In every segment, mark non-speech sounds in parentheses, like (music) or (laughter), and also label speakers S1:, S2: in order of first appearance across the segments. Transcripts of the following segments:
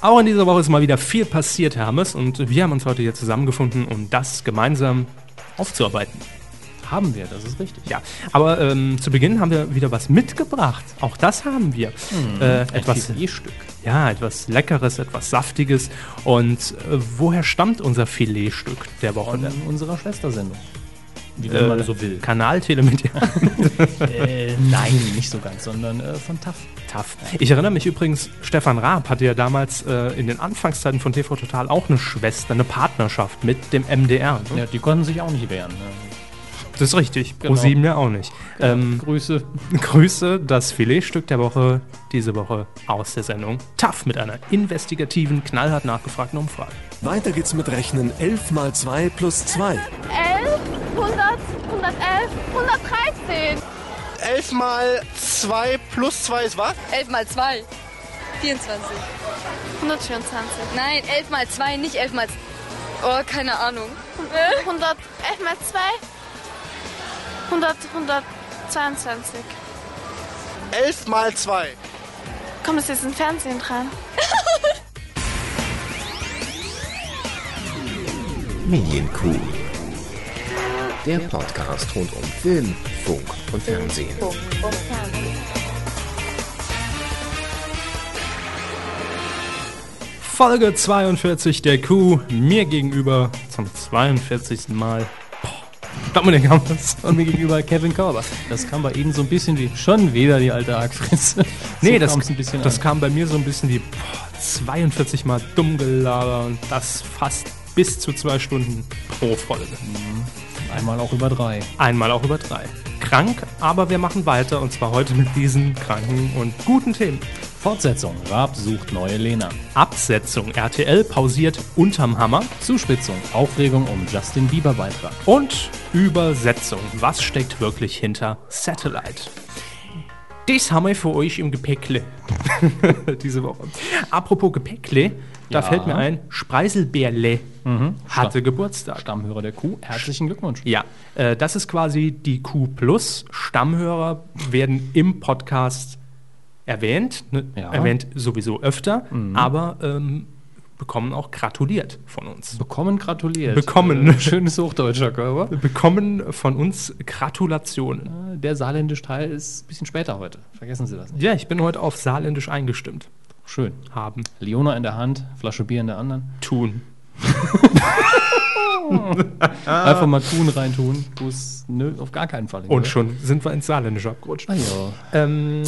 S1: Auch in dieser Woche ist mal wieder viel passiert, Hermes, und wir haben uns heute hier zusammengefunden, um das gemeinsam aufzuarbeiten.
S2: Haben wir, das ist richtig.
S1: Ja, aber ähm, zu Beginn haben wir wieder was mitgebracht. Auch das haben wir. Äh, etwas,
S2: Hm, Ein Filetstück.
S1: ja, etwas Leckeres, etwas Saftiges. Und äh, woher stammt unser Filetstück der Woche? Äh,
S2: Von
S1: denn?
S2: unserer Schwestersendung. Wie
S1: Äh,
S2: wenn man so will.
S1: Kanaltele mit
S2: (laughs) Äh, (laughs) nein, nicht so ganz, sondern äh, von TAF.
S1: Tough. Ich erinnere mich übrigens, Stefan Raab hatte ja damals äh, in den Anfangszeiten von TV Total auch eine Schwester, eine Partnerschaft mit dem MDR. Ne?
S2: Ja, die konnten sich auch nicht wehren. Ne?
S1: Das ist richtig.
S2: Genau.
S1: ProSieben ja auch nicht. Ähm,
S2: Grüße.
S1: Grüße, das Filetstück der Woche, diese Woche aus der Sendung Tough mit einer investigativen, knallhart nachgefragten Umfrage.
S3: Weiter geht's mit Rechnen 11 mal 2 plus 2.
S4: 11, 100, 111, 113.
S5: 11 mal 2 plus 2 ist was?
S6: 11 mal 2. 24.
S4: 124.
S6: Nein, 11 mal 2, nicht 11 mal... Oh, keine Ahnung.
S4: 100, 11 mal 2. 100, 122.
S5: 11 mal 2.
S4: Kommt es jetzt im Fernsehen dran?
S7: Medienkuh. Der Podcast rund um Film, Funk und Fernsehen.
S1: Folge 42 der Kuh, mir gegenüber zum 42. Mal. Boah, Dominik Hammers.
S2: Und mir gegenüber Kevin Körber. Das kam bei Ihnen so ein bisschen wie schon wieder die alte Hackfritze.
S1: Nee,
S2: so
S1: das,
S2: kam's ein bisschen
S1: das
S2: an.
S1: kam bei mir so ein bisschen wie boah, 42 Mal dumm gelaber und das fast bis zu zwei Stunden pro Folge.
S2: einmal auch über drei.
S1: Einmal auch über drei. Krank, aber wir machen weiter und zwar heute mit diesen kranken und guten Themen.
S2: Fortsetzung. Raab sucht neue Lena.
S1: Absetzung. RTL pausiert unterm Hammer.
S2: Zuspitzung. Aufregung um Justin Bieber Beitrag.
S1: Und Übersetzung. Was steckt wirklich hinter Satellite? Das haben wir für euch im Gepäckle (laughs) diese Woche. Apropos Gepäckle, da
S2: Ja.
S1: fällt mir ein, Spreiselbärle hatte Geburtstag.
S2: Stammhörer der Kuh. Herzlichen Glückwunsch.
S1: Ja, äh, das ist quasi die Q Plus. Stammhörer werden im Podcast erwähnt, ne?
S2: Ja.
S1: erwähnt sowieso öfter, aber ähm, bekommen auch gratuliert von uns.
S2: Bekommen gratuliert.
S1: Bekommen.
S2: Äh, schönes Hochdeutscher Körper.
S1: Bekommen von uns Gratulationen.
S2: Der saarländische Teil ist ein bisschen später heute. Vergessen Sie das nicht.
S1: Ja, ich bin heute auf Saarländisch eingestimmt.
S2: Schön.
S1: Haben,
S2: Leona in der Hand, Flasche Bier in der anderen.
S1: tun.
S2: Einfach mal tun, reintun. Bus, nö, auf gar keinen Fall.
S1: Ah. Und schon sind wir ins Saarländische abgerutscht.
S2: Ah, ja.
S1: Ähm,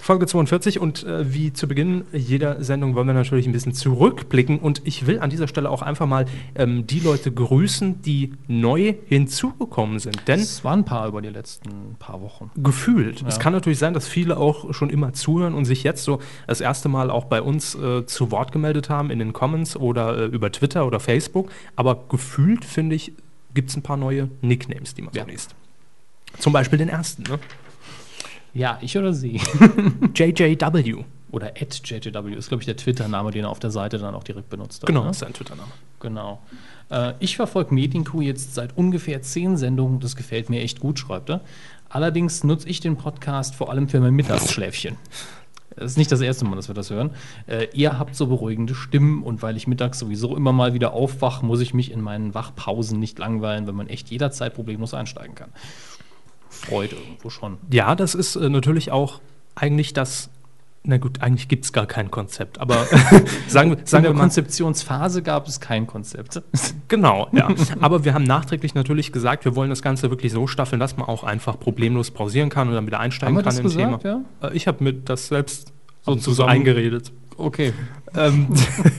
S1: Folge 42 und äh, wie zu Beginn jeder Sendung wollen wir natürlich ein bisschen zurückblicken und ich will an dieser Stelle auch einfach mal ähm, die Leute grüßen, die neu hinzugekommen sind. Denn
S2: Es waren ein paar über die letzten paar Wochen.
S1: gefühlt, es kann natürlich sein, dass viele auch schon immer zuhören und sich jetzt so das erste Mal auch bei uns äh, zu Wort gemeldet haben in den Comments oder äh, über Twitter oder Facebook, aber gefühlt finde ich, gibt es ein paar neue Nicknames, die man so liest. Zum Beispiel den ersten, ne?
S2: Ja, ich oder sie. (laughs)
S1: JJW.
S2: Oder at JJW ist, glaube ich, der Twitter-Name, den er auf der Seite dann auch direkt benutzt hat.
S1: Genau,
S2: Ne?
S1: ist sein Twitter-Name.
S2: Genau. Äh, ich verfolge Medienkuh jetzt seit ungefähr zehn Sendungen. Das gefällt mir echt gut, schreibt er. Allerdings nutze ich den Podcast vor allem für mein Mittagsschläfchen. Das ist nicht das erste Mal, dass wir das hören. Äh, ihr habt so beruhigende Stimmen und weil ich mittags sowieso immer mal wieder aufwache, muss ich mich in meinen Wachpausen nicht langweilen, wenn man echt jederzeit problemlos einsteigen kann. Freut irgendwo schon.
S1: Ja, das ist äh, natürlich auch eigentlich das. Na gut, eigentlich gibt es gar kein Konzept, aber (laughs) sagen, wir-
S2: In
S1: sagen wir
S2: der
S1: mal.
S2: Konzeptionsphase gab es kein Konzept.
S1: Genau, ja. aber wir haben nachträglich natürlich gesagt, wir wollen das Ganze wirklich so staffeln, dass man auch einfach problemlos pausieren kann und dann wieder einsteigen
S2: Haben wir
S1: kann
S2: das
S1: im
S2: gesagt,
S1: Thema. Äh, ich habe mit das selbst sozusagen
S2: zusammen-
S1: eingeredet.
S2: Okay.
S1: Ähm,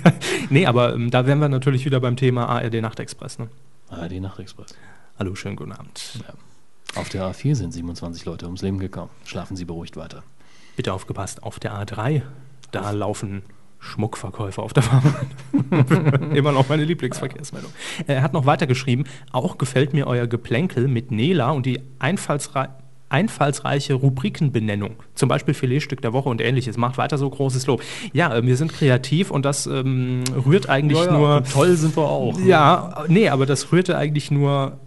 S1: (laughs) nee, aber ähm, da wären wir natürlich wieder beim Thema ARD Nachtexpress. Ne?
S2: Ah, die Nachtexpress.
S1: Hallo, schönen guten Abend.
S2: Auf der A4 sind 27 Leute ums Leben gekommen. Schlafen Sie beruhigt weiter.
S1: Bitte aufgepasst, auf der A3, da laufen Schmuckverkäufer auf der Fahrbahn. (laughs) Immer noch meine Lieblingsverkehrsmeldung. Äh, Er hat noch weitergeschrieben, auch gefällt mir euer Geplänkel mit Nela und die einfallsrei einfallsreiche Rubrikenbenennung, zum Beispiel Filetstück der Woche und ähnliches. Macht weiter so großes Lob. Ja, äh, wir sind kreativ und das ähm, rührt eigentlich nur...
S2: toll sind wir auch. ne?
S1: Ja, nee, aber das rührte eigentlich nur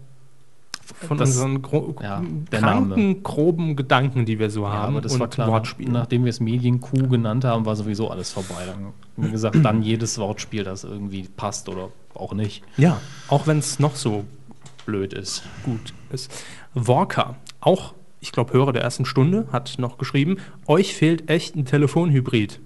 S1: von
S2: Das-
S1: unseren gro
S2: ja, der Name.
S1: kranken, groben Gedanken, die wir so
S2: Ja,
S1: haben
S2: aber das
S1: und
S2: war klar. ne?
S1: Wortspielen.
S2: Nachdem wir es Medienkuh genannt haben, war sowieso alles vorbei. Dann, wie gesagt, dann jedes Wortspiel, das irgendwie passt oder auch nicht,
S1: Ja, auch wenn es noch so
S2: blöd ist.
S1: gut ist. Walker, auch, ich glaube, Hörer der ersten Stunde, hat noch geschrieben, euch fehlt echt ein Telefonhybrid.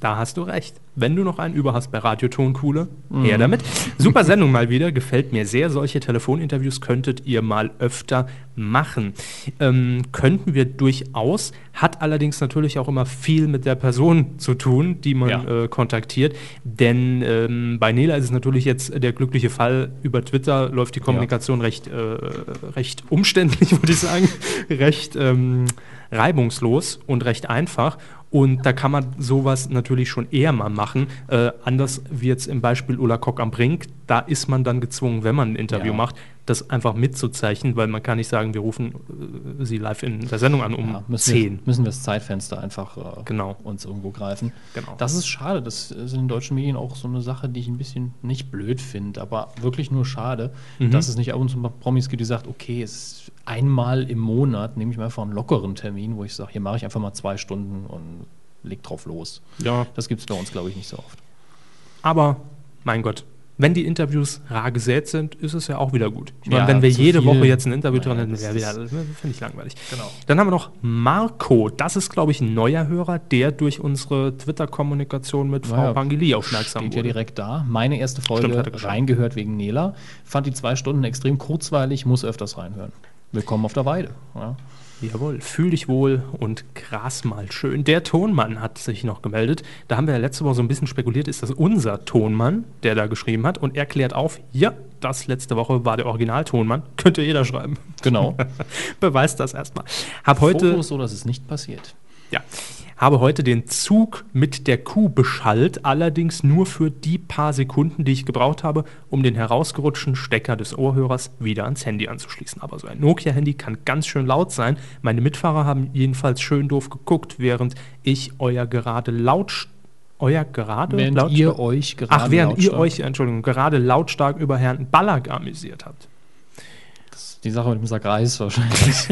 S1: Da hast du recht. Wenn du noch einen über hast bei Radiotonkuhle, her damit. Super Sendung mal wieder, gefällt mir sehr. Solche Telefoninterviews könntet ihr mal öfter machen. Ähm, könnten wir durchaus, hat allerdings natürlich auch immer viel mit der Person zu tun, die man
S2: Ja.
S1: äh, kontaktiert. Denn ähm, bei Nela ist es natürlich jetzt der glückliche Fall, über Twitter läuft die Kommunikation recht, äh, recht umständlich, (laughs) würde ich sagen, recht ähm, reibungslos und recht einfach. Und da kann man sowas natürlich schon eher mal machen. Äh, anders wie jetzt im Beispiel Ulla Kock am Brink, da ist man dann gezwungen, wenn man ein Interview
S2: Ja.
S1: macht, das einfach mitzuzeichnen, weil man kann nicht sagen, wir rufen äh, sie live in der Sendung an um
S2: Ja, müssen, wir,
S1: 10.
S2: müssen wir das Zeitfenster einfach äh,
S1: Genau.
S2: uns irgendwo greifen.
S1: Genau.
S2: Das ist schade. Das ist in den deutschen Medien auch so eine Sache, die ich ein bisschen nicht blöd finde, aber wirklich nur schade,
S1: Mhm.
S2: dass es nicht ab und zu mal Promis gibt, die sagt, okay, es ist einmal im Monat nehme ich mir einfach einen lockeren Termin, wo ich sage, hier mache ich einfach mal zwei Stunden und leg drauf los.
S1: Ja.
S2: Das gibt es bei uns, glaube ich, nicht so oft.
S1: Aber mein Gott, wenn die Interviews rar gesät sind, ist es ja auch wieder gut. Ich meine,
S2: Ja,
S1: wenn wir
S2: zu
S1: jede
S2: viel-
S1: Woche jetzt ein Interview
S2: Naja,
S1: dran hätten,
S2: das
S1: wäre
S2: ist-
S1: wieder, finde ich langweilig.
S2: Genau.
S1: Dann haben wir noch Marco. Das ist, glaube ich, ein neuer Hörer, der durch unsere Twitter-Kommunikation mit Frau
S2: Naja,
S1: Pangili aufmerksam
S2: Steht
S1: wurde.
S2: ja direkt da. Meine erste
S1: Stimmt,
S2: Folge
S1: hatte geschaut.
S2: reingehört wegen Nela. Fand die zwei Stunden extrem kurzweilig, muss öfters reinhören. Willkommen auf der Weide. Ja.
S1: Jawohl, fühl dich wohl und gras mal schön. Der Tonmann hat sich noch gemeldet. Da haben wir ja letzte Woche so ein bisschen spekuliert, ist das unser Tonmann, der da geschrieben hat. Und er klärt auf, ja, das letzte Woche war der Original-Tonmann. Könnte jeder schreiben. (laughs)
S2: Genau.
S1: Beweist das erstmal. Hab heute.
S2: Fokus so, dass es nicht passiert.
S1: Ja. Habe heute den Zug mit der Kuh beschallt, allerdings nur für die paar Sekunden, die ich gebraucht habe, um den herausgerutschten Stecker des Ohrhörers wieder ans Handy anzuschließen. Aber so ein Nokia-Handy kann ganz schön laut sein. Meine Mitfahrer haben jedenfalls schön doof geguckt, während ich euer gerade laut euer gerade
S2: Während
S1: lautstark-
S2: ihr euch gerade
S1: Ach, während ihr
S2: lautstark-
S1: euch, Entschuldigung, gerade lautstark über Herrn Ballack amüsiert habt.
S2: Die Sache mit dem Sack Reis wahrscheinlich.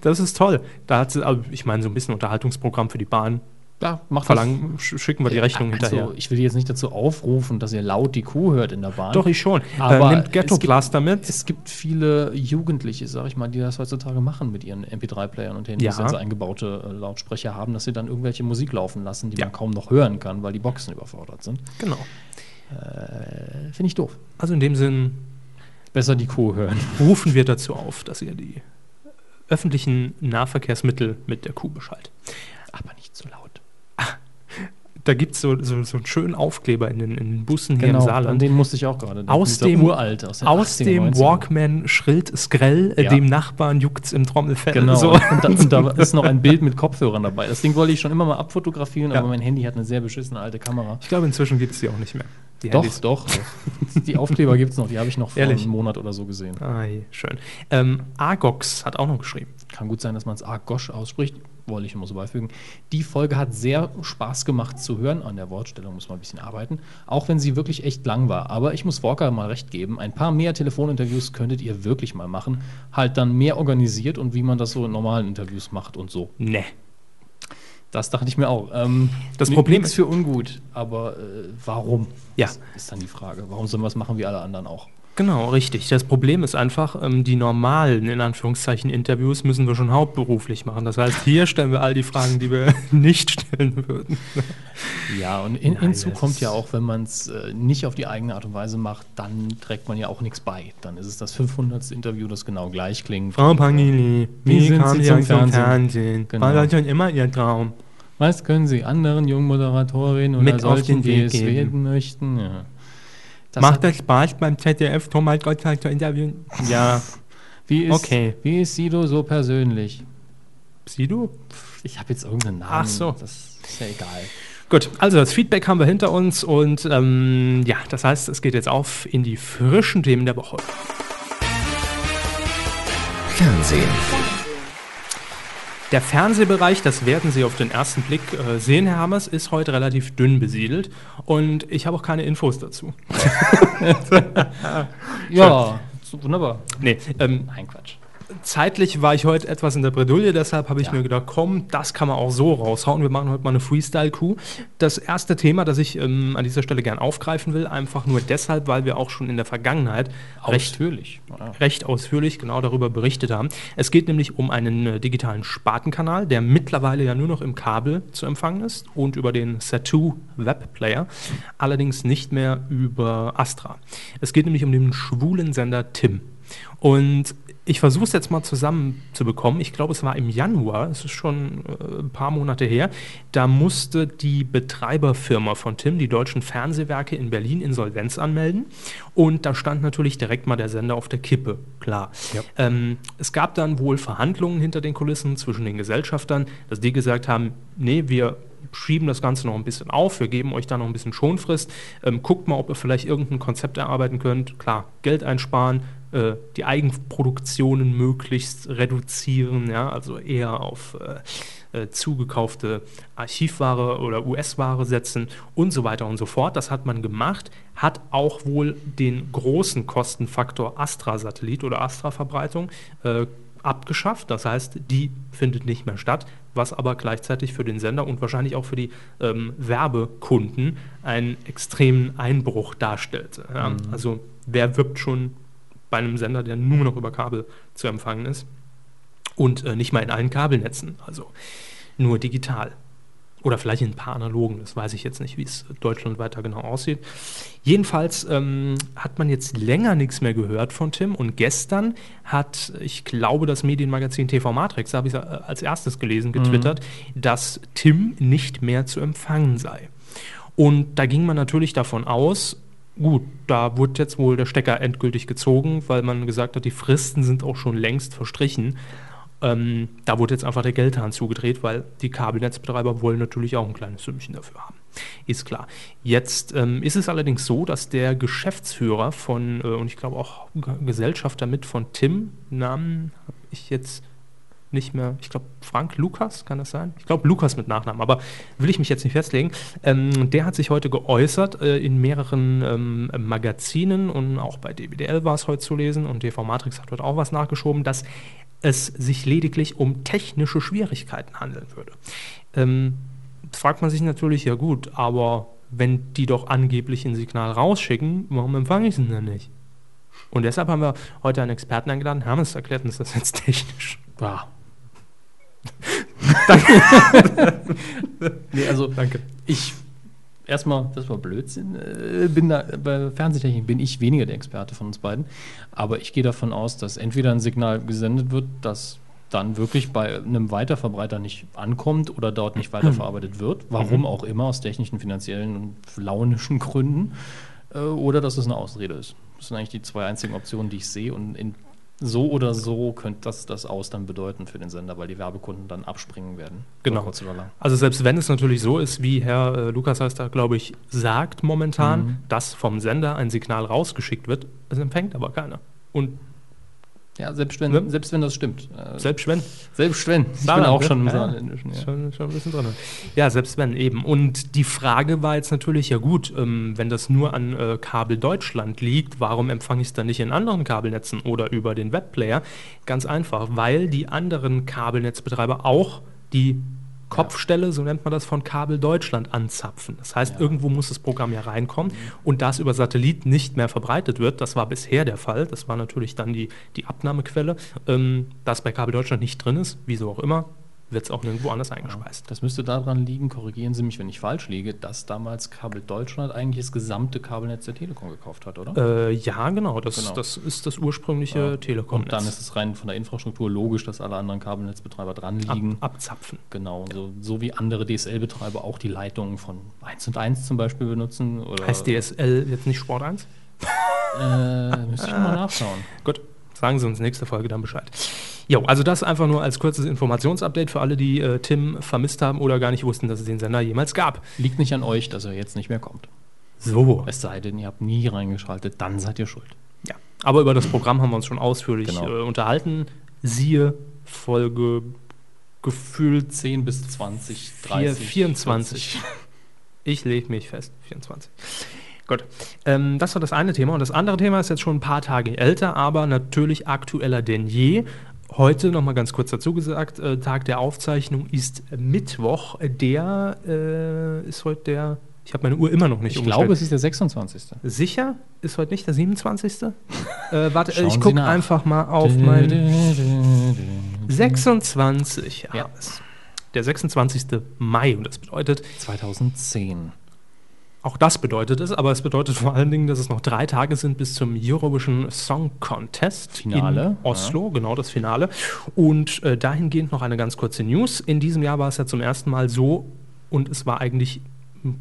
S1: Das ist toll. Da hat sie, aber ich meine, so ein bisschen Unterhaltungsprogramm für die Bahn.
S2: ja, macht
S1: Verlangen, sch- schicken wir die Rechnung hinterher.
S2: Also, ich will jetzt nicht dazu aufrufen, dass ihr laut die Kuh hört in der Bahn.
S1: Doch, ich schon.
S2: Aber
S1: äh, nimmt Ghetto
S2: es gibt-
S1: Blaster mit.
S2: Es gibt viele Jugendliche, sag ich mal, die das heutzutage machen mit ihren MP3-Playern und denen
S1: Ja.
S2: ja. so eingebaute äh, Lautsprecher haben, dass sie dann irgendwelche Musik laufen lassen, die
S1: Ja.
S2: man kaum noch hören kann, weil die Boxen überfordert sind.
S1: Genau.
S2: Äh, Finde ich doof.
S1: Also in dem Sinn
S2: Besser die Kuh hören.
S1: rufen wir dazu auf, dass ihr die öffentlichen Nahverkehrsmittel mit der Kuh beschallt.
S2: Aber nicht zu laut.
S1: Da gibt es so, so, so einen schönen Aufkleber in den, in den Bussen hier im
S2: an
S1: Saarland.
S2: den musste ich auch gerade denken.
S1: Aus
S2: Dieser
S1: dem-
S2: Uralt, Genau. aus, den
S1: Aus
S2: 80er,
S1: dem
S2: 90er.
S1: Walkman schrillt Skrell, äh,
S2: Ja.
S1: dem Nachbarn juckt's im Trommelfell.
S2: Genau,
S1: So.
S2: und, da, und da
S1: (laughs)
S2: ist noch ein Bild mit Kopfhörern dabei. Das Ding wollte ich schon immer mal abfotografieren,
S1: Ja.
S2: aber mein Handy hat eine sehr beschissene alte Kamera.
S1: Ich glaube, inzwischen gibt es die auch nicht mehr. Die Handys.
S2: doch. (laughs) Die Aufkleber gibt es noch, die habe ich noch vor
S1: Ehrlich?
S2: einem Monat oder so gesehen.
S1: Ei, schön. Ähm, Agox hat auch noch geschrieben.
S2: Kann gut sein, dass man es Argosch ausspricht, wollte ich immer so beifügen. Die Folge hat sehr Spaß gemacht zu hören. An der Wortstellung muss man ein bisschen arbeiten, auch wenn sie wirklich echt lang war. Aber ich muss Walker mal recht geben, ein paar mehr Telefoninterviews könntet ihr wirklich mal machen. Halt dann mehr organisiert und wie man das so in normalen Interviews macht und so.
S1: Ne.
S2: Das dachte ich mir auch. Ähm,
S1: Das
S2: ni-
S1: Problem
S2: nix
S1: ist-
S2: für ungut, aber äh, warum?
S1: Ja.
S2: Das ist dann die Frage. Warum sollen wir es machen wie alle anderen auch?
S1: Genau, richtig. Das Problem ist einfach, ähm, die normalen, in Anführungszeichen, Interviews müssen wir schon hauptberuflich machen. Das heißt, hier stellen wir all die Fragen, die wir (laughs) nicht stellen würden.
S2: Ja, und hin, hinzu
S1: das
S2: kommt
S1: ist-
S2: ja auch, wenn man es äh, nicht auf die eigene Art und Weise macht, dann trägt man ja auch nichts bei. Dann ist es das 500. Interview, das genau gleich klingt.
S1: Frau Pangili,
S2: Wie sind Sie zum Fernsehen?
S1: Fernsehen?
S2: Genau.
S1: War das schon immer Ihr Traum?
S2: Was können Sie anderen jungen Moderatorinnen oder
S1: Mit auf
S2: solchen,
S1: den Weg
S2: die es
S1: geben.
S2: werden möchten? Ja. Das
S1: Macht
S2: hat-
S1: das Spaß, beim ZDF Thomas Gottschalk zu
S2: (laughs)
S1: interviewen? Ja.
S2: wie ist,
S1: okay.
S2: Wie ist Sido so persönlich?
S1: Sido?
S2: Ich habe jetzt irgendeinen Namen.
S1: Ach so.
S2: Das ist ja egal.
S1: Gut, also das Feedback haben wir hinter uns und ähm, ja, das heißt, es geht jetzt auf in die frischen Themen der Woche.
S7: Fernsehen.
S1: Der Fernsehbereich, das werden Sie auf den ersten Blick äh, sehen, Herr Hammers, ist heute relativ dünn besiedelt und ich habe auch keine Infos dazu.
S2: Ja, So, wunderbar.
S1: Nee, ähm,
S2: Nein, Quatsch.
S1: zeitlich war ich heute etwas in der Bredouille, deshalb habe ich
S2: Ja.
S1: mir gedacht, komm, das kann man auch so raushauen. Wir machen heute mal eine Freestyle-Coup. Das erste Thema, das ich ähm, an dieser Stelle gern aufgreifen will, einfach nur deshalb, weil wir auch schon in der Vergangenheit recht
S2: Ausführlich. Ja.
S1: recht ausführlich genau darüber berichtet haben. Es geht nämlich um einen äh, digitalen Spatenkanal, der mittlerweile ja nur noch im Kabel zu empfangen ist und über den Satu Webplayer, allerdings nicht mehr über Astra. Es geht nämlich um den schwulen Sender Tim. Und ich versuche es jetzt mal zusammenzubekommen. Ich glaube, es war im Januar, es ist schon äh, ein paar Monate her, da musste die Betreiberfirma von Tim, die deutschen Fernsehwerke in Berlin, Insolvenz anmelden. Und da stand natürlich direkt mal der Sender auf der Kippe, klar. Ähm, es gab dann wohl Verhandlungen hinter den Kulissen zwischen den Gesellschaftern, dass die gesagt haben, nee, wir schieben das Ganze noch ein bisschen auf, wir geben euch da noch ein bisschen Schonfrist, ähm, guckt mal, ob ihr vielleicht irgendein Konzept erarbeiten könnt. Klar, Geld einsparen, äh, die Eigenproduktionen möglichst reduzieren, ja, also eher auf äh, äh, zugekaufte Archivware oder US-Ware setzen und so weiter und so fort. Das hat man gemacht, hat auch wohl den großen Kostenfaktor Astra-Satellit oder Astra-Verbreitung äh, abgeschafft. Das heißt, die findet nicht mehr statt, was aber gleichzeitig für den Sender und wahrscheinlich auch für die ähm, Werbekunden einen extremen Einbruch darstellte. Ja? Also wer wirbt schon bei einem Sender, der nur noch über Kabel zu empfangen ist und äh, nicht mal in allen Kabelnetzen, also nur digital. Oder vielleicht in ein paar analogen, das weiß ich jetzt nicht, wie es Deutschland weiter genau aussieht. Jedenfalls ähm, hat man jetzt länger nichts mehr gehört von Tim und gestern hat, ich glaube, das Medienmagazin TV Matrix, da habe ich es äh, als erstes gelesen, getwittert, dass Tim nicht mehr zu empfangen sei. Und da ging man natürlich davon aus, gut, da wurde jetzt wohl der Stecker endgültig gezogen, weil man gesagt hat, die Fristen sind auch schon längst verstrichen. Ähm, da wurde jetzt einfach der Geldhahn zugedreht, weil die Kabelnetzbetreiber wollen natürlich auch ein kleines Sümmchen dafür haben. Ist klar. Jetzt ähm, ist es allerdings so, dass der Geschäftsführer von, äh, und ich glaube auch G- Gesellschafter mit von Tim, Namen habe ich jetzt nicht mehr, ich glaube Frank Lukas, kann das sein? Ich glaube Lukas mit Nachnamen, aber will ich mich jetzt nicht festlegen. Ähm, der hat sich heute geäußert äh, in mehreren ähm, Magazinen und auch bei DBDL war es heute zu lesen und TV Matrix hat heute auch was nachgeschoben, dass es sich lediglich um technische Schwierigkeiten handeln würde. Ähm, fragt man sich natürlich, ja gut, aber wenn die doch angeblich ein Signal rausschicken, warum empfange ich es denn dann nicht? Und deshalb haben wir heute einen Experten eingeladen, Hermes erklärt uns das jetzt technisch.
S2: Ja. Danke. nee, also
S1: Danke.
S2: ich erstmal, das war Blödsinn. äh, Bin da, bei Fernsehtechnik bin ich weniger der Experte von uns beiden. Aber ich gehe davon aus, dass entweder ein Signal gesendet wird, das dann wirklich bei einem Weiterverbreiter nicht ankommt oder dort nicht weiterverarbeitet wird, warum auch immer, aus technischen, finanziellen und launischen Gründen, äh, oder dass es eine Ausrede ist. Das sind eigentlich die zwei einzigen Optionen, die ich sehe. Und in so oder so könnte das das Aus dann bedeuten für den Sender, weil die Werbekunden dann abspringen werden.
S1: Genau.
S2: Kurz oder lang.
S1: Also selbst wenn es natürlich so ist, wie Herr äh, Lukas heißt da, glaube ich, sagt momentan,
S2: Mhm.
S1: dass vom Sender ein Signal rausgeschickt wird, es empfängt aber keiner. Und
S2: Ja, selbst wenn,
S1: Ne?
S2: selbst wenn das stimmt. Äh,
S1: selbst wenn,
S2: Selbst wenn. Ich
S1: Saarland,
S2: bin auch
S1: ne?
S2: schon im
S1: Ja, ja.
S2: Saarländischen. Ja.
S1: Schon, schon ein bisschen drin. Ja, selbst wenn eben. Und die Frage war jetzt natürlich, ja gut, ähm, wenn das nur an äh, Kabel Deutschland liegt, warum empfange ich es dann nicht in anderen Kabelnetzen oder über den Webplayer? Ganz einfach, weil die anderen Kabelnetzbetreiber auch die Kopfstelle, so nennt man das, von Kabel Deutschland anzapfen. Das heißt, irgendwo muss das Programm ja reinkommen
S2: Mhm.
S1: und da es über Satellit nicht mehr verbreitet wird, das war bisher der Fall, das war natürlich dann die, die Abnahmequelle, ähm, dass bei Kabel Deutschland nicht drin ist, wieso auch immer, wird es auch nirgendwo anders eingespeist.
S2: Das müsste daran liegen, korrigieren Sie mich, wenn ich falsch liege, dass damals Kabel Deutschland eigentlich das gesamte Kabelnetz der Telekom gekauft hat, oder?
S1: Äh, ja, genau das,
S2: Genau.
S1: das ist das ursprüngliche telekom
S2: Und dann ist es rein von der Infrastruktur logisch, dass alle anderen Kabelnetzbetreiber dran
S1: Ab,
S2: liegen.
S1: abzapfen.
S2: Genau, so, so wie andere DSL-Betreiber auch die Leitungen von 1 und 1 zum Beispiel benutzen. Oder,
S1: Heißt DSL jetzt nicht Sport 1?
S2: Äh, müsste ich schon mal nachschauen.
S1: Gut, sagen Sie uns nächste Folge dann Bescheid. Jo, also das einfach nur als kurzes Informationsupdate für alle, die äh, Tim vermisst haben oder gar nicht wussten, dass es den Sender jemals gab.
S2: Liegt nicht an euch, dass er jetzt nicht mehr kommt.
S1: So.
S2: Es sei denn, ihr habt nie reingeschaltet, dann seid ihr schuld.
S1: Ja. Aber über das Programm haben wir uns schon ausführlich
S2: Genau.
S1: äh, unterhalten. Siehe Folge gefühlt
S2: 10 bis 20,
S1: 4,
S2: 30,
S1: 24. Ich lege mich fest, 24. Gut. Ähm, das war das eine Thema. Und das andere Thema ist jetzt schon ein paar Tage älter, aber natürlich aktueller denn je. Heute nochmal ganz kurz dazu gesagt, äh, Tag der Aufzeichnung ist Mittwoch. Der äh, ist heute der, ich habe meine Uhr immer noch nicht
S2: Ich glaube, es ist der 26.
S1: Sicher ist heute nicht der 27. äh, warte, äh,
S2: Schauen
S1: ich
S2: Sie
S1: gucke
S2: nach.
S1: einfach mal auf mein 26. Ja.
S2: Ja.
S1: ist Der 26. Mai und das bedeutet,
S2: 2010.
S1: auch das bedeutet es, aber es bedeutet vor allen Dingen, dass es noch drei Tage sind bis zum Eurovision Song Contest in
S2: Finale,
S1: Oslo, genau das Finale. Und äh, dahingehend noch eine ganz kurze News. In diesem Jahr war es ja zum ersten Mal so und es war eigentlich m,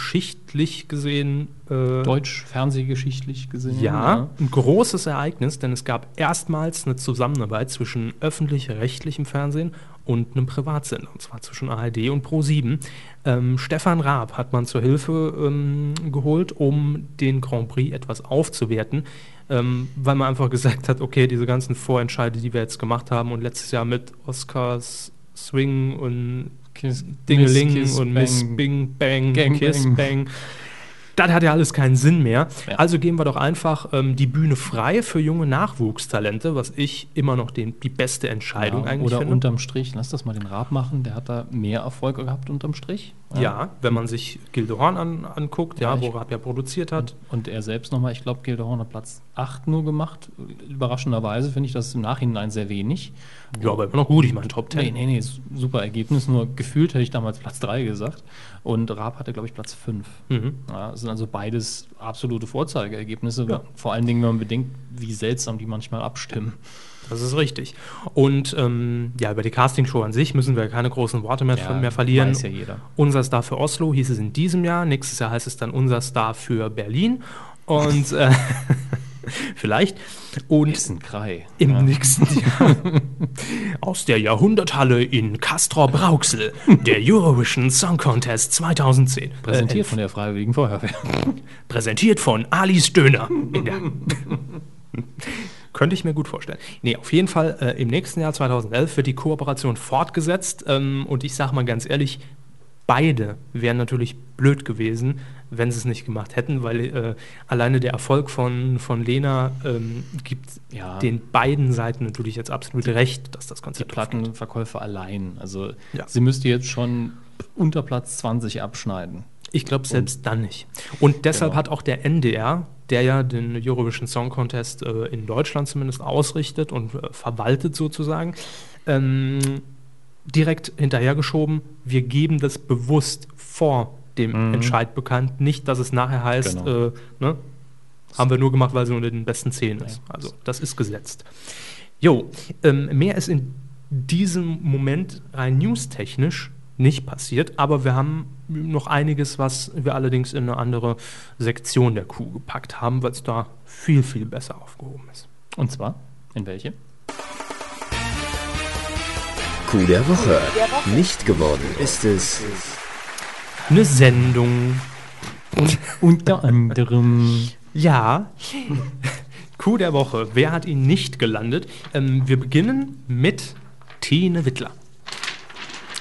S1: geschichtlich gesehen äh,
S2: Deutsch, fernsehgeschichtlich gesehen.
S1: Ja, ein großes Ereignis, denn es gab erstmals eine Zusammenarbeit zwischen öffentlich-rechtlichem Fernsehen und einem Privatsender, und zwar zwischen ARD und Pro7. Ähm, Stefan Raab hat man zur Hilfe ähm, geholt, um den Grand Prix etwas aufzuwerten, ähm, weil man einfach (laughs) gesagt hat, okay, diese ganzen Vorentscheide, die wir jetzt gemacht haben und letztes Jahr mit Oscars Swing und
S2: Kiss-
S1: Dingeling
S2: Miss Kiss
S1: und Miss
S2: Bang.
S1: Bing Bang,
S2: Gang
S1: Kiss
S2: Bang.
S1: Bang. Das hat ja alles keinen Sinn mehr.
S2: Ja.
S1: Also geben wir doch einfach ähm, die Bühne frei für junge Nachwuchstalente, was ich immer noch den, die beste Entscheidung
S2: ja,
S1: eigentlich
S2: Oder
S1: finde.
S2: unterm Strich, lass das mal den Raab machen, der hat da mehr Erfolg gehabt unterm Strich.
S1: ja, wenn man sich Gildo Horn an, anguckt, ja,
S2: Ja,
S1: wo
S2: ich-
S1: Raab ja produziert hat.
S2: Und er selbst nochmal, ich glaube, Gilderhorn hat Platz 8 nur gemacht. Überraschenderweise finde ich das im Nachhinein sehr wenig.
S1: Ja, aber immer noch gut, ich meine Top
S2: Mhm. Nee,
S1: Ten.
S2: nee, nee, ist super Ergebnis, nur gefühlt hätte ich damals Platz 3 gesagt. Und Raab hatte, glaube ich, Platz 5.
S1: Mhm.
S2: Ja, das sind also beides absolute Vorzeigeergebnisse,
S1: Ja.
S2: vor allen Dingen, wenn man bedenkt, wie seltsam die manchmal abstimmen.
S1: Das ist richtig. Und ähm, ja, über die Castingshow an sich müssen wir keine großen Worte mehr,
S2: Ja,
S1: mehr verlieren.
S2: Weiß ja jeder.
S1: Unser Star für Oslo hieß es in diesem Jahr. Nächstes Jahr heißt es dann unser Star für Berlin. Und äh, (laughs) vielleicht. Und
S2: Ist ein Krei.
S1: im
S2: ja.
S1: nächsten Jahr
S2: (laughs)
S1: aus der Jahrhunderthalle in Castro-Brauxel, der Eurovision Song Contest 2010.
S2: Präsentiert
S1: Äh,
S2: von der Freiwilligen Feuerwehr. (laughs)
S1: präsentiert von Alice Döner. In der Hm. (laughs) Könnte ich mir gut vorstellen. Nee, auf jeden Fall, äh, im nächsten Jahr 2011 wird die Kooperation fortgesetzt. Ähm, und ich sage mal ganz ehrlich, beide wären natürlich blöd gewesen, wenn sie es nicht gemacht hätten, weil äh, alleine der Erfolg von, von Lena ähm, gibt
S2: Ja.
S1: den beiden Seiten natürlich jetzt absolut recht, dass das
S2: Die
S1: Konzept
S2: Plattenverkäufe allein. Also
S1: Ja.
S2: sie müsste jetzt schon unter Platz 20 abschneiden.
S1: Ich glaube selbst dann nicht. Und deshalb
S2: Genau.
S1: hat auch der NDR, der ja den Eurovision Song Contest äh, in Deutschland zumindest ausrichtet und äh, verwaltet sozusagen, ähm, direkt hinterhergeschoben, wir geben das bewusst vor dem Entscheid bekannt, nicht, dass es nachher heißt,
S2: Mhm. Genau.
S1: äh, ne, haben wir nur gemacht, weil sie unter den besten zehn ist. Also das ist gesetzt. Jo, ähm, mehr ist in diesem Moment rein newstechnisch nicht passiert, aber wir haben noch einiges, was wir allerdings in eine andere Sektion der Kuh gepackt haben, weil es da viel, viel besser aufgehoben ist.
S2: Und zwar in welche?
S7: Kuh der Woche. Nicht geworden ist es
S1: Eine Sendung.
S2: Unter anderem.
S1: Ja. (laughs) Kuh der Woche. Wer hat ihn nicht gelandet? Ähm, wir beginnen mit Tine Wittler.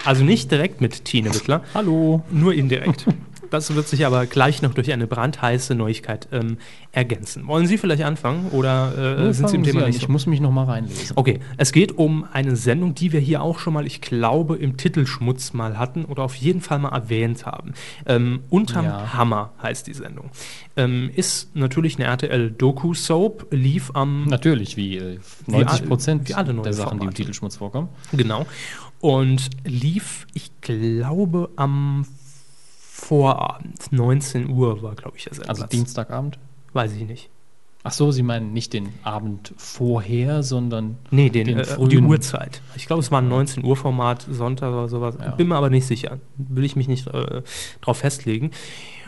S1: Also nicht direkt mit Tine Wittler,
S2: (laughs) Hallo.
S1: Nur indirekt. Das wird sich aber gleich noch durch eine brandheiße Neuigkeit ähm, ergänzen. Wollen Sie vielleicht anfangen oder äh,
S2: Nö,
S1: sind Sie im
S2: fangen
S1: Thema
S2: an.
S1: nicht
S2: Ich
S1: so?
S2: muss mich noch mal reinlesen.
S1: Okay, es geht um eine Sendung, die wir hier auch schon mal, ich glaube, im Titelschmutz mal hatten oder auf jeden Fall mal erwähnt haben. Ähm, Unterm
S2: Ja.
S1: Hammer heißt die Sendung. Ähm, ist natürlich eine RTL-Doku-Soap, lief am
S2: Natürlich, wie äh, 90
S1: alle-
S2: Prozent
S1: wie alle neuen
S2: der Sachen, die im
S1: Formate.
S2: Titelschmutz vorkommen.
S1: Genau. Und lief, ich glaube, am Vorabend. 19 Uhr war, glaube ich, der Sendplatz.
S2: Also Dienstagabend.
S1: Weiß ich nicht.
S2: Ach so, Sie meinen nicht den Abend vorher, sondern
S1: Nee, den,
S2: Den
S1: äh,
S2: frühen-
S1: die Uhrzeit. Ich glaube, es war ein 19 Uhr Format, Sonntag oder sowas.
S2: Ja.
S1: Bin mir aber nicht sicher. Will ich mich nicht äh, drauf festlegen.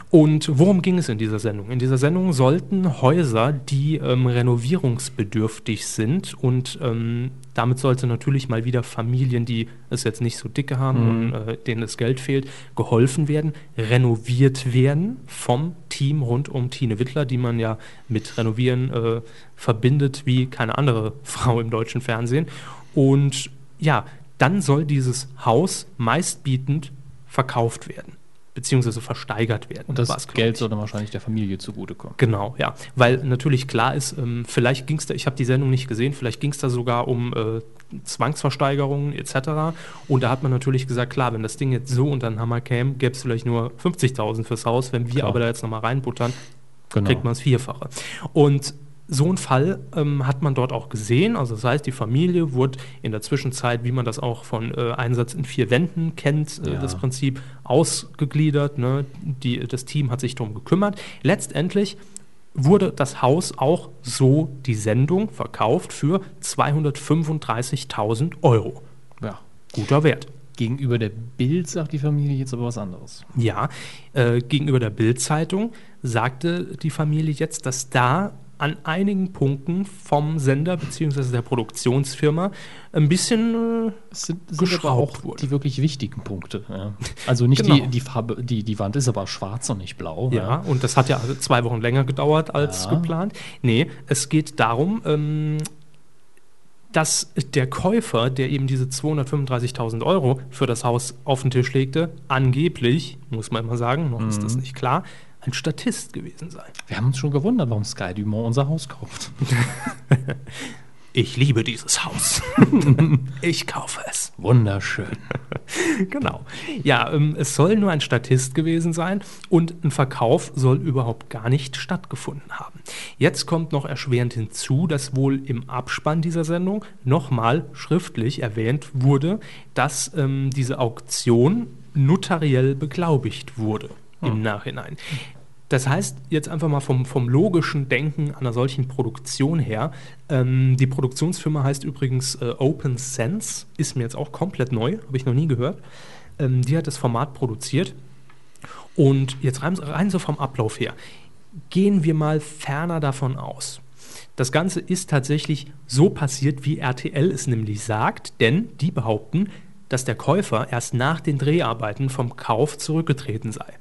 S1: Und worum ging es in dieser Sendung? In dieser Sendung sollten Häuser, die ähm, renovierungsbedürftig sind und ähm, damit sollte natürlich mal wieder Familien, die es jetzt nicht so dicke haben und äh, denen das Geld fehlt, geholfen werden, renoviert werden vom Team rund um Tine Wittler, die man ja mit Renovieren äh, verbindet wie keine andere (laughs) Frau im deutschen Fernsehen. Und ja, dann soll dieses Haus meistbietend verkauft werden beziehungsweise versteigert werden.
S2: Und das
S1: war's, glaub
S2: Geld
S1: ich.
S2: sollte wahrscheinlich der Familie zugutekommen.
S1: Genau, ja. Weil natürlich klar ist, ähm, vielleicht ging es da, ich habe die Sendung nicht gesehen, vielleicht ging es da sogar um äh, Zwangsversteigerungen etc. Und da hat man natürlich gesagt, klar, wenn das Ding jetzt so unter den Hammer käme, gäbe es vielleicht nur 50.000 fürs Haus. Wenn wir
S2: Klar.
S1: aber da jetzt nochmal reinbuttern,
S2: Genau.
S1: kriegt man das Vierfache. Und so einen Fall ähm, hat man dort auch gesehen. Also das heißt, die Familie wurde in der Zwischenzeit, wie man das auch von äh, Einsatz in vier Wänden kennt, äh,
S2: Ja.
S1: das Prinzip ausgegliedert. Ne? Die, das Team hat sich darum gekümmert. Letztendlich wurde das Haus auch so die Sendung verkauft für 235.000 Euro.
S2: Ja.
S1: Guter Wert.
S2: Gegenüber der Bild sagt die Familie jetzt aber was anderes.
S1: Ja, äh, gegenüber der Bild-Zeitung sagte die Familie jetzt, dass da an einigen Punkten vom Sender bzw. der Produktionsfirma ein bisschen äh,
S2: Es sind, es
S1: Geschraubt
S2: aber auch
S1: wurde.
S2: die wirklich wichtigen Punkte. Ja. Also nicht
S1: Genau.
S2: die, die Farbe, die, die Wand ist aber schwarz und nicht blau.
S1: Ja, und das hat ja also zwei Wochen länger gedauert als
S2: Ja.
S1: geplant. Nee, es geht darum, ähm, dass der Käufer, der eben diese 235.000 Euro für das Haus auf den Tisch legte, angeblich, muss man immer sagen, noch ist das nicht klar, ein Statist gewesen sei.
S2: Wir haben uns schon gewundert, warum Sky Dumont unser Haus kauft.
S1: Ich liebe dieses Haus. (laughs) ich kaufe es.
S2: Wunderschön.
S1: (laughs) Genau. Ja, ähm, es soll nur ein Statist gewesen sein und ein Verkauf soll überhaupt gar nicht stattgefunden haben. Jetzt kommt noch erschwerend hinzu, dass wohl im Abspann dieser Sendung nochmal schriftlich erwähnt wurde, dass ähm, diese Auktion notariell beglaubigt wurde im Nachhinein. Das heißt, jetzt einfach mal vom, vom logischen Denken einer solchen Produktion her. Ähm, die Produktionsfirma heißt übrigens äh, Open Sense, ist mir jetzt auch komplett neu, habe ich noch nie gehört. Ähm, die hat das Format produziert. Und jetzt rein, rein so vom Ablauf her. Gehen wir mal ferner davon aus. Das Ganze ist tatsächlich so passiert, wie RTL es nämlich sagt, denn die behaupten, dass der Käufer erst nach den Dreharbeiten vom Kauf zurückgetreten sei.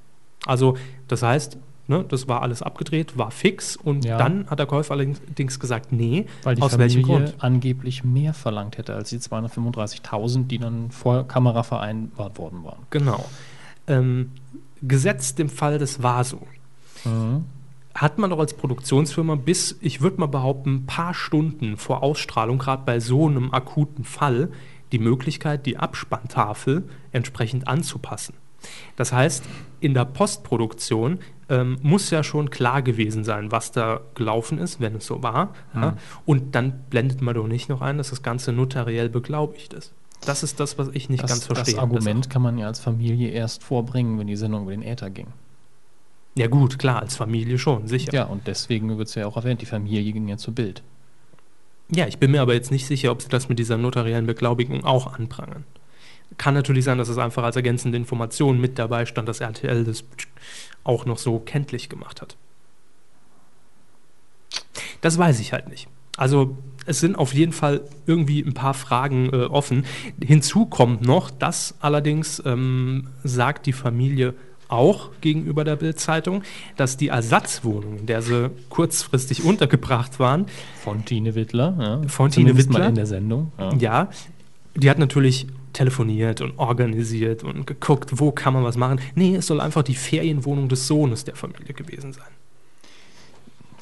S1: Also, das heißt, ne, das war alles abgedreht, war fix und
S2: Ja.
S1: dann hat der Käufer allerdings gesagt, nee,
S2: Weil die
S1: aus
S2: Familie
S1: welchem Grund?
S2: angeblich mehr verlangt hätte als die 235.000, die dann vor Kamera vereinbart worden waren.
S1: Genau. Ähm, gesetzt im Fall des Vaso,
S2: Mhm.
S1: hat man doch als Produktionsfirma bis, ich würde mal behaupten, ein paar Stunden vor Ausstrahlung, gerade bei so einem akuten Fall, die Möglichkeit, die Abspanntafel entsprechend anzupassen. Das heißt, in der Postproduktion ähm, muss ja schon klar gewesen sein, was da gelaufen ist, wenn es so war.
S2: Mhm.
S1: Ja? Und dann blendet man doch nicht noch ein, dass das Ganze notariell beglaubigt ist. Das ist das, was ich nicht
S2: Das,
S1: ganz verstehe.
S2: das Argument kann man ja als Familie erst vorbringen, wenn die Sendung über den Äther ging.
S1: Ja, gut, klar, als Familie schon, sicher.
S2: Ja, und deswegen wird es ja auch erwähnt, die Familie ging ja zur Bild.
S1: Ja, ich bin mir aber jetzt nicht sicher, ob sie das mit dieser notariellen Beglaubigung auch anprangern. Kann natürlich sein, dass es einfach als ergänzende Information mit dabei stand, dass RTL das auch noch so kenntlich gemacht hat. Das weiß ich halt nicht. Also es sind auf jeden Fall irgendwie ein paar Fragen äh, offen. Hinzu kommt noch, dass allerdings ähm, sagt die Familie auch gegenüber der Bild-Zeitung, dass die Ersatzwohnung, in der sie kurzfristig untergebracht waren,
S2: Von Tine Wittler. Ja.
S1: Von Tine
S2: Zumindest
S1: Wittler.
S2: mal in der Sendung. Ja.
S1: Ja, die hat natürlich telefoniert und organisiert und geguckt, wo kann man was machen. Nee, es soll einfach die Ferienwohnung des Sohnes der Familie gewesen sein.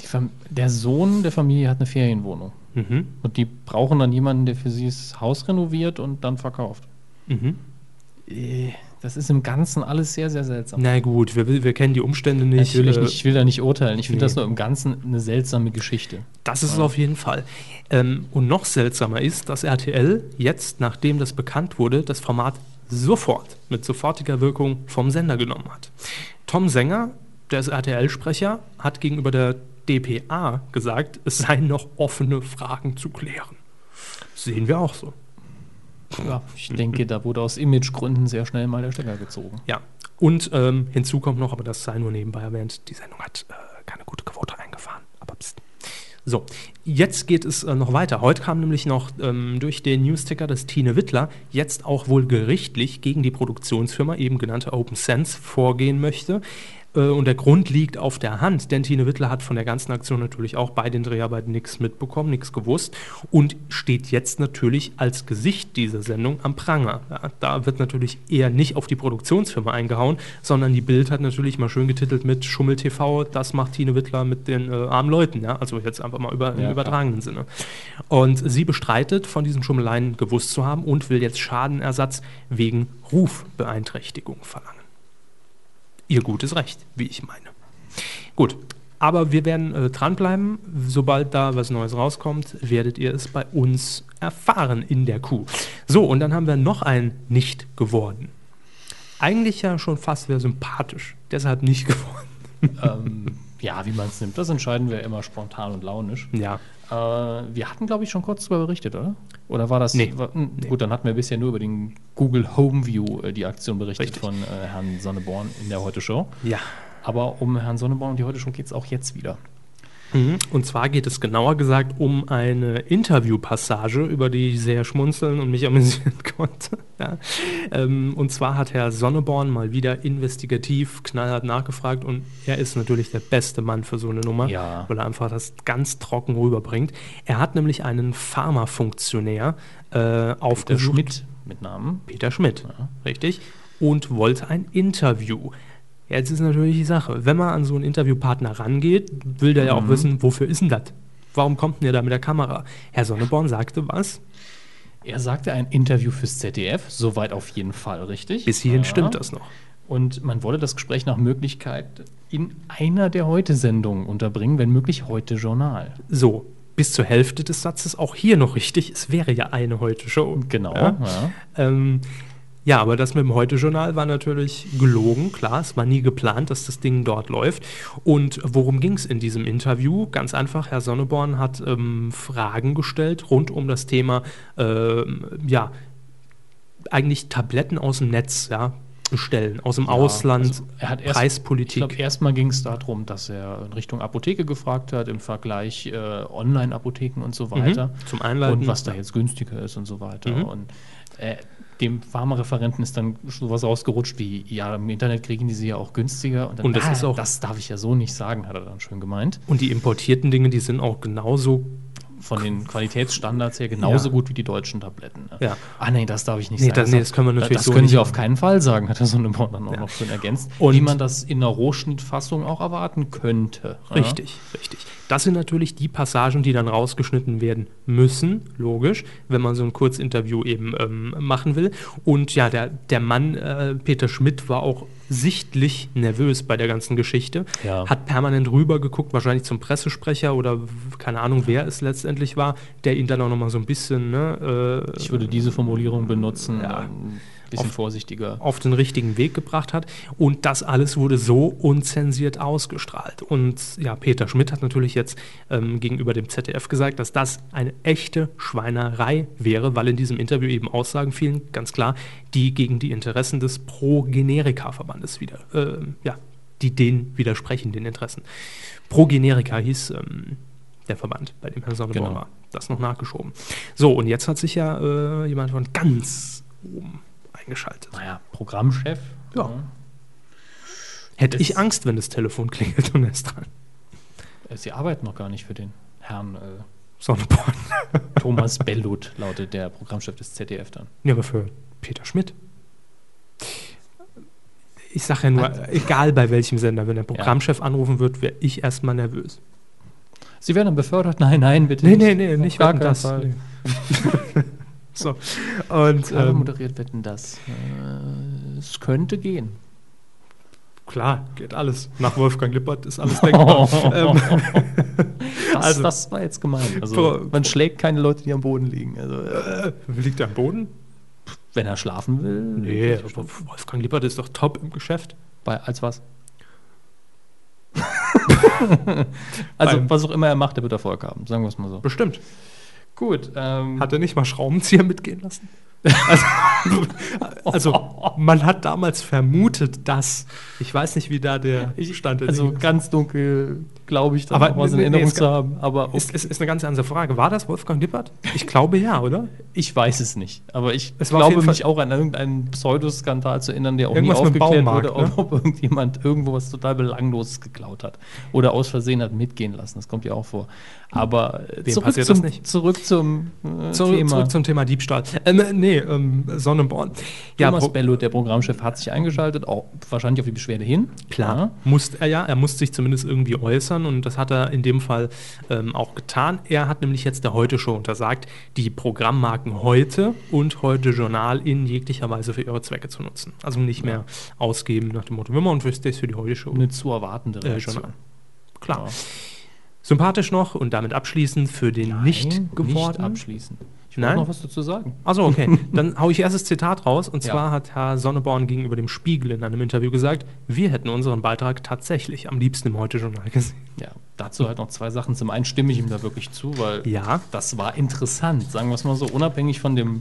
S2: Die Fam der Sohn der Familie hat eine Ferienwohnung.
S1: Mhm,
S2: Und die brauchen dann jemanden, der für sie das Haus renoviert und dann verkauft.
S1: mhm.
S2: Äh, Das ist im Ganzen alles sehr, sehr seltsam.
S1: Na gut, wir, wir kennen die Umstände nicht.
S2: Natürlich
S1: äh,
S2: nicht, ich will da nicht urteilen. Ich finde
S1: nee.
S2: das nur im Ganzen eine seltsame Geschichte.
S1: Das ist es auf jeden Fall. Ähm, und noch seltsamer ist, dass RTL jetzt, nachdem das bekannt wurde, das Format sofort mit sofortiger Wirkung vom Sender genommen hat. Tom Sänger, der ist RTL-Sprecher, hat gegenüber der DPA gesagt, es seien noch offene Fragen zu klären. Sehen wir auch so.
S2: Ja, ich
S1: mhm.
S2: denke, da wurde aus Imagegründen sehr schnell mal der Stecker gezogen.
S1: Ja. Und ähm, hinzu kommt noch, aber das sei nur nebenbei erwähnt, die Sendung hat äh, keine gute Quote eingefahren. Aber pst. So, jetzt geht es äh, noch weiter. Heute kam nämlich noch ähm, durch den Newsticker, dass Tine Wittler jetzt auch wohl gerichtlich gegen die Produktionsfirma, eben genannte Open Sense, vorgehen möchte. Äh, Und der Grund liegt auf der Hand, denn Tine Wittler hat von der ganzen Aktion natürlich auch bei den Dreharbeiten nichts mitbekommen, nichts gewusst und steht jetzt natürlich als Gesicht dieser Sendung am Pranger. Ja, da wird natürlich eher nicht auf die Produktionsfirma eingehauen, sondern die Bild hat natürlich mal schön getitelt mit Schummel TV, das macht Tine Wittler mit den äh, armen Leuten, ja? also jetzt einfach mal über,
S2: Ja,
S1: im
S2: klar.
S1: übertragenen Sinne. Und sie bestreitet, von diesen Schummeleien gewusst zu haben und will jetzt Schadenersatz wegen Rufbeeinträchtigung verlangen ihr gutes Recht, wie ich meine. Gut, aber wir werden äh, dranbleiben. Sobald da was Neues rauskommt, werdet ihr es bei uns erfahren in der Kuh. So, und dann haben wir noch ein Nicht geworden. Eigentlich ja schon fast wäre sympathisch, deshalb nicht (laughs) geworden.
S2: ähm, ja, wie man es nimmt, das entscheiden wir immer spontan und launisch.
S1: Ja.
S2: Äh, wir hatten, glaube ich, schon kurz darüber berichtet, oder? Oder war das.
S1: Nee.
S2: War, mh, Gut, dann hatten wir bisher nur über den Google Home View äh, die Aktion berichtet
S1: Richtig.
S2: von äh, Herrn Sonneborn in der Heute-Show.
S1: Ja.
S2: Aber um Herrn Sonneborn und die Heute-Show geht es auch jetzt wieder.
S1: Mhm. Und zwar geht es genauer gesagt um eine Interviewpassage, über die ich sehr schmunzeln und mich amüsieren (laughs) konnte. Ja. Ähm, und zwar hat Herr Sonneborn mal wieder investigativ knallhart nachgefragt und er ist natürlich der beste Mann für so eine Nummer,
S2: Ja.
S1: weil er einfach das ganz trocken rüberbringt. Er hat nämlich einen Pharmafunktionär äh,
S2: Der
S1: aufgesucht.
S2: Schmidt mit Namen.
S1: Peter Schmidt, richtig, und wollte ein Interview. Jetzt ist natürlich die Sache, wenn man an so einen Interviewpartner rangeht, will der ja
S2: Mhm.
S1: auch wissen, wofür ist denn das? Warum kommt denn der da mit der Kamera? Herr Sonneborn sagte was?
S2: Er sagte ein Interview fürs ZDF, soweit auf jeden Fall richtig.
S1: Bis hierhin
S2: Ja.
S1: stimmt das noch.
S2: Und man wollte das Gespräch nach Möglichkeit in einer der Heute-Sendungen unterbringen, wenn möglich heute Journal.
S1: So, bis zur Hälfte des Satzes auch hier noch richtig. Es wäre ja eine heute Show.
S2: Genau.
S1: Ja?
S2: ja.
S1: Ähm, ja, aber das mit dem Heute-Journal war natürlich gelogen, klar. Es war nie geplant, dass das Ding dort läuft. Und worum ging es in diesem Interview? Ganz einfach, Herr Sonneborn hat ähm, Fragen gestellt rund um das Thema, ähm, ja, eigentlich Tabletten aus dem Netz, ja, bestellen, aus dem Ausland,
S2: also er hat erst- Ich
S1: Preispolitik.
S2: glaube, erstmal ging es darum, dass er in Richtung Apotheke gefragt hat, im Vergleich äh, Online-Apotheken und so weiter.
S1: Mhm. Zum Mhm. Einleiten.
S2: Und was da jetzt günstiger ist und so weiter. Und äh, dem Pharma-Referenten ist dann sowas rausgerutscht wie, ja, im Internet kriegen die sie ja auch günstiger. dann,
S1: Und das
S2: ah,
S1: ist auch-
S2: Das darf ich ja so nicht sagen, hat er dann schön gemeint.
S1: Und die importierten Dinge, die sind auch genauso
S2: Von den Qualitätsstandards her genauso
S1: Ja.
S2: gut wie die deutschen Tabletten. Ne?
S1: Ja.
S2: Ah, nee, das darf ich nicht
S1: Nee,
S2: sagen.
S1: das- nee, das können wir natürlich
S2: Das
S1: so
S2: können
S1: nicht
S2: sie auf keinen Fall sagen, hat er so eine Bauer dann auch noch schön ergänzt.
S1: Und-
S2: wie man das in einer Rohschnittfassung auch erwarten könnte. ne? ja?
S1: Richtig, richtig. Das sind natürlich die Passagen, die dann rausgeschnitten werden müssen, logisch, wenn man so ein Kurzinterview eben ähm, machen will. Und ja, der, der Mann, äh, Peter Schmidt, war auch sichtlich nervös bei der ganzen Geschichte,
S2: Ja.
S1: hat permanent rübergeguckt, wahrscheinlich zum Pressesprecher oder w- keine Ahnung, wer es letztendlich war, der ihn dann auch nochmal so ein bisschen ne, äh,
S2: Ich würde diese Formulierung benutzen,
S1: Ja.
S2: ein bisschen vorsichtiger.
S1: auf den richtigen Weg gebracht hat. Und das alles wurde so unzensiert ausgestrahlt. Und ja, Peter Schmidt hat natürlich jetzt ähm, gegenüber dem ZDF gesagt, dass das eine echte Schweinerei wäre, weil in diesem Interview eben Aussagen fielen, ganz klar, die gegen die Interessen des Pro-Generika-Verbandes wieder, ähm, ja, die denen widersprechen, den Interessen. Pro-Generika hieß ähm, der Verband, bei dem Herr Sonneborn
S2: Genau.
S1: war. Das noch nachgeschoben. So, und jetzt hat sich ja äh, jemand von ganz oben eingeschaltet.
S2: Naja, Programmchef. ne?
S1: Ja. Hätte
S2: Es-
S1: ich Angst, wenn das Telefon klingelt und er ist dran.
S2: Äh, Sie arbeiten noch gar nicht für den Herrn äh,
S1: Sonneborn. (laughs)
S2: Thomas Bellut, lautet der Programmchef des ZDF dann.
S1: Ja, aber für Peter Schmidt. Ich sage ja nur, egal bei welchem Sender, wenn der Programmchef anrufen wird, wäre ich erstmal nervös.
S2: Sie werden dann befördert? Nein, nein, bitte
S1: Nee, nee, nee,
S2: Auf
S1: nicht
S2: gar
S1: wetten
S2: keinen
S1: das.
S2: Fall.
S1: Nee. (laughs) so. Und
S2: Carlo
S1: ähm,
S2: moderiert Wetten, das. Äh, es könnte gehen.
S1: klar, geht alles. Nach Wolfgang Lippert ist alles denkbar. (laughs) ähm, (laughs)
S2: Das,
S1: Also-
S2: das war jetzt gemein.
S1: Pro-
S2: Also, man schlägt keine Leute, die am Boden liegen. Also, äh,
S1: Ähm, (laughs) liegt er am Boden?
S2: wenn er schlafen will,
S1: Nee, aber Wolfgang Lippert ist doch top im Geschäft.
S2: bei, als
S1: (laughs)
S2: was? also,
S1: Beim-
S2: was auch immer er macht, der wird Erfolg haben, sagen wir es mal so.
S1: Bestimmt.
S2: Gut, ähm,
S1: Hat er nicht mal Schraubenzieher mitgehen lassen? Also, man hat damals vermutet, dass. Ich weiß nicht, wie da der Stand der
S2: also
S1: Dinge ist.
S2: ganz dunkel glaube ich, da
S1: Aber
S2: noch was in
S1: nee, nee,
S2: Erinnerung
S1: es
S2: zu
S1: gab-
S2: haben. Aber okay.
S1: Ist, ist, ist eine ganz andere Frage. War das Wolfgang Dippert? Ich glaube ja, oder?
S2: ich weiß es nicht. Aber ich
S1: Es war auf
S2: glaube
S1: jeden Fall-
S2: mich auch an irgendeinen Pseudoskandal zu erinnern, der auch nie
S1: Irgendwas mit dem
S2: aufgeklärt
S1: Baumarkt, ne?
S2: wurde, (laughs) ob, ob irgendjemand irgendwo was total Belangloses geklaut hat oder aus Versehen hat mitgehen lassen. Das kommt ja auch vor. Aber äh,
S1: Wem
S2: zurück
S1: passiert
S2: zum,
S1: das nicht?
S2: Zurück zum äh,
S1: Zurück-
S2: Thema.
S1: Zurück zum Thema Diebstahl. Ähm, nee, ähm, Sonnenborn. Ja,
S2: Thomas
S1: Pro-
S2: Bello, der Programmchef, hat sich eingeschaltet, auch wahrscheinlich auf die Beschwerde hin.
S1: Klar,
S2: Ja.
S1: musste er ja, er musste sich zumindest irgendwie äußern und das hat er in dem Fall ähm, auch getan. Er hat nämlich jetzt der Heute Show untersagt, die Programmmarken heute und heute Journal in jeglicher Weise für ihre Zwecke zu nutzen. Also nicht mehr ausgeben nach dem Motto, wenn man und ist das für die Heute Show.
S2: Eine zu erwartende
S1: äh,
S2: Reaktion.
S1: Journal. Klar.
S2: Ja.
S1: Sympathisch noch und damit abschließend für den nicht
S2: Nicht
S1: geworden.
S2: abschließen. Ich
S1: Nein.
S2: wollte noch was dazu sagen.
S1: Achso, (laughs) okay. Dann haue ich erstes Zitat raus. Und
S2: Ja.
S1: zwar hat Herr Sonneborn gegenüber dem Spiegel in einem Interview gesagt, wir hätten unseren Beitrag tatsächlich am liebsten im Heute-Journal gesehen.
S2: Ja, dazu halt noch zwei Sachen. Zum einen stimme ich ihm da wirklich zu, weil
S1: Ja.
S2: das war interessant. Sagen wir es mal so, unabhängig von dem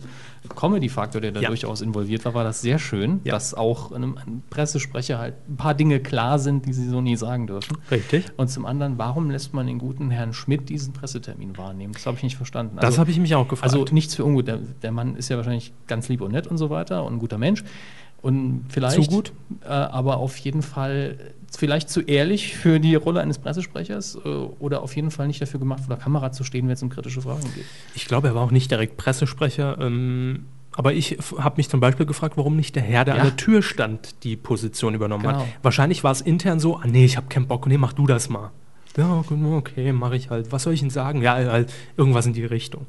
S2: Comedy-Faktor, der da
S1: Ja.
S2: durchaus involviert war, war das sehr schön,
S1: Ja.
S2: dass auch einem, einem Pressesprecher halt ein paar Dinge klar sind, die sie so nie sagen dürfen.
S1: Richtig.
S2: Und zum anderen, warum lässt man den guten Herrn Schmidt diesen Pressetermin wahrnehmen? Das habe ich nicht verstanden.
S1: Das habe ich mich auch gefragt.
S2: Also nichts für ungut. Der, der Mann ist ja wahrscheinlich ganz lieb und nett und so weiter und ein guter Mensch. Und vielleicht.
S1: Zu gut?
S2: Äh, aber auf jeden Fall vielleicht zu ehrlich für die Rolle eines Pressesprechers äh, oder auf jeden Fall nicht dafür gemacht, vor der Kamera zu stehen, wenn es um kritische Fragen geht.
S1: ich glaube, er war auch nicht direkt Pressesprecher. Ähm, aber ich habe mich zum Beispiel gefragt, warum nicht der Herr, der
S2: Ja.
S1: an der Tür stand, die Position übernommen hat.
S2: Genau.
S1: Wahrscheinlich war es intern so, ah nee, ich habe keinen Bock, nee, mach du das mal. Ja, okay, mache ich halt. Was soll ich denn sagen? Ja, halt irgendwas in die Richtung.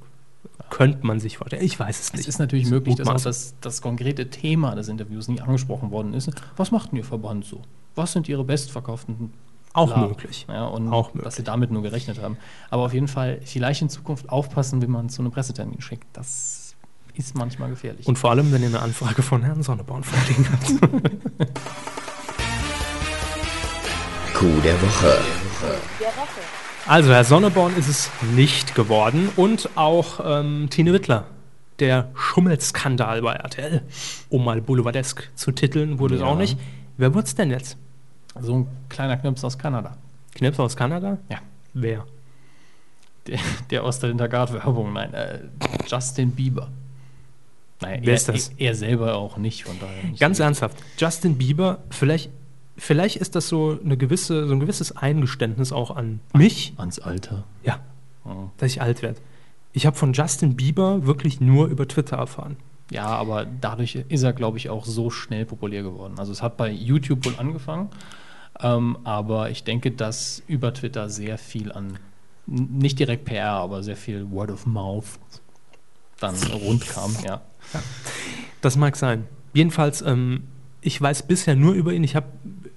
S1: Könnte man sich vorstellen. Ich weiß es nicht.
S2: Es ist natürlich möglich, dass auch
S1: Mutmaßung.
S2: das, das konkrete Thema des Interviews nie angesprochen worden ist. Was macht denn Ihr Verband so? Was sind Ihre bestverkauften
S1: Auch
S2: Klar.
S1: möglich.
S2: Ja, und
S1: Auch
S2: dass
S1: möglich.
S2: sie damit nur gerechnet haben. Aber auf jeden Fall vielleicht in Zukunft aufpassen, wenn man zu einem Pressetermin schickt. Das ist manchmal gefährlich.
S1: Und vor allem, wenn ihr eine Anfrage von Herrn Sonneborn vorliegen habt.
S7: Coup der Woche.
S1: Also, Herr Sonneborn ist es nicht geworden und auch ähm, Tine Wittler. Der Schummelskandal bei RTL, um mal boulevardesk zu titeln, wurde es
S2: Ja.
S1: auch nicht. Wer wurde es denn jetzt?
S2: so ein kleiner Knirps aus Kanada,
S1: Knips aus Kanada?
S2: Ja.
S1: Wer?
S2: der, der aus der Hintergrad-Werbung, nein, äh, Justin Bieber. Naja,
S1: Wer
S2: er,
S1: ist das?
S2: Er, er selber auch nicht, von daher. Nicht
S1: Ganz
S2: so-
S1: ernsthaft, Justin Bieber, vielleicht, vielleicht ist das so, eine gewisse, so ein gewisses Eingeständnis auch an mich,
S2: Ans Alter.
S1: ja,
S2: Ja.
S1: dass ich alt werde. Ich habe von Justin Bieber wirklich nur über Twitter erfahren.
S2: Ja, aber dadurch ist er, glaube ich, auch so schnell populär geworden. Also es hat bei YouTube wohl angefangen, ähm, aber ich denke, dass über Twitter sehr viel an, n- nicht direkt PR, aber sehr viel Word of Mouth dann rund kam, ja.
S1: Das mag sein. Jedenfalls, ähm, ich weiß bisher nur über ihn. Ich habe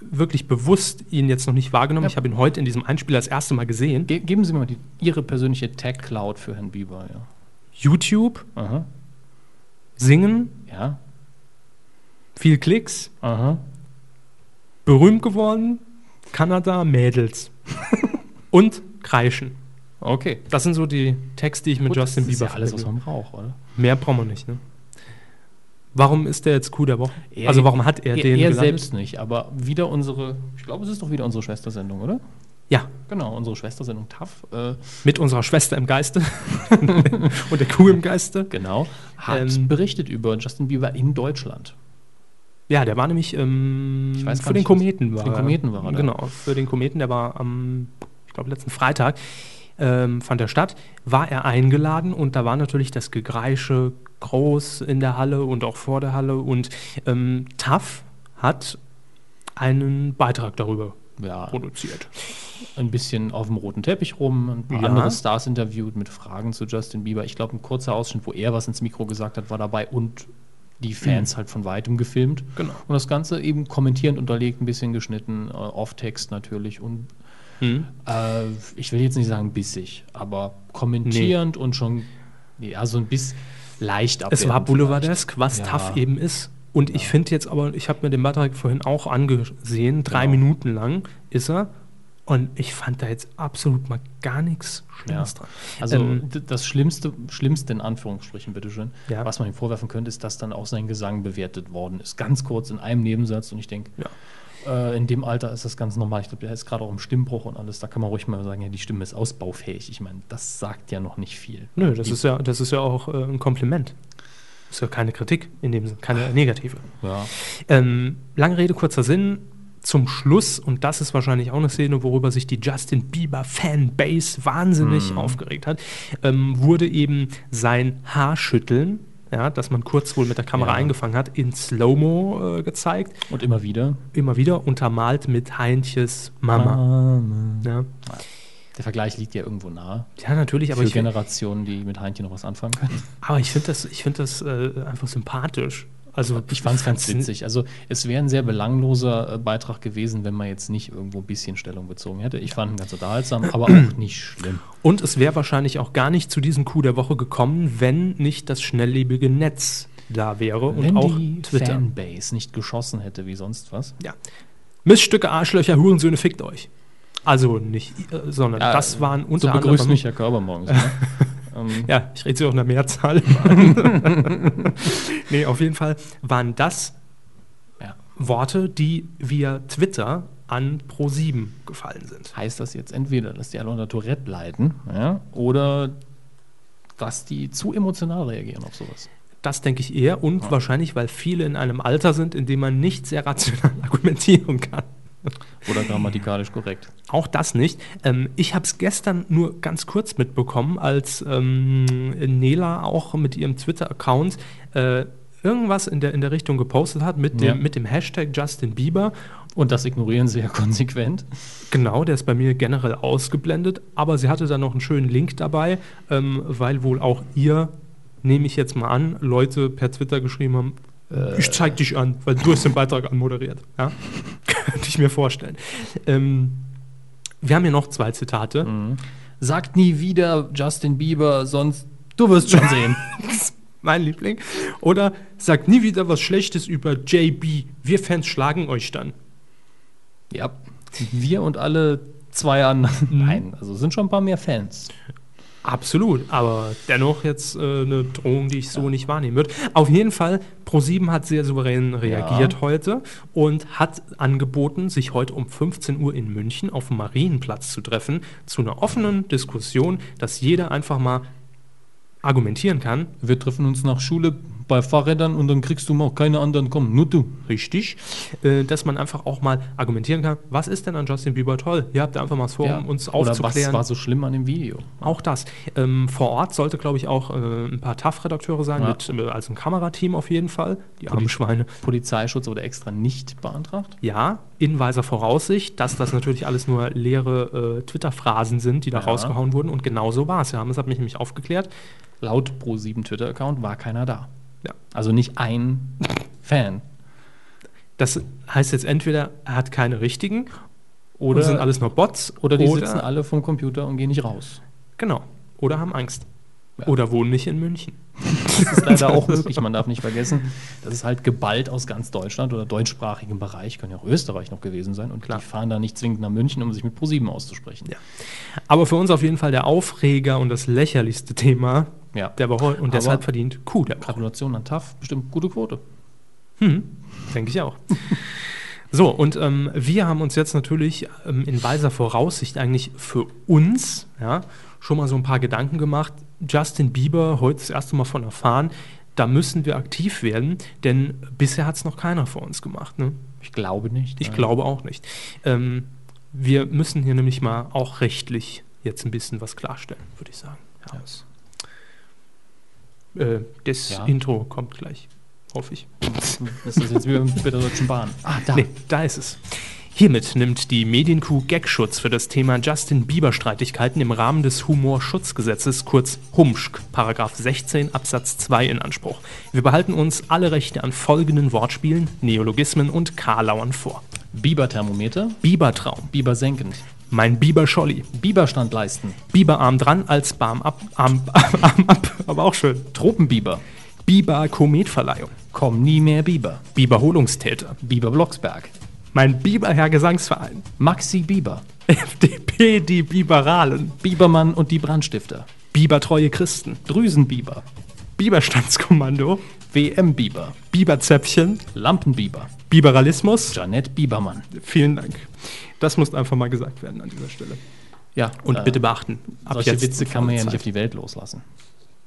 S1: wirklich bewusst ihn jetzt noch nicht wahrgenommen.
S2: Ja.
S1: Ich habe ihn heute in diesem Einspieler das erste Mal gesehen.
S2: Ge geben Sie mir mal die, Ihre persönliche Tag-Cloud für Herrn Bieber, ja.
S1: YouTube,
S2: Aha,
S1: singen,
S2: ja,
S1: viel Klicks,
S2: aha.
S1: berühmt geworden, Kanada,
S2: (laughs)
S1: Mädels und kreischen.
S2: Okay.
S1: Das sind so die Texte, die ich mit
S2: Gut,
S1: Justin
S2: das ist
S1: Bieber
S2: ja alles, was
S1: verbinde.
S2: man braucht, oder?
S1: Mehr brauchen wir nicht, ne? Warum ist der jetzt Coup der Woche?
S2: Er-
S1: also warum hat er,
S2: Er,
S1: den
S2: er
S1: gelandet?
S2: selbst nicht, aber wieder unsere, ich glaube, es ist doch wieder unsere Schwestersendung, oder?
S1: Ja,
S2: Genau, unsere Schwestersendung TAF. Äh,
S1: mit unserer Schwester im
S2: (laughs)
S1: Geiste und der Kuh im Geiste.
S2: Genau. Hat
S1: Ähm,
S2: berichtet über Justin Bieber in Deutschland.
S1: Ja, der war nämlich ähm,
S2: Ich weiß gar
S1: für den
S2: nicht,
S1: Kometen war
S2: für den Kometen war er da.
S1: Genau, für den Kometen, der war am, ich glaube, letzten Freitag ähm, fand er statt, war er eingeladen und da war natürlich das Gegreische groß in der Halle und auch vor der Halle und ähm, TAF hat einen Beitrag darüber
S2: Ja,
S1: produziert.
S2: ein bisschen auf dem roten Teppich rum, ein paar
S1: Ja.
S2: andere Stars interviewt mit Fragen zu Justin Bieber. Ich glaube, ein kurzer Ausschnitt, wo er was ins Mikro gesagt hat, war dabei und die Fans halt von weitem gefilmt.
S1: Mhm. Genau.
S2: Und das Ganze eben kommentierend unterlegt, ein bisschen geschnitten, äh, Off-Text natürlich und
S1: Mhm.
S2: äh, ich will jetzt nicht sagen bissig, aber kommentierend und schon ja, so ein bisschen leicht ab.
S1: Es war Boulevardesk, was
S2: Ja.
S1: TAF eben ist. Und ich
S2: Genau.
S1: finde jetzt aber, ich habe mir den Beitrag vorhin auch angesehen, drei Minuten lang ist er. Und ich fand da jetzt absolut mal gar nichts Schlimmes
S2: Ja.
S1: dran.
S2: Also
S1: Ähm,
S2: d- das Schlimmste, Schlimmste in Anführungsstrichen, bitteschön,
S1: Ja.
S2: was man ihm vorwerfen könnte, ist, dass dann auch sein Gesang bewertet worden ist. Ganz kurz in einem Nebensatz und ich denke, äh, in dem Alter ist das ganz normal. Ich glaube, der ist gerade auch im Stimmbruch und alles. Da kann man ruhig mal sagen, ja, die Stimme ist ausbaufähig. Ich meine, das sagt ja noch nicht viel.
S1: nö, das
S2: Die-
S1: ist ja, das ist ja auch äh, ein Kompliment. Ist ja keine Kritik in dem Sinne,
S2: (laughs)
S1: keine negative.
S2: Ja.
S1: Ähm, lange Rede, kurzer Sinn. Zum Schluss, und das ist wahrscheinlich auch eine Szene, worüber sich die Justin Bieber Fanbase wahnsinnig
S2: Mhm.
S1: aufgeregt hat, ähm, wurde eben sein Haarschütteln, ja, das man kurz wohl mit der Kamera
S2: Ja.
S1: eingefangen hat, in Slow-Mo äh, gezeigt.
S2: Und immer wieder.
S1: Immer wieder untermalt mit Heinches Mama.
S2: Ah.
S1: Ja.
S2: Der Vergleich liegt ja irgendwo nahe.
S1: ja, natürlich, aber
S2: Für
S1: ich,
S2: Generationen, die mit Heinchen noch was anfangen können.
S1: aber ich finde das, ich find das äh, einfach sympathisch. Also
S2: Ich fand es ganz
S1: fand's n-
S2: witzig. Also es wäre ein sehr belangloser äh, Beitrag gewesen, wenn man jetzt nicht irgendwo ein bisschen Stellung bezogen hätte. Ich fand ihn ganz unterhaltsam,
S1: (clears throat)
S2: aber auch nicht schlimm.
S1: Und es wäre wahrscheinlich auch gar nicht zu diesem Coup der Woche gekommen, wenn nicht das schnelllebige Netz da wäre und
S2: wenn
S1: auch
S2: die
S1: Twitter.
S2: Fanbase nicht geschossen hätte wie sonst was.
S1: Ja. Missstücke, Arschlöcher, Hurensöhne, fickt euch. Also nicht, äh, sondern das waren unter
S2: so begrüßt
S1: anderem.
S2: mich Herr Körber morgens. Ne?
S1: (laughs) Ja, ich rede sie auch in der
S2: (laughs)
S1: Mehrzahl. nee, auf jeden Fall waren das
S2: ja.
S1: Worte, die via Twitter an Pro7 gefallen sind.
S2: Heißt das jetzt entweder, dass die alle unter Tourette leiden ja, oder dass die zu emotional reagieren auf sowas.
S1: Das denke ich eher und wahrscheinlich, weil viele in einem Alter sind, in dem man nicht sehr rational argumentieren kann.
S2: Oder grammatikalisch korrekt.
S1: Auch das nicht. Ähm, ich habe es gestern nur ganz kurz mitbekommen, als ähm, Nela auch mit ihrem Twitter-Account äh, irgendwas in der, in der Richtung gepostet hat mit dem,
S2: Ja.
S1: mit dem Hashtag Justin Bieber.
S2: Und das ignorieren sie ja (laughs) konsequent.
S1: Genau, der ist bei mir generell ausgeblendet, aber sie hatte da noch einen schönen Link dabei, ähm, weil wohl auch ihr, nehme ich jetzt mal an, Leute per Twitter geschrieben haben, äh, ich zeig dich an, weil du hast den Beitrag anmoderiert. Ja? (laughs) Könnte ich mir vorstellen. Ähm, wir haben hier noch zwei Zitate.
S2: Sagt nie wieder Justin Bieber, sonst du wirst schon sehen.
S1: mein Liebling. Oder sagt nie wieder was Schlechtes über JB. Wir Fans schlagen euch dann.
S2: ja, wir und alle zwei anderen. Nein, also sind schon ein paar mehr Fans.
S1: Absolut, aber dennoch jetzt äh, eine Drohung, die ich so nicht wahrnehmen würde. Auf jeden Fall, ProSieben hat sehr souverän reagiert heute und hat angeboten, sich heute um 15 Uhr in München auf dem Marienplatz zu treffen, zu einer offenen Diskussion, dass jeder einfach mal argumentieren kann,
S2: Wir treffen uns nach Schule bei Fahrrädern und dann kriegst du mal auch keine anderen kommen, nur du.
S1: richtig, äh, dass man einfach auch mal argumentieren kann, was ist denn an Justin Bieber toll? Hier habt ihr einfach mal
S2: Um
S1: das Forum, uns
S2: Oder
S1: aufzuklären.
S2: was war so schlimm an dem Video?
S1: Auch das. Ähm, vor Ort sollte, glaube ich, auch äh, ein paar TAF-Redakteure sein,
S2: Ja.
S1: mit, äh, also ein Kamerateam auf jeden Fall. Die armen Schweine.
S2: Polizeischutz wurde extra nicht beantragt.
S1: Ja, in weiser Voraussicht, dass das natürlich alles nur leere äh, Twitter-Phrasen sind, die da
S2: Ja.
S1: rausgehauen wurden. Und genau so war es. Ja, es hat mich nämlich aufgeklärt.
S2: Laut Pro7 Twitter-Account war keiner da.
S1: Ja.
S2: Also nicht ein Fan.
S1: Das heißt jetzt entweder, er hat keine richtigen oder
S2: Oder,
S1: sind alles nur Bots
S2: oder die sitzen alle vom Computer und gehen nicht raus.
S1: Genau. Oder haben Angst. Oder wohnen nicht in München.
S2: (laughs) Das ist leider
S1: (laughs)
S2: auch möglich. Man darf nicht vergessen, das ist halt geballt aus ganz Deutschland oder deutschsprachigem Bereich, kann ja auch Österreich noch gewesen sein. Und die fahren da nicht zwingend nach München, um sich mit ProSieben auszusprechen.
S1: Ja. Aber für uns auf jeden Fall der Aufreger und das lächerlichste Thema
S2: Ja.
S1: der Woche und
S2: Aber-
S1: deshalb verdient Kuh der Woche.
S2: Gratulation an TAF, bestimmt gute Quote.
S1: Denke ich auch. So, und ähm, wir haben uns jetzt natürlich ähm, in weiser Voraussicht eigentlich für uns ja, schon mal so ein paar Gedanken gemacht. Justin Bieber, heute das erste Mal von erfahren, da müssen wir aktiv werden, denn bisher hat es noch keiner von uns gemacht. Ne?
S2: Ich glaube nicht.
S1: Ich
S2: Nein.
S1: glaube auch nicht. Ähm, wir müssen hier nämlich mal auch rechtlich jetzt ein bisschen was klarstellen, würde ich sagen. Ja. Äh, das
S2: Ja.
S1: Intro kommt gleich, hoffe ich.
S2: Das ist jetzt wie bei der Deutschen Bahn. (laughs) Ah, da.
S1: Nee, da ist es. Hiermit nimmt die Medienkuh Gagschutz für das Thema Justin Bieber Streitigkeiten im Rahmen des Humorschutzgesetzes, kurz HUMSCH, Paragraph 16 Absatz 2 in Anspruch. Wir behalten uns alle Rechte an folgenden Wortspielen, Neologismen und Karlauern vor.
S2: Biberthermometer,
S1: Biebertraum,
S2: Biber senkend,
S1: mein Bieberscholli,
S2: Biberstand leisten,
S1: Bieberarm dran als Barm ab, Arm, (laughs) Arm ab, aber auch schön.
S2: Tropenbiber,
S1: Bieber Kometverleihung,
S2: komm nie mehr Biber,
S1: Bieber Holungstäter,
S2: Biber Blocksberg,
S1: (laughs) mein Bieberherr Gesangsverein,
S2: Maxi Biber,
S1: FDP, die Biberalen.
S2: Bibermann und die Brandstifter.
S1: Bibertreue Christen.
S2: Drüsenbiber.
S1: Biberstandskommando.
S2: WM-Biber.
S1: Biberzäpfchen.
S2: Lampenbiber.
S1: Biberalismus.
S2: Janett Biebermann.
S1: Vielen Dank. Das muss einfach mal gesagt werden an dieser Stelle.
S2: Ja,
S1: Und
S2: äh,
S1: bitte beachten. Ab
S2: solche
S1: jetzt
S2: Witze kann man ja nicht
S1: Zeit.
S2: auf die Welt loslassen.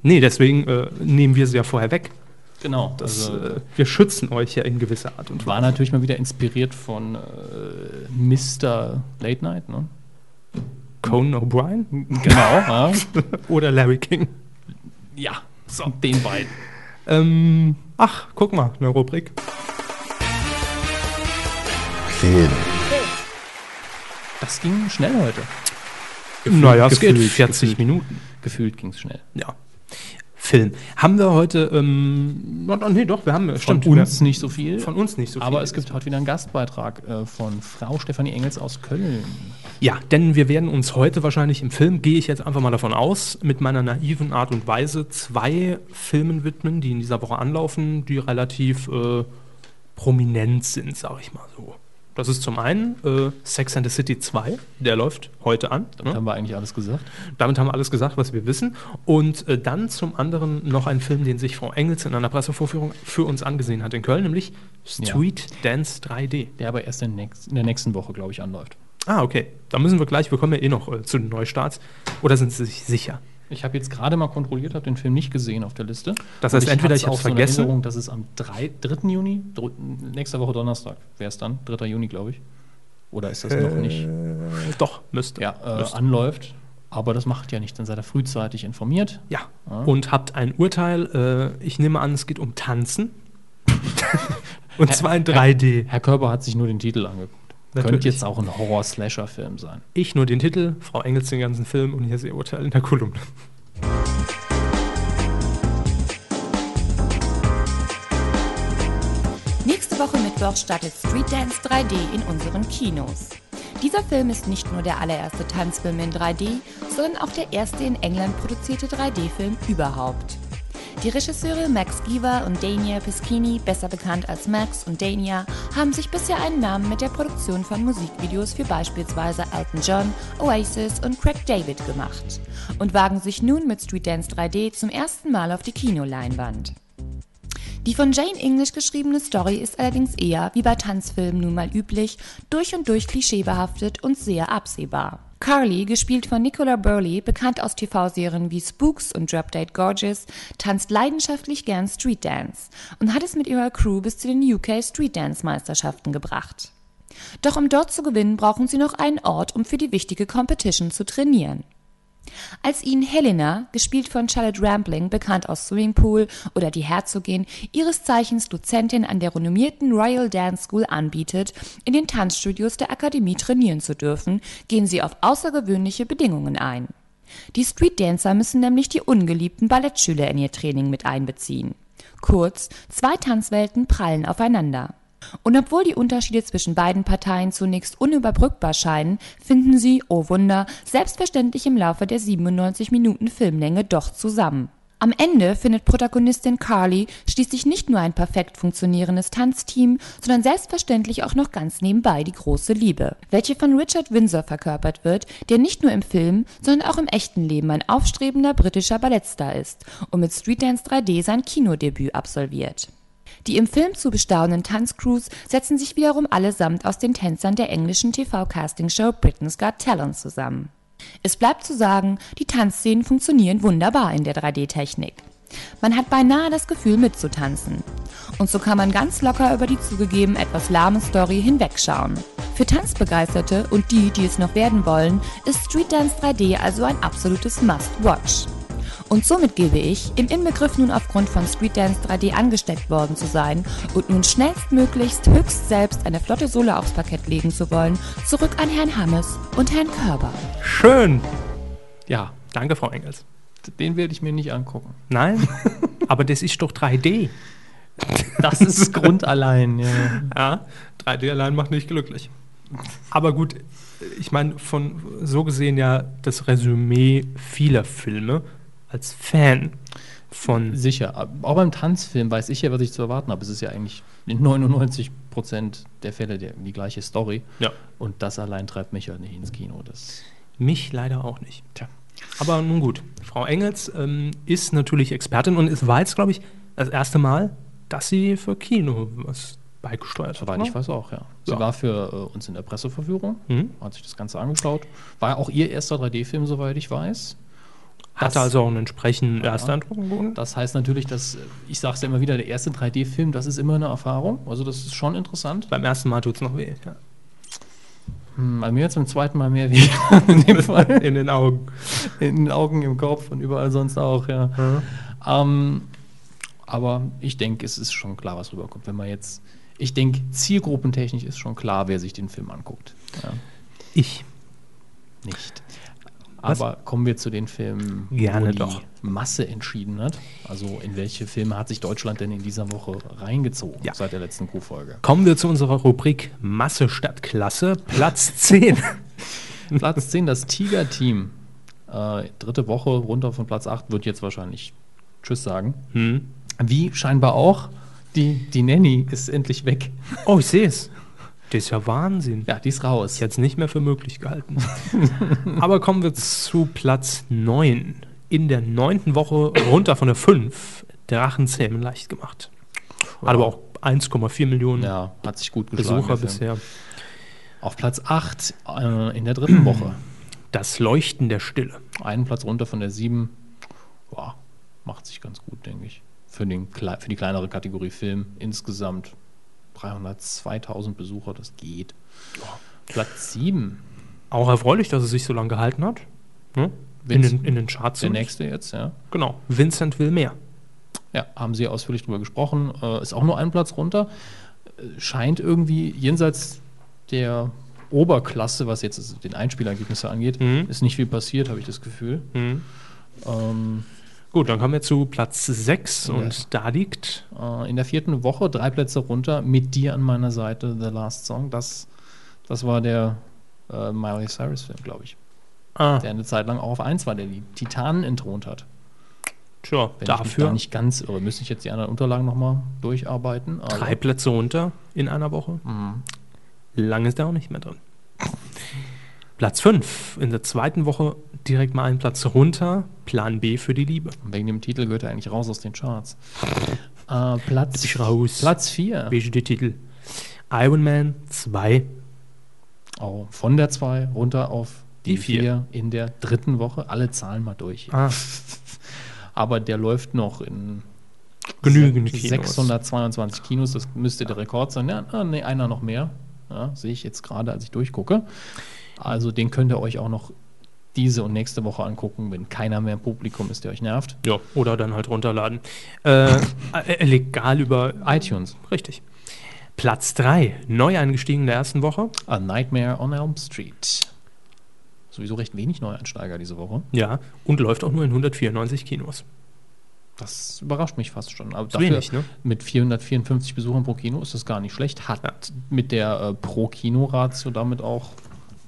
S1: Nee, deswegen äh, nehmen wir sie ja vorher weg.
S2: Genau.
S1: Das,
S2: also,
S1: äh, wir schützen euch ja in gewisser Art und Weise.
S2: war natürlich mal wieder inspiriert von äh, Mr. Late Night, ne?
S1: Conan O'Brien
S2: Genau. (laughs) ja.
S1: oder Larry King.
S2: ja. So, den beiden.
S1: Ähm, ach, guck mal, eine Rubrik.
S7: Film.
S2: Das ging schnell heute.
S1: naja,
S2: gefühlt,
S1: es geht 40
S2: gefühlt.
S1: Minuten.
S2: Gefühlt ging es schnell.
S1: Ja. Film. Haben wir heute, ähm, no, no, nee, doch, wir haben,
S2: Von
S1: stimmt,
S2: uns
S1: wir,
S2: nicht so viel.
S1: von uns nicht so viel.
S2: aber es gibt heute wieder einen Gastbeitrag äh, von Frau Stefanie Engels aus Köln.
S1: Ja, denn wir werden uns heute wahrscheinlich im Film, gehe ich jetzt einfach mal davon aus, mit meiner naiven Art und Weise zwei Filmen widmen, die in dieser Woche anlaufen, die relativ äh, prominent sind, sage ich mal so. Das ist zum einen äh, Sex and the City 2, der läuft heute an.
S2: Damit
S1: Ne?
S2: haben wir eigentlich alles gesagt.
S1: Damit haben wir alles gesagt, was wir wissen. Und äh, dann zum anderen noch ein Film, den sich Frau Engels in einer Pressevorführung für uns angesehen hat in Köln, nämlich Street Dance 3D.
S2: Der aber erst in, nächst, in der nächsten Woche, glaube ich, anläuft.
S1: Ah, okay. Da müssen wir gleich, wir kommen ja eh noch äh, zu den Neustarts. Oder sind Sie sich sicher?
S2: Ich habe jetzt gerade mal kontrolliert, habe den Film nicht gesehen auf der Liste.
S1: Das
S2: Und
S1: heißt, entweder
S2: hat's
S1: ich hab's
S2: auch so eine
S1: vergessen.
S2: Erinnerung, dass es am 3, 3. Juni, dr- nächste Woche Donnerstag wäre es dann, 3. Juni, glaube ich. Oder ist das noch nicht?
S1: Doch, müsste.
S2: Ja, äh, anläuft. Aber das macht ja nichts, dann seid ihr frühzeitig informiert.
S1: Ja. Und habt ein Urteil. Äh, ich nehme an, es geht um (laughs) Tanzen. Und zwar in 3D.
S2: Herr Körber hat sich nur den Titel angeguckt.
S1: Natürlich.
S2: Könnte jetzt auch ein Horror-Slasher-Film sein.
S1: Ich nur den Titel, Frau Engels den ganzen Film und hier ist ihr Urteil in der Kolumne.
S8: Nächste Woche Mittwoch startet Street Dance 3D in unseren Kinos. Dieser Film ist nicht nur der allererste Tanzfilm in 3D, sondern auch der erste in England produzierte 3D-Film überhaupt. Die Regisseure Max Giver und Dania Peschini, besser bekannt als Max und Dania, haben sich bisher einen Namen mit der Produktion von Musikvideos für beispielsweise Elton John, Oasis und Craig David gemacht und wagen sich nun mit Street Dance 3D zum ersten Mal auf die Kinoleinwand. Die von Jane English geschriebene Story ist allerdings eher, wie bei Tanzfilmen nun mal üblich, durch und durch klischeebehaftet und sehr absehbar. Carly, gespielt von Nicola Burley, bekannt aus TV-Serien wie Spooks und Drop Date Gorgeous, tanzt leidenschaftlich gern Street Dance und hat es mit ihrer Crew bis zu den UK Street Dance Meisterschaften gebracht. Doch um dort zu gewinnen, brauchen sie noch einen Ort, um für die wichtige Competition zu trainieren. Als ihnen Helena, gespielt von Charlotte Rampling, bekannt aus Swimmingpool oder die Herzogin, ihres Zeichens Dozentin an der renommierten Royal Dance School anbietet, in den Tanzstudios der Akademie trainieren zu dürfen, gehen sie auf außergewöhnliche Bedingungen ein. Die Streetdancer müssen nämlich die ungeliebten Ballettschüler in ihr Training mit einbeziehen. Kurz, zwei Tanzwelten prallen aufeinander. Und obwohl die Unterschiede zwischen beiden Parteien zunächst unüberbrückbar scheinen, finden sie, oh Wunder, selbstverständlich im Laufe der 97 Minuten Filmlänge doch zusammen. Am Ende findet Protagonistin Carly schließlich nicht nur ein perfekt funktionierendes Tanzteam, sondern selbstverständlich auch noch ganz nebenbei die große Liebe, welche von Richard Windsor verkörpert wird, der nicht nur im Film, sondern auch im echten Leben ein aufstrebender britischer Ballettstar ist und mit Streetdance 3D sein Kinodebüt absolviert. Die im Film zu bestaunenden Tanzcrews setzen sich wiederum allesamt aus den Tänzern der englischen TV-Castingshow Britain's Got Talent zusammen. Es bleibt zu sagen, die Tanzszenen funktionieren wunderbar in der 3D-Technik. Man hat beinahe das Gefühl mitzutanzen. Und so kann man ganz locker über die zugegeben etwas lahme Story hinwegschauen. Für Tanzbegeisterte und die, die es noch werden wollen, ist Street Dance 3D also ein absolutes Must-Watch. Und somit gebe ich, im Inbegriff nun aufgrund von Street Dance 3D angesteckt worden zu sein und nun schnellstmöglichst höchst selbst eine flotte Sohle aufs Parkett legen zu wollen, zurück an Herrn Hammes und Herrn Körber.
S1: Schön.
S2: Ja,
S1: Danke, Frau Engels.
S2: den werde ich mir nicht angucken.
S1: (laughs) Nein, aber das ist doch 3D. (laughs)
S2: Das ist Grund allein. Ja.
S1: Ja, 3D allein macht nicht glücklich. Aber gut, ich meine, von so gesehen ja das Resümee vieler Filme als Fan von.
S2: Sicher. aber Auch beim Tanzfilm weiß ich ja, was ich zu erwarten habe. Es ist ja eigentlich in 99 Prozent der Fälle der, die gleiche Story.
S1: Ja.
S2: Und das allein treibt mich halt nicht ins Kino. Das,
S1: Mich leider auch nicht.
S2: tja.
S1: Aber nun gut, Frau Engels ähm, ist natürlich Expertin und es war jetzt, glaube ich, das erste Mal, dass sie für Kino was beigesteuert hat.
S2: Soweit
S1: ne?
S2: ich weiß auch, ja. Sie
S1: Ja.
S2: war für äh, uns in der Presseverführung,
S1: Mhm.
S2: hat sich das Ganze angeschaut. War ja auch ihr erster 3D-Film, soweit ich weiß.
S1: Hatte
S2: Das-
S1: also auch einen entsprechenden ersten Eindruck.
S2: Das heißt natürlich, dass, äh, ich sage es ja immer wieder, der erste 3D-Film, das ist immer eine Erfahrung. Also das ist schon interessant.
S1: Beim ersten Mal tut es noch weh. Ja.
S2: Hm, Also mir hat es beim zweiten Mal mehr weh (laughs) in
S1: (laughs)
S2: dem Fall.
S1: In den Augen.
S2: In den Augen, im Kopf und überall sonst auch, ja. Ähm, aber ich denke, es ist schon klar, was rüberkommt. Wenn man jetzt, ich denke, zielgruppentechnisch ist schon klar, wer sich den Film anguckt. Ja,
S1: Ich.
S2: nicht.
S1: Was?
S2: Aber kommen wir zu den Filmen,
S1: Gerne
S2: die
S1: doch.
S2: Masse entschieden hat. Also in welche Filme hat sich Deutschland denn in dieser Woche reingezogen
S1: Ja.
S2: seit der letzten Q-Folge?
S1: Kommen wir zu unserer Rubrik Masse statt Klasse,
S2: (laughs)
S1: Platz 10.
S2: Platz 10, das Tiger-Team. Äh, dritte Woche runter von Platz 8 wird jetzt wahrscheinlich Tschüss sagen. Hm. Wie scheinbar auch, die, die Nanny ist endlich weg.
S1: oh, ich sehe es. Das ist ja Wahnsinn.
S2: Ja, die ist raus.
S1: Ich hätte es nicht mehr für möglich gehalten. Aber kommen wir zu Platz 9. In der neunten Woche runter von der 5. Drachenzähmen leicht gemacht. Hat aber auch 1,4 Millionen
S2: ja, hat sich gut geschlagen.
S1: Mhm. Besucher
S2: der Film.
S1: bisher.
S2: Auf Platz 8 äh, in
S1: (clears throat)
S2: der dritten Woche.
S1: Das Leuchten der Stille.
S2: Einen Platz runter von der 7. Boah, macht sich ganz gut, denke ich. Für, den, Kle- für die kleinere Kategorie Film insgesamt 302.000 Besucher, das geht. Platz 7.
S1: Auch erfreulich, dass es sich so lange gehalten hat. Ne? In,
S2: Vince-
S1: den, in den Charts.
S2: Der
S1: und-
S2: nächste jetzt, ja.
S1: Genau. Vincent will mehr.
S2: Ja, haben Sie ausführlich drüber gesprochen. Äh, ist auch nur ein Platz runter. Äh, scheint irgendwie jenseits der Oberklasse, was jetzt also den Einspielergebnisse angeht,
S1: Mhm.
S2: ist nicht viel passiert, habe ich das Gefühl. Ähm,
S1: Gut, dann kommen wir zu Platz 6
S2: Ja.
S1: und da liegt
S2: äh, in der vierten Woche drei Plätze runter, mit dir an meiner Seite, The Last Song. Das, das war der äh, Miley Cyrus-Film, glaube ich.
S1: ah,
S2: Der eine Zeit lang auch auf 1 war, der die Titanen entthront hat.
S1: tja,
S2: Wenn ich mich da
S1: dafür
S2: nicht ganz irre, müsste ich jetzt die anderen Unterlagen nochmal durcharbeiten. aber-
S1: drei Plätze runter in einer Woche.
S2: Mhm.
S1: Lang ist er auch nicht mehr drin. Platz 5 in der zweiten Woche direkt mal einen Platz runter. Plan B für die Liebe.
S2: Wegen dem Titel gehört er eigentlich raus aus
S1: (laughs)
S2: den Charts. Äh, Platz,
S1: ich raus.
S2: Platz 4.
S1: Welche der Titel? Iron Man 2.
S2: Oh, von der 2 runter auf
S1: Die
S2: die
S1: vier.
S2: 4 in der dritten Woche. Alle Zahlen mal durch.
S1: Ah,
S2: (laughs) Aber der läuft noch in
S1: genügend
S2: se-
S1: Kinos.
S2: 622 Kinos. Das müsste der Rekord sein. Ja, ah, nee, einer noch mehr. Ja, Sehe ich jetzt gerade, als ich durchgucke. Also den könnt ihr euch auch noch diese und nächste Woche angucken, wenn keiner mehr im Publikum ist, der euch nervt.
S1: Ja, oder dann halt runterladen. Äh, äh, legal über.
S2: iTunes.
S1: Richtig. Platz 3. Neu eingestiegen in der ersten Woche.
S2: A Nightmare on Elm Street. Sowieso recht wenig Neueinsteiger diese Woche.
S1: Ja, und läuft auch nur in 194 Kinos.
S2: Das überrascht mich fast schon. Aber
S1: Ist
S2: dafür
S1: wenig, ne?
S2: mit 454 Besuchern pro Kino ist das gar nicht schlecht. Hat mit der äh, Pro-Kino-Ratio damit auch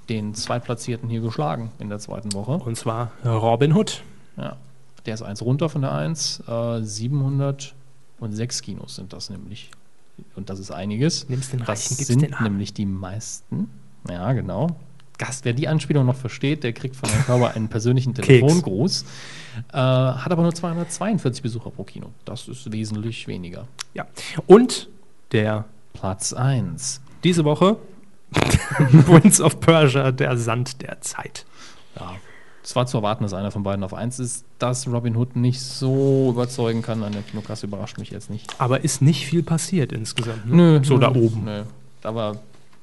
S2: den Zweitplatzierten hier geschlagen in der zweiten Woche.
S1: Und zwar Robin Hood.
S2: Ja. Der ist eins runter von der Eins. Äh, 706 Kinos sind das nämlich. Und das ist einiges.
S1: Nimmst den
S2: Das
S1: Reichen, gibst
S2: sind
S1: den Armen.
S2: nämlich die meisten. Ja, genau. Gast, wer die Anspielung noch versteht, der kriegt von Herrn Körber einen persönlichen
S1: Keks.
S2: Telefongruß. Äh, hat aber nur 242 Besucher pro Kino. Das ist wesentlich weniger.
S1: Ja. Und der
S2: Platz 1.
S1: diese Woche (laughs) Prince of Persia, der Sand der Zeit.
S2: Ja. Es war zu erwarten, dass einer von beiden auf 1 ist. Dass Robin Hood nicht so überzeugen kann an der Kinokasse, überrascht mich jetzt nicht.
S1: Aber ist nicht viel passiert insgesamt. ne? So da oben.
S2: Nö. Aber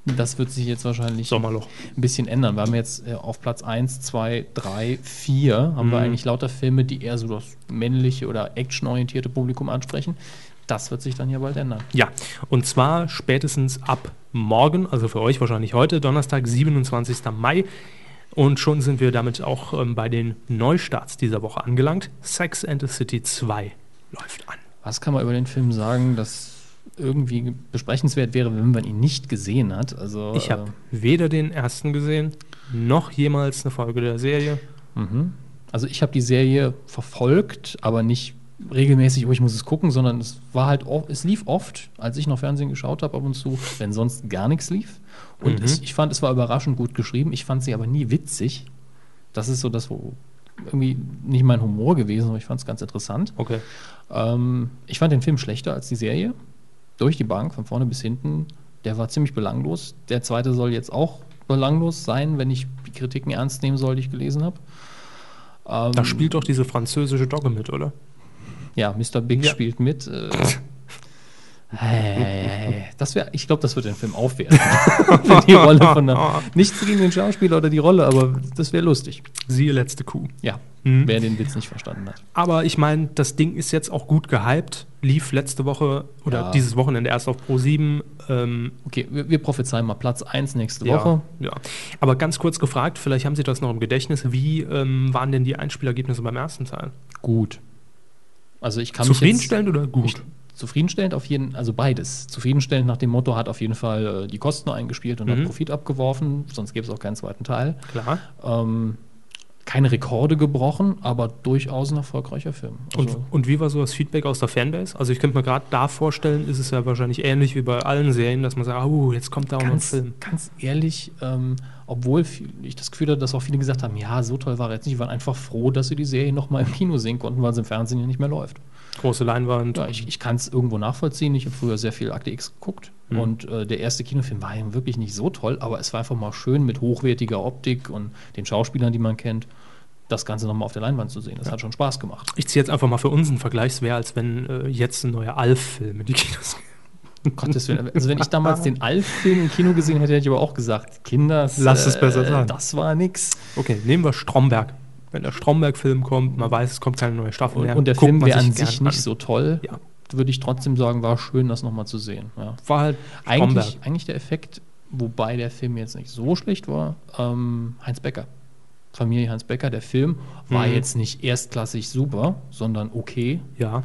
S2: das wird sich jetzt wahrscheinlich
S1: Sommerloch.
S2: ein bisschen ändern. Wir haben jetzt äh, auf Platz 1, 2, 3, 4 haben
S1: Mhm.
S2: wir eigentlich lauter Filme, die eher so das männliche oder actionorientierte Publikum ansprechen. Das wird sich dann ja bald ändern.
S1: Ja, und zwar spätestens ab morgen, also für euch wahrscheinlich heute, Donnerstag, 27. Mai. Und schon sind wir damit auch ähm, bei den Neustarts dieser Woche angelangt. Sex and the City 2 läuft an.
S2: Was kann man über den Film sagen, das irgendwie besprechenswert wäre, wenn man ihn nicht gesehen hat? Also
S1: Ich
S2: äh,
S1: habe weder den ersten gesehen, noch jemals eine Folge der Serie.
S2: Also ich habe die Serie verfolgt, aber nicht regelmäßig, oh, ich muss es gucken, sondern es war halt, o- es lief oft, als ich noch Fernsehen geschaut habe ab und zu, wenn sonst gar nichts lief. Und es, ich fand, es war überraschend gut geschrieben. Ich fand sie aber nie witzig. Das ist so das, wo irgendwie nicht mein Humor gewesen, aber ich fand es ganz interessant.
S1: Okay.
S2: Ähm, ich fand den Film schlechter als die Serie. Durch die Bank, von vorne bis hinten. Der war ziemlich belanglos. Der zweite soll jetzt auch belanglos sein, wenn ich die Kritiken ernst nehmen soll, die ich gelesen habe. Ähm,
S1: Da spielt doch diese französische Dogge mit, oder?
S2: ja, Mr. Big
S1: Ja.
S2: spielt
S1: (laughs)
S2: mit. Äh, hey, das wär, ich glaube, das wird den Film aufwerten. Für die Rolle
S1: (laughs)
S2: von der, nichts gegen den Schauspieler oder die Rolle, aber das wäre lustig.
S1: Siehe letzte Kuh.
S2: Ja,
S1: Mhm.
S2: wer den Witz nicht verstanden hat.
S1: Aber ich meine, das Ding ist jetzt auch gut gehypt. Lief letzte Woche oder
S2: Ja.
S1: dieses Wochenende erst auf Pro 7. Ähm,
S2: Okay, wir, wir prophezeien mal Platz 1 nächste Woche.
S1: ja, ja. Aber ganz kurz gefragt, vielleicht haben Sie das noch im Gedächtnis, wie ähm, waren denn die Einspielergebnisse beim ersten Teil?
S2: Gut. Also ich kann
S1: Zufriedenstellend oder gut?
S2: mich jetzt ich, zufriedenstellend auf jeden, also beides. Zufriedenstellend nach dem Motto hat auf jeden Fall äh, die Kosten eingespielt und
S1: Mhm.
S2: hat Profit abgeworfen, sonst gäbe es auch keinen zweiten Teil.
S1: Klar.
S2: Ähm, keine Rekorde gebrochen, aber durchaus ein erfolgreicher Film. Also
S1: Und, und wie war so das Feedback aus der Fanbase? Also ich könnte mir gerade da vorstellen, ist es ja wahrscheinlich ähnlich wie bei allen Serien, dass man sagt, oh, jetzt kommt da auch noch ein
S2: ganz,
S1: Film.
S2: ganz ehrlich, ähm, obwohl viel- ich das Gefühl hatte, dass auch viele gesagt haben, ja, so toll war er jetzt nicht, die waren einfach froh, dass sie die Serie nochmal im Kino sehen konnten, weil sie im Fernsehen ja nicht mehr läuft.
S1: Große Leinwand.
S2: Ja, ich, ich kann es irgendwo nachvollziehen. Ich habe früher sehr viel Akte X geguckt.
S1: Mhm.
S2: Und äh, der erste Kinofilm war ja wirklich nicht so toll, aber es war einfach mal schön mit hochwertiger Optik und den Schauspielern, die man kennt, das Ganze nochmal auf der Leinwand zu sehen. Das hat schon Spaß gemacht.
S1: Ich ziehe jetzt einfach mal für uns einen Vergleich. Es wäre, als wenn äh, jetzt ein neuer Alf-Film in die Kinos geht. Um
S2: Gottes Willen. Also, wenn ich damals den Alf-Film im Kino gesehen hätte, hätte ich aber auch gesagt: Kinder,
S1: Lasst es besser sein.
S2: Das war nix.
S1: Okay, nehmen wir Stromberg. Wenn der Stromberg-Film kommt, man weiß, es kommt keine neue Staffel
S2: Und,
S1: mehr.
S2: und der
S1: guckt
S2: Film
S1: man
S2: wäre an
S1: gern
S2: sich nicht so toll.
S1: Ja.
S2: Würde ich trotzdem sagen, war schön, das nochmal zu sehen. Ja.
S1: War halt Stromberg.
S2: Eigentlich, eigentlich der Effekt, wobei der Film jetzt nicht so schlecht war, ähm, Heinz Becker. Familie Heinz Becker, der Film war
S1: Mhm.
S2: jetzt nicht erstklassig super, sondern okay.
S1: Ja,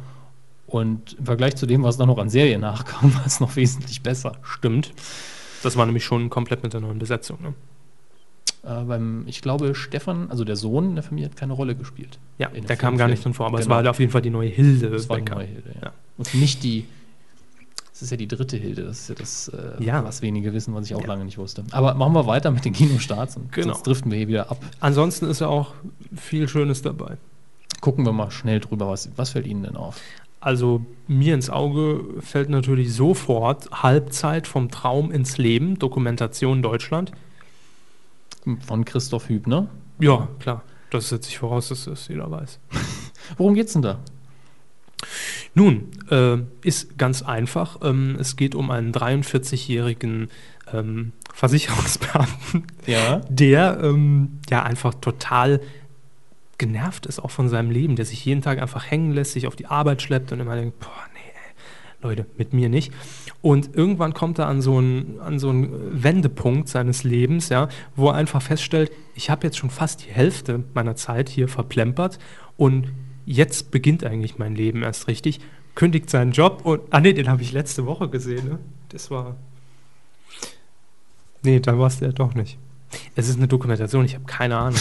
S2: Und im Vergleich zu dem, was da noch an Serien nachkam, (laughs) war es noch wesentlich besser.
S1: stimmt. Das war nämlich schon komplett mit der neuen Besetzung. Ne?
S2: Äh, beim, ich glaube, Stefan, also der Sohn in der Familie, hat keine Rolle gespielt.
S1: Ja,
S2: In dem
S1: der
S2: Film-
S1: kam gar
S2: Film.
S1: nicht drin vor, aber es
S2: Genau.
S1: war halt auf jeden Fall die neue Hilde.
S2: Das war die
S1: Becker.
S2: neue Hilde, ja.
S1: Ja.
S2: Und nicht die. Das ist ja die dritte Hilde, das ist ja das, äh,
S1: Ja.
S2: was wenige wissen, was ich auch lange nicht wusste. Aber machen wir weiter mit den Kinostarts und
S1: Genau.
S2: sonst driften wir hier wieder ab.
S1: Ansonsten ist ja auch viel Schönes dabei.
S2: Gucken wir mal schnell drüber, was, was fällt Ihnen denn auf?
S1: Also mir ins Auge fällt natürlich sofort Halbzeit vom Traum ins Leben, Dokumentation Deutschland.
S2: Von Christoph ne? Hübner.
S1: Ja, klar. Das setze ich voraus, dass das jeder weiß.
S2: Worum geht's denn da?
S1: Nun, äh, ist ganz einfach. Ähm, es geht um einen 43-jährigen ähm, Versicherungsbeamten,
S2: Ja.
S1: der ähm, ja einfach total genervt ist auch von seinem Leben, der sich jeden Tag einfach hängen lässt, sich auf die Arbeit schleppt und immer denkt, boah, nee, ey, Leute, mit mir nicht. Und irgendwann kommt er an so einen, an so einen Wendepunkt seines Lebens, ja, wo er einfach feststellt, ich habe jetzt schon fast die Hälfte meiner Zeit hier verplempert und jetzt beginnt eigentlich mein Leben erst richtig, kündigt seinen Job und, ah nee, den habe ich letzte Woche gesehen, ne? Das war, nee, da warst du ja doch nicht. Es ist eine Dokumentation, ich habe keine Ahnung.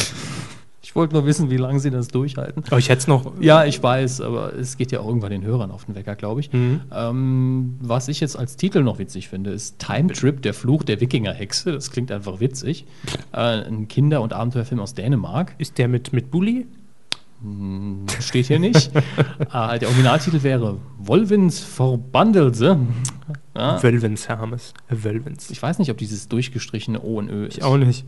S2: Ich wollte nur wissen, wie lange Sie das durchhalten.
S1: Aber ich hätte es noch.
S2: Ja, ich weiß, aber es geht ja auch irgendwann den Hörern auf den Wecker, glaube ich.
S1: Mhm.
S2: Ähm, was ich jetzt als Titel noch witzig finde, ist Time Trip, der Fluch der Wikingerhexe. Das klingt einfach witzig. Äh, ein Kinder- und Abenteuerfilm aus Dänemark.
S1: Ist der mit, mit Bulli?
S2: Steht hier nicht. äh, der Originaltitel wäre Wolvins Verbandelse. Ja,
S1: Wölvens, Hermes. Wölvens.
S2: Ah. ich weiß nicht, ob dieses durchgestrichene O und Ö ist.
S1: nicht.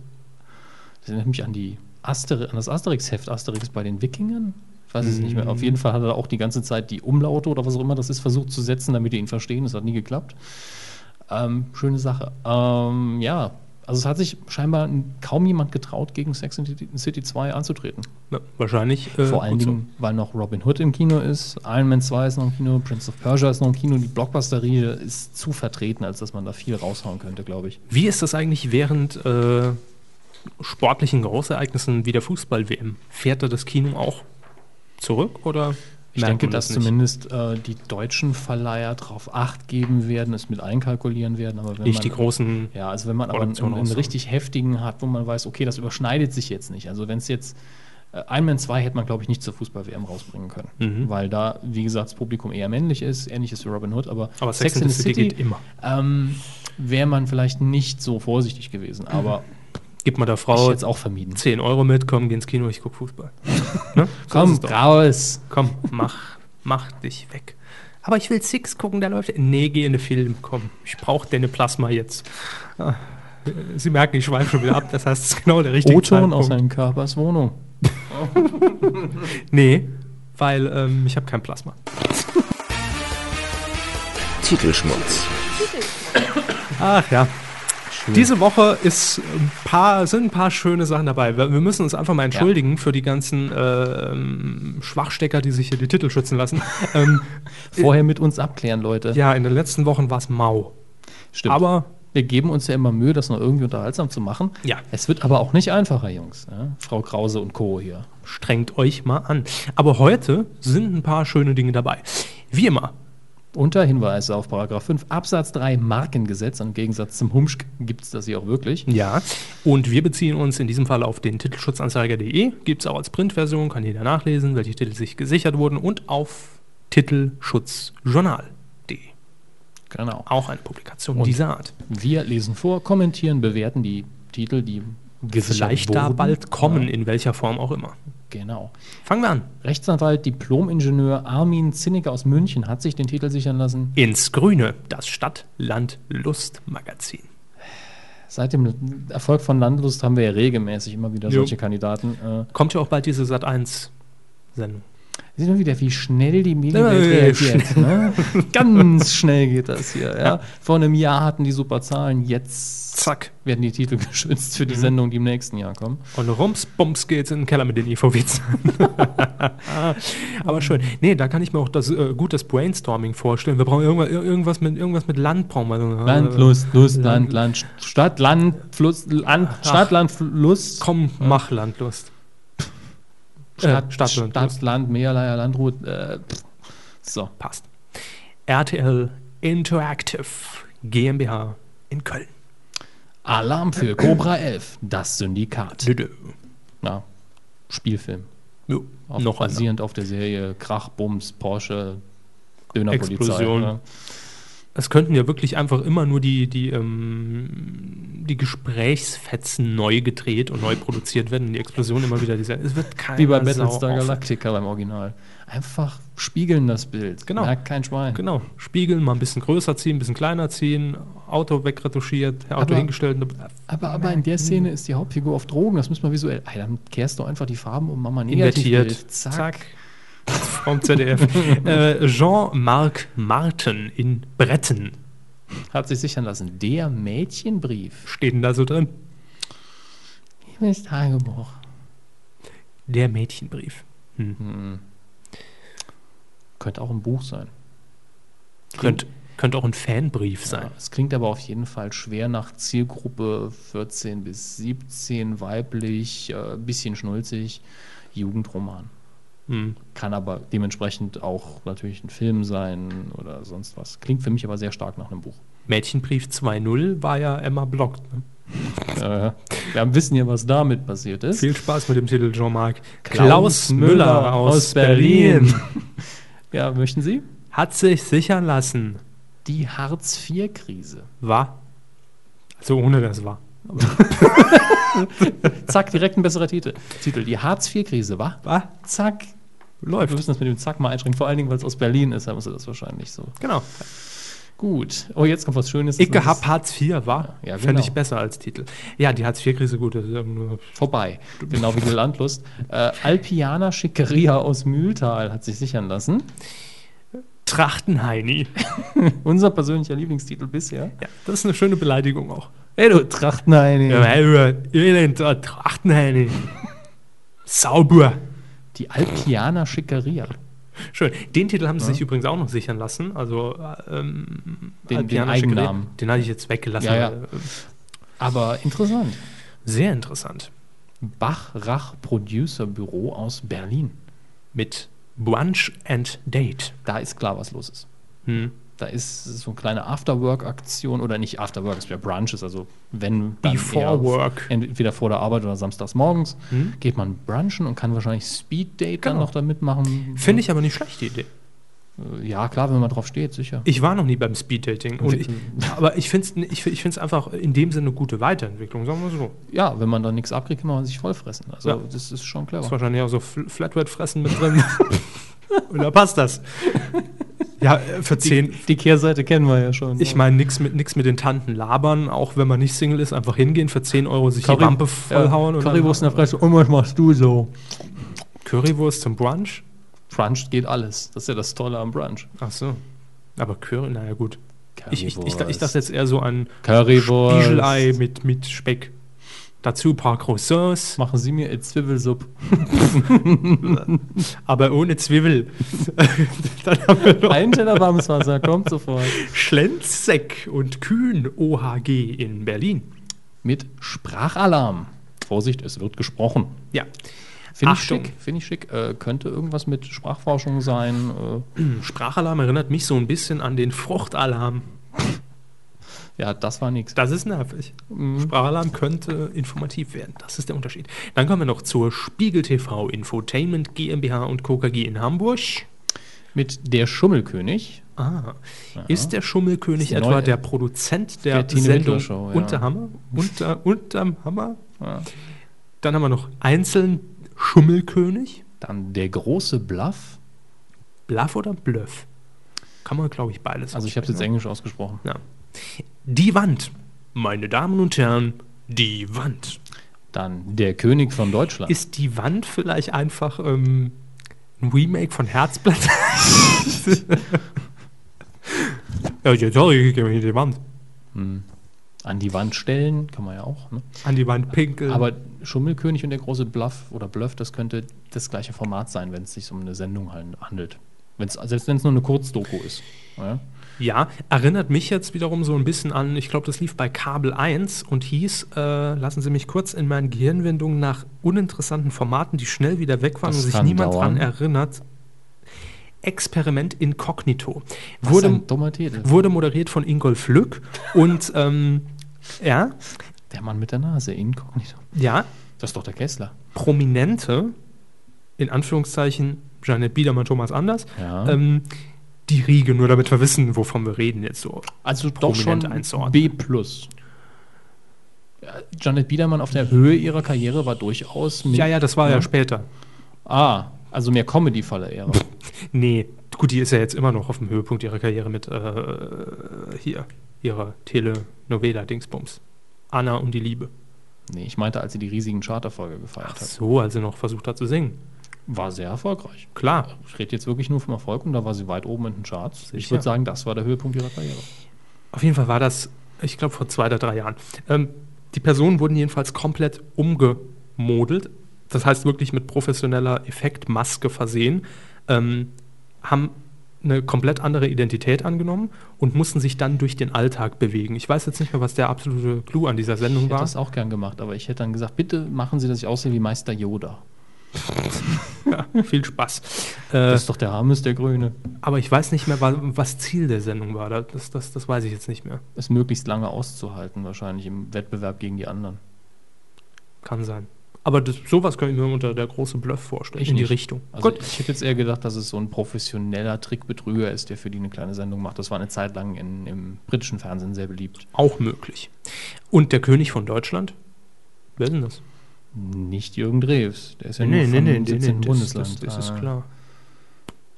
S2: Das erinnert mich an, die Aster an das Asterix-Heft Asterix bei den Wikingern. Ich weiß es nicht mehr.
S1: Mhm.
S2: Auf jeden Fall hat er auch die ganze Zeit die Umlaute oder was auch immer das ist versucht zu setzen, damit die ihn verstehen. Das hat nie geklappt. Ähm, schöne Sache. Ähm, ja, also es hat sich scheinbar n- kaum jemand getraut, gegen Sex and the City 2 anzutreten.
S1: Ja, wahrscheinlich. äh,
S2: Vor allen
S1: gut so.
S2: Dingen, weil noch Robin Hood im Kino ist, Iron Man 2 ist noch im Kino, Prince of Persia ist noch im Kino. Die Blockbuster-Riege ist zu vertreten, als dass man da viel raushauen könnte, glaube ich.
S1: Wie ist das eigentlich während äh, sportlichen Großereignissen wie der Fußball-WM? Fährt da das Kino auch zurück oder?
S2: Ich
S1: merkt
S2: denke,
S1: man
S2: dass
S1: nicht?
S2: zumindest äh, die deutschen Verleiher darauf Acht geben werden, es mit einkalkulieren werden. Aber wenn
S1: Nicht
S2: man,
S1: die großen.
S2: Ja, also wenn man aber einen,
S1: Produktionen
S2: einen
S1: raushauen.
S2: richtig heftigen hat, wo man weiß, okay, das überschneidet sich jetzt nicht. Also wenn es jetzt Äh, Iron Man 2 hätte man, glaube ich, nicht zur Fußball-WM rausbringen können,
S1: Mhm.
S2: weil da, wie gesagt, das Publikum eher männlich ist, ähnlich ist wie Robin Hood, aber,
S1: Aber Sex and the City geht immer.
S2: Ähm, Wäre man vielleicht nicht so vorsichtig gewesen,
S1: Mhm.
S2: aber
S1: Gib mal der
S2: ich
S1: Frau
S2: jetzt auch vermieden.
S1: 10 Euro mit, komm, geh ins Kino, ich guck
S2: (laughs)
S1: Fußball. ne? So ist
S2: Komm,
S1: es doch.
S2: raus!
S1: komm, mach, mach dich weg. Aber ich will Six gucken, da läuft. Nee, geh in den Film, komm. Ich brauch deine Plasma jetzt. Ah, Sie merken, ich schweife schon wieder ab, das heißt, es ist genau der richtige
S2: O-Ton
S1: Zeitpunkt.
S2: aus seinem Körpers Wohnung.
S1: Nee, weil ähm, ich habe kein Plasma.
S7: Titelschmutz.
S1: Ach ja. Diese Woche ist ein paar, sind ein paar schöne Sachen dabei. Wir wir müssen uns einfach mal entschuldigen für die ganzen äh, ähm, Schwachstecker, die sich hier die Titel schützen lassen. (laughs) ähm,
S2: Vorher mit uns abklären, Leute.
S1: ja, in den letzten Wochen war es mau.
S2: Stimmt.
S1: Aber
S2: wir geben uns ja immer Mühe, das noch irgendwie unterhaltsam zu machen.
S1: Ja.
S2: Es wird aber auch nicht einfacher, Jungs. Ja? Frau Krause und Co. hier.
S1: strengt euch mal an. Aber heute sind ein paar schöne Dinge dabei. Wie immer,
S2: Unter Hinweis auf Paragraph 5 Absatz 3 Markengesetz, im Gegensatz zum Humsch gibt es das hier auch wirklich.
S1: Ja, und wir beziehen uns in diesem Fall auf den Titelschutzanzeiger.de. Gibt es auch als Printversion, kann jeder nachlesen, welche Titel sich gesichert wurden und auf Titelschutzjournal.de.
S2: Genau.
S1: Auch eine Publikation
S2: Und
S1: dieser Art.
S2: Wir lesen vor, kommentieren, bewerten die Titel, die gesichert
S1: Vielleicht da
S2: wurden.
S1: bald kommen,
S2: Ja,
S1: in welcher Form auch immer.
S2: genau.
S1: Fangen wir an.
S2: Rechtsanwalt, Diplomingenieur Armin Zinnecke aus München hat sich den Titel sichern lassen.
S1: Ins Grüne, das Stadt-Land-Lust-Magazin.
S2: Seit dem Erfolg von Landlust haben wir ja regelmäßig immer wieder
S1: Jo.
S2: solche Kandidaten. Äh,
S1: Kommt ja auch bald diese Sat1-Sendung.
S2: Sieht man wieder, wie schnell die Medienwelt
S1: Ja, ja, ja,
S2: reagiert. Ne? Ganz schnell geht das hier. Ja? Vor einem Jahr hatten die super Zahlen, jetzt
S1: Zack. Mhm.
S2: werden die Titel (laughs) geschützt für die Sendung, die im nächsten Jahr kommen.
S1: Und rums, bums geht's in den Keller mit den IVWs. Aber schön. Nee, da kann ich mir auch das, äh, gut das Brainstorming vorstellen. Wir brauchen irgendwas, ir- irgendwas, mit, irgendwas mit Land. Brauchen wir. so.
S2: Land,
S1: Äh,
S2: Lust, Lust,
S1: Land-
S2: Land, Land, St- Stadt, Land, Fluss, Land, Stadt, Land, Fluss,
S1: Komm, mach Landlust.
S2: Stadt,
S1: äh,
S2: Stadt,
S1: Stadt, Land,
S2: Stadt,
S1: Lust.
S2: Land, Land Meerleier, Landruhe. Äh, pff. so,
S1: Passt. RTL Interactive GmbH in Köln.
S2: Alarm für Cobra 11, das Syndikat.
S1: Dö-dö.
S2: Na, Spielfilm.
S1: Jo,
S2: Auf,
S1: Noch ein
S2: basierend auf der Serie Krach, Bums, Porsche, Dönerpolizei.
S1: Explosion.
S2: ne?
S1: Es könnten ja wirklich einfach immer nur die, die, ähm, die Gesprächsfetzen neu gedreht und neu produziert werden und die Explosion immer wieder dieser. Es wird keiner
S2: Wie bei
S1: Sau
S2: Battlestar
S1: auf-
S2: Galactica beim Original. Einfach spiegeln das Bild.
S1: Genau.
S2: Merkt kein Schwein.
S1: Genau. Spiegeln, mal ein bisschen größer ziehen, ein bisschen kleiner ziehen, Auto wegretuschiert, Auto
S2: Aber-
S1: hingestellt.
S2: Aber, aber in der Szene ist die Hauptfigur auf Drogen. Das müssen wir visuell. Ey, dann kehrst du einfach die Farben um, mach mal ein
S1: Invertiert.
S2: Negativbild. Zack.
S1: Vom ZDF.
S2: (laughs)
S1: äh, Jean-Marc Martin in Bretten.
S2: Hat sich sichern lassen. Der Mädchenbrief.
S1: Steht denn da so drin?
S2: Das Tagebuch.
S1: Der Mädchenbrief.
S2: Könnte auch ein Buch sein.
S1: Könnt, könnte auch ein Fanbrief sein.
S2: Ja, es klingt aber auf jeden Fall schwer nach Zielgruppe 14 bis 17, weiblich, äh, bisschen schnulzig, Jugendroman.
S1: Hm.
S2: Kann aber dementsprechend auch natürlich ein Film sein oder sonst was. Klingt für mich aber sehr stark nach einem (laughs) Buch.
S1: Mädchenbrief 2.0 war ja Emma Block. Ne?
S2: Äh, wir wissen ja, was damit passiert ist.
S1: Viel Spaß mit dem Titel Jean-Marc.
S2: Klaus Müller aus Berlin. (laughs) Ja, möchten Sie?
S1: Hat sich sichern lassen.
S2: Die Hartz-IV-Krise.
S1: War. Also ohne das war.
S2: Zack, direkt ein besserer Titel. Titel, die Hartz-IV-Krise, wa?
S1: War.
S2: Zack.
S1: Läuft.
S2: Wir müssen das mit dem Zack mal einschränken, vor allen Dingen, weil es aus Berlin ist, da muss er das wahrscheinlich so.
S1: Genau.
S2: Gut. Oh, jetzt kommt was Schönes.
S1: Ich hab Hartz IV, war.
S2: Ja, ja,
S1: Fände ich
S2: genau.
S1: besser als Titel. Ja, die Hartz-IV-Krise, gut. Das ist eben nur
S2: Vorbei. Genau wie die Landlust. Äh, Alpiana Schickeria aus Mühltal hat sich sichern lassen.
S1: Trachtenheini.
S2: Unser persönlicher Lieblingstitel bisher.
S1: Ja, das ist eine schöne Beleidigung auch.
S2: Ey, du Trachtnein.
S1: Ja, hey, du Elend, oh, Trachtenheini. Sauber.
S2: Die Alpiana Schickeria.
S1: Schön. Den Titel haben sie sich übrigens auch noch sichern lassen. Also, äh, ähm,
S2: Den-
S1: Alpiana
S2: den
S1: Schickeria.
S2: Eigennamen.
S1: Den hatte ich jetzt weggelassen.
S2: Ja, ja.
S1: weil, äh,
S2: Aber interessant.
S1: Sehr interessant.
S2: Bach-Rach-Producer-Büro aus Berlin.
S1: Mit Brunch and Date.
S2: Da ist klar, was los ist.
S1: Hm.
S2: Da ist so eine kleine Afterwork-Aktion oder nicht Afterwork, es wäre Brunches, also wenn
S1: Before
S2: eher
S1: work. Mhm.
S2: entweder vor der Arbeit oder samstags morgens geht man brunchen und kann wahrscheinlich Speed Date dann
S1: Genau.
S2: noch da mitmachen.
S1: Finde ich aber nicht schlecht, die Idee.
S2: Ja, klar, wenn man drauf steht, sicher.
S1: Ich war noch nie beim Speeddating. Und ich, aber ich finde es ich, find- ich find's einfach in dem Sinne eine gute Weiterentwicklung, sagen wir so.
S2: Ja, wenn man dann nichts abkriegt, kann man sich vollfressen. Also
S1: Ja.
S2: das ist schon
S1: Ist
S2: clever.
S1: wahrscheinlich auch so Fl- Flatware-Fressen mit drin. (laughs) Und da passt das. Ja, äh, für 10.
S2: Die Kehrseite kennen wir ja schon.
S1: Ich meine, nichts mit, nix mit den Tanten labern, auch wenn man nicht Single ist, einfach hingehen, für 10 Euro sich die Wampe vollhauen.
S2: Ja,
S1: und dann-
S2: Currywurst in der Fresse. Und was machst du so?
S1: Currywurst zum Brunch?
S2: Brunch geht alles. Das ist ja das Tolle am Brunch.
S1: Ach so. Aber Curry, naja, gut. Ich, ich, ich, ich dachte jetzt eher so an
S2: Currywurst.
S1: Spiegelei mit, mit Speck. Dazu ein paar Croissants,
S2: Machen Sie mir eine Zwiebelsuppe.
S1: aber ohne Zwiebel. (laughs)
S2: Ein Teller warmes Wasser, kommt sofort.
S1: Schlenzseck und Kühn OHG in Berlin.
S2: Mit Sprachalarm. Vorsicht, es wird gesprochen.
S1: Ja.
S2: Finde ich
S1: Achtung.
S2: schick. Finde ich schick. Äh, könnte irgendwas mit Sprachforschung sein. Äh,
S1: Hm, Sprachalarm erinnert mich so ein bisschen an den Fruchtalarm.
S2: ja, das war nichts.
S1: Das ist nervig. Sprachalarm könnte informativ werden. Das ist der Unterschied. Dann kommen wir noch zur Spiegel TV Infotainment GmbH und Co. KG in Hamburg.
S2: Mit der Schummelkönig.
S1: Ah. Ist der Schummelkönig
S2: Ist die
S1: etwa
S2: neue-
S1: der Produzent der
S2: der Tine
S1: Sendung
S2: Wittler-Show, ja.
S1: Unter Hammer? Unter, unterm Hammer?
S2: Ja.
S1: Dann haben wir noch einzeln Schummelkönig.
S2: Dann der große Bluff.
S1: Bluff oder Bluff? Kann man, glaube ich, beides.
S2: Also ich habe es jetzt
S1: aussprechen.
S2: Englisch ausgesprochen.
S1: Die Wand. Meine Damen und Herren, die Wand.
S2: Dann der König von Deutschland.
S1: Ist die Wand vielleicht einfach ähm, ein Remake von
S2: (laughs)
S1: Herzblatt? (laughs) ja, ja, sorry, ich gehe in die Wand.
S2: An die Wand stellen, kann man ja auch. Ne?
S1: An die Wand pinkeln.
S2: Aber Schummelkönig und der große Bluff oder Bluff, das könnte das gleiche Format sein, wenn es sich um eine Sendung han- handelt. Wenn's, selbst wenn es nur eine Kurzdoku ist. Ja?
S1: ja, erinnert mich jetzt wiederum so ein bisschen an, ich glaube, das lief bei Kabel 1 und hieß, äh, lassen Sie mich kurz in meinen Gehirnwindungen nach uninteressanten Formaten, die schnell wieder weg waren
S2: Das
S1: und sich
S2: kann
S1: niemand
S2: dauern.
S1: dran erinnert. Experiment Inkognito.
S2: Das ist
S1: Wurde,
S2: ein dummer Titel.
S1: wurde moderiert von Ingolf Lück
S2: (laughs)
S1: und ähm, ja,
S2: Der Mann mit der Nase, inkognito.
S1: ja,
S2: Das ist doch der Kessler.
S1: Prominente, in Anführungszeichen, Janet Biedermann, Thomas Anders,
S2: Ja.
S1: ähm, die Riege, nur damit wir wissen, wovon wir reden jetzt so.
S2: Also doch schon
S1: Prominent einzuordnen.
S2: B+. Ja, Janet Biedermann auf der Höhe ihrer Karriere war durchaus mit,
S1: Ja, ja, das war ja, später.
S2: Ah, also mehr Comedy-Falle eher.
S1: Nee, gut, die ist ja jetzt immer noch auf dem Höhepunkt ihrer Karriere mit äh, hier, ihrer Telenovela-Dingsbums. Anna und die Liebe.
S2: nee, ich meinte, als sie die riesigen Charterfolge gefeiert hat.
S1: So, als sie noch versucht hat zu singen.
S2: War sehr erfolgreich.
S1: Klar.
S2: Ich rede jetzt wirklich nur vom Erfolg und da war sie weit oben in den Charts. Ich
S1: Sicher.
S2: würde sagen, das war der Höhepunkt ihrer Karriere.
S1: Auf jeden Fall war das, ich glaube, vor zwei oder drei Jahren. Ähm, die Personen wurden jedenfalls komplett umgemodelt. Das heißt wirklich mit professioneller Effektmaske versehen. Ähm, haben eine komplett andere Identität angenommen und mussten sich dann durch den Alltag bewegen. Ich weiß jetzt nicht mehr, was der absolute Clou an dieser Sendung
S2: Ich hätte
S1: war.
S2: das auch gern gemacht, aber ich hätte dann gesagt, bitte machen Sie, dass ich aussehe wie Meister Yoda.
S1: Viel Spaß. Äh,
S2: Das ist doch der Hammes, der Grüne.
S1: Aber ich weiß nicht mehr, wa- was Ziel der Sendung war. Da- Das, das, das weiß ich jetzt nicht mehr.
S2: Ist möglichst lange auszuhalten, wahrscheinlich im Wettbewerb gegen die anderen.
S1: Kann sein. Aber das, sowas könnte ich mir unter der große Bluff vorstellen.
S2: Ich
S1: in
S2: nicht.
S1: die Richtung.
S2: Also ich hätte jetzt eher gedacht, dass es so ein professioneller Trickbetrüger ist, der für die eine kleine Sendung macht. Das war eine Zeit lang in, im britischen Fernsehen sehr beliebt.
S1: Auch möglich. Und der König von Deutschland? Wer ist denn das?
S2: Nicht Jürgen Drews, der ist ja nur vom 17.
S1: das,
S2: Bundesland.
S1: das, das
S2: Ah.
S1: ist klar.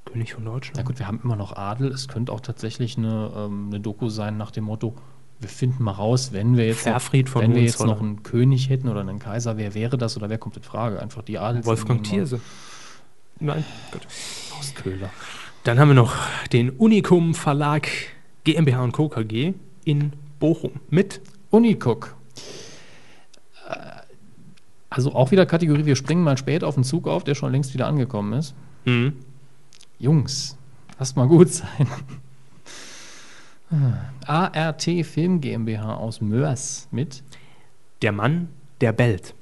S1: König von
S2: Na
S1: Deutschland.
S2: gut, wir haben immer noch Adel. Es könnte auch tatsächlich eine, ähm, eine Doku sein nach dem Motto, wir finden mal raus, wenn wir jetzt, noch,
S1: Verfried von
S2: wenn wir jetzt
S1: Hohenzollern.
S2: noch einen König hätten oder einen Kaiser, wer wäre das oder wer kommt in Frage? Einfach die Adel.
S1: Wolfgang Thierse. Nein, gut.
S2: Ostköhler.
S1: Dann haben wir noch den Unicum Verlag GmbH und Co. KG in Bochum mit
S2: Unicook. Äh, Also auch wieder Kategorie, wir springen mal spät auf den Zug auf, der schon längst wieder angekommen ist.
S1: hm,
S2: Jungs, lasst mal gut sein. (laughs) Ah. ART Film GmbH aus Mörs mit
S1: Der Mann, der bellt.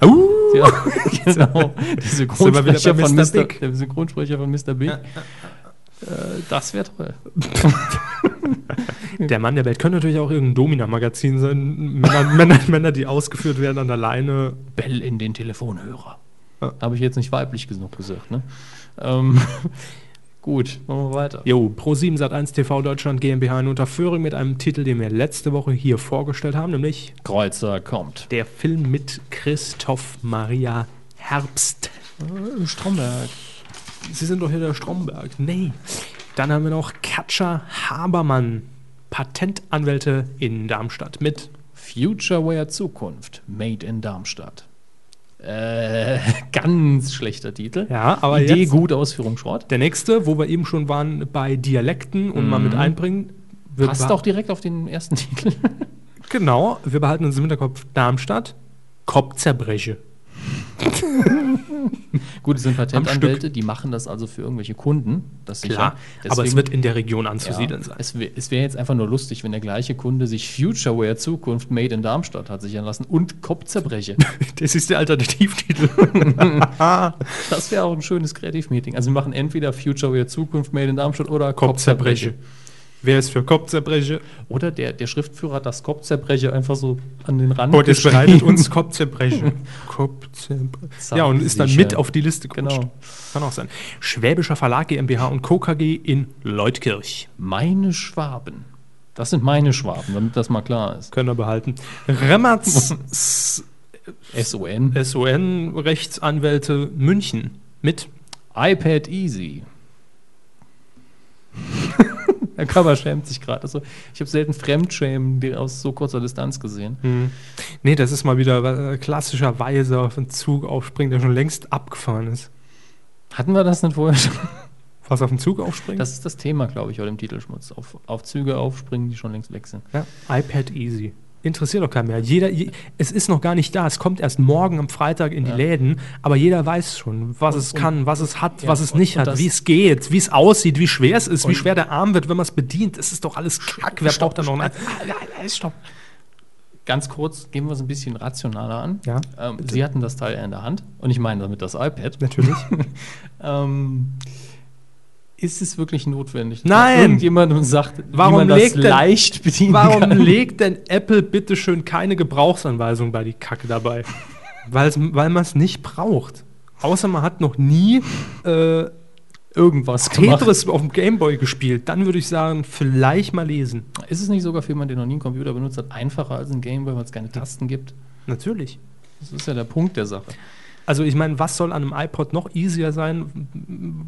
S2: Ja, (laughs) genau. Der Synchronsprecher
S1: wieder bei
S2: von
S1: Mr.
S2: Mr.
S1: Big.
S2: Der Synchronsprecher von Mr. Big. Äh, Das wäre toll.
S1: Der Mann der Welt könnte natürlich auch irgendein Domina-Magazin sein. Männer, (laughs) Männer, Männer, die ausgeführt werden an der Leine.
S2: Bell in den Telefonhörer.
S1: Ja.
S2: Habe ich jetzt nicht weiblich genug gesagt, ne? Ähm, (laughs) gut, machen wir weiter.
S1: Jo, Pro7 Sat1 TV Deutschland GmbH in Unterführung mit einem Titel, den wir letzte Woche hier vorgestellt haben, nämlich
S2: Kreuzer kommt.
S1: der Film mit Christoph Maria Herbst. Äh,
S2: Stromberg.
S1: Sie sind doch hier der Stromberg. Nee. Dann haben wir noch Katja Habermann, Patentanwälte in Darmstadt mit.
S2: Futureware Zukunft. Made in Darmstadt. Äh, (laughs) ganz schlechter Titel.
S1: Ja, aber
S2: Idee
S1: jetzt-
S2: gut, Ausführung Schrott.
S1: Der nächste, wo wir eben schon waren bei Dialekten und mal mit einbringen. Wir
S2: Passt
S1: beha-
S2: auch direkt auf den ersten (laughs) Titel.
S1: Genau, wir behalten uns im Hinterkopf Darmstadt, Kopfzerbreche.
S2: Gut, es sind Patentanwälte,
S1: Stück.
S2: die machen das also für irgendwelche Kunden. Das sicher.
S1: Klar, aber es
S2: Deswegen-
S1: wird in der Region
S2: Ja,
S1: anzusiedeln sein. (laughs)
S2: Es wäre wär jetzt einfach nur lustig, wenn der gleiche Kunde sich Futureware Zukunft Made in Darmstadt hat sichern lassen
S1: (laughs)
S2: und Kopfzerbreche.
S1: Das ist der Alternativtitel.
S2: Das wäre auch ein schönes Kreativmeeting. Also wir machen entweder Futureware Zukunft Made in Darmstadt
S1: (laughs)
S2: oder
S1: Kopfzerbreche.
S2: Kopfzerbreche.
S1: Wer ist für Kopfzerbreche?
S2: Oder der, der Schriftführer hat das Kopfzerbreche einfach so an den Rand
S1: Und es
S2: geschrieben.
S1: (laughs) bereitet uns Kopfzerbreche. (laughs) Kopfzerbreche. Ja, und ist dann
S2: Sicher.
S1: mit auf die Liste gerutscht.
S2: Genau.
S1: Kann auch sein. Schwäbischer Verlag GmbH und Co. KG in Leutkirch.
S2: Meine Schwaben. Das sind meine Schwaben, damit das mal klar ist.
S1: Können wir behalten. (laughs) Remmerts
S2: SON.
S1: SON Rechtsanwälte München mit.
S2: iPad Easy. (laughs) Herr Kammer schämt sich gerade. Also, ich habe selten Fremdschämen die- aus so kurzer Distanz gesehen.
S1: Nee, das ist mal wieder äh, klassischerweise auf einen Zug aufspringen, der schon längst abgefahren ist.
S2: Hatten wir das nicht vorher schon?
S1: Was auf den Zug aufspringen?
S2: Das ist das Thema, glaube ich, heute im Titelschmutz. Auf, auf Züge aufspringen, die schon längst weg sind.
S1: Ja, iPad Easy. Interessiert doch keinen mehr. Jeder, je, es ist noch gar nicht da. Es kommt erst morgen am Freitag in die Läden, aber jeder weiß schon, was es kann, was es hat, was es
S2: und-
S1: nicht
S2: und
S1: hat,
S2: das-
S1: wie es geht, wie es aussieht, wie schwer es ist, wie schwer der Arm wird, wenn man es bedient. Es ist doch alles Kack. Wer braucht da noch einen?
S2: Stopp. Ganz kurz, gehen wir es ein bisschen rationaler an.
S1: Ja,
S2: ähm, Sie hatten das Teil in der Hand und ich meine damit das iPad.
S1: Natürlich.
S2: (laughs) Ähm, ist es wirklich notwendig, dass
S1: Nein!
S2: man irgendjemandem sagt,
S1: Warum
S2: wie man das
S1: legt denn-
S2: leicht bedienen
S1: Warum
S2: (laughs) kann?
S1: legt denn Apple bitte schön keine Gebrauchsanweisung bei die Kacke dabei? Weil's, weil man es nicht braucht. Außer man hat noch nie äh,
S2: irgendwas gemacht?
S1: Tetris auf dem Gameboy gespielt. Dann würde ich sagen, vielleicht mal lesen.
S2: Ist es nicht sogar für jemanden, der noch nie einen Computer benutzt hat, einfacher als ein Gameboy, weil es keine Tasten gibt?
S1: Natürlich.
S2: Das ist ja der Punkt der Sache.
S1: Also ich meine, was soll an einem iPod noch easier sein,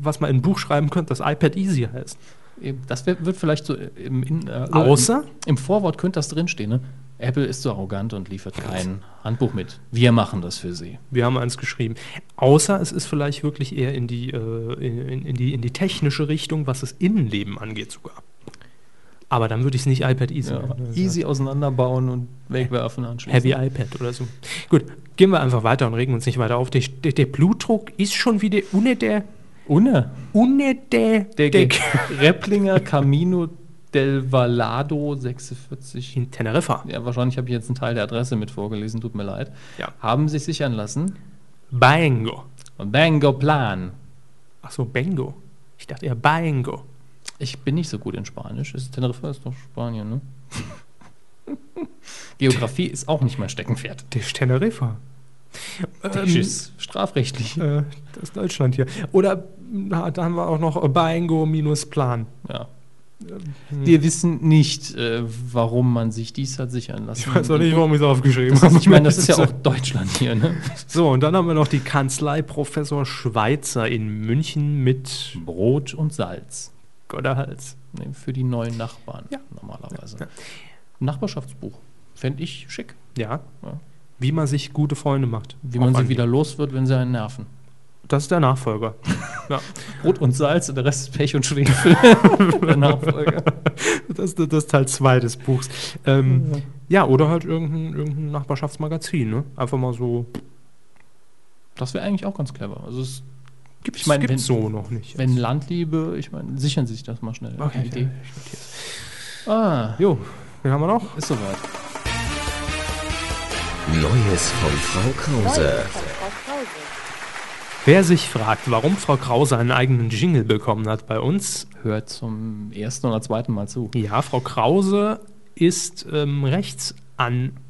S1: was man in ein Buch schreiben könnte, das iPad easier heißt?
S2: Eben, Das wär- wird vielleicht so im, in, äh,
S1: Außer?
S2: im, im Vorwort könnte das drinstehen. Ne? Apple ist so arrogant und liefert kein Handbuch mit. Wir machen das für sie.
S1: Wir haben eins geschrieben. Außer es ist vielleicht wirklich eher in die, äh, in, in- in die, in die technische Richtung, was das Innenleben angeht sogar. Aber dann würde ich es nicht iPad easy
S2: Ja,
S1: nennen.
S2: easy auseinanderbauen und wegwerfen anschließend.
S1: Heavy iPad oder so. Gut, gehen wir einfach weiter und regen uns nicht weiter auf. Der, der, der Blutdruck ist schon wieder ohne der,
S2: Ohne.
S1: ohne der,
S2: Der Ge- (laughs) Replinger Camino del Valado 46.
S1: in Teneriffa.
S2: Ja, wahrscheinlich habe ich jetzt einen Teil der Adresse mit vorgelesen, tut mir leid.
S1: Ja.
S2: Haben sich sichern lassen.
S1: Bango.
S2: Bango Plan.
S1: Achso, Bengo. Ich dachte eher Bango.
S2: Ich bin nicht so gut in Spanisch. Ist Teneriffa ist doch Spanien, ne? Geografie ist auch nicht mein Steckenpferd.
S1: Der ist Teneriffa. Ähm,
S2: Tschüss. Strafrechtlich.
S1: Äh, das ist Deutschland hier. Oder na, da haben wir auch noch Bango minus Plan.
S2: Ja. Wir wissen nicht, äh, warum man sich dies hat sichern lassen.
S1: warum ich es aufgeschrieben
S2: das ist, ich meine, das ist ja auch Deutschland hier, ne?
S1: (laughs) So, und dann haben wir noch die Kanzlei Professor Schweizer in München mit
S2: Brot und Salz.
S1: Gotterhals.
S2: Ne, für die neuen Nachbarn
S1: Ja.
S2: normalerweise. Nachbarschaftsbuch. Fände ich schick.
S1: Ja.
S2: Ja.
S1: Wie man sich gute Freunde macht.
S2: Wie man
S1: Auch
S2: sie
S1: angehen.
S2: wieder los wird, wenn sie einen nerven.
S1: Das ist der Nachfolger. (laughs)
S2: Brot und Salz und der Rest ist Pech und (laughs) Schwefel. der Nachfolger.
S1: Das, das ist Teil 2 des Buchs. Ähm, ja. oder halt irgendein, irgendein Nachbarschaftsmagazin, ne? Einfach mal so.
S2: Das wäre eigentlich auch ganz clever. Also es
S1: Gibt's,
S2: Ich mein,
S1: gibt's
S2: wenn-
S1: so noch nicht.
S2: Wenn Landliebe, ich meine, sichern Sie sich das mal schnell.
S1: Okay,
S2: Idee.
S1: ja,
S2: Ah,
S1: Jo, wen haben wir noch?
S2: ist soweit.
S7: Neues von Frau Krause.
S1: Wer sich fragt, warum Frau Krause einen eigenen Jingle bekommen hat bei uns,
S2: Hört zum ersten oder zweiten Mal zu.
S1: ja, Frau Krause ist ähm, Rechtsanwältin.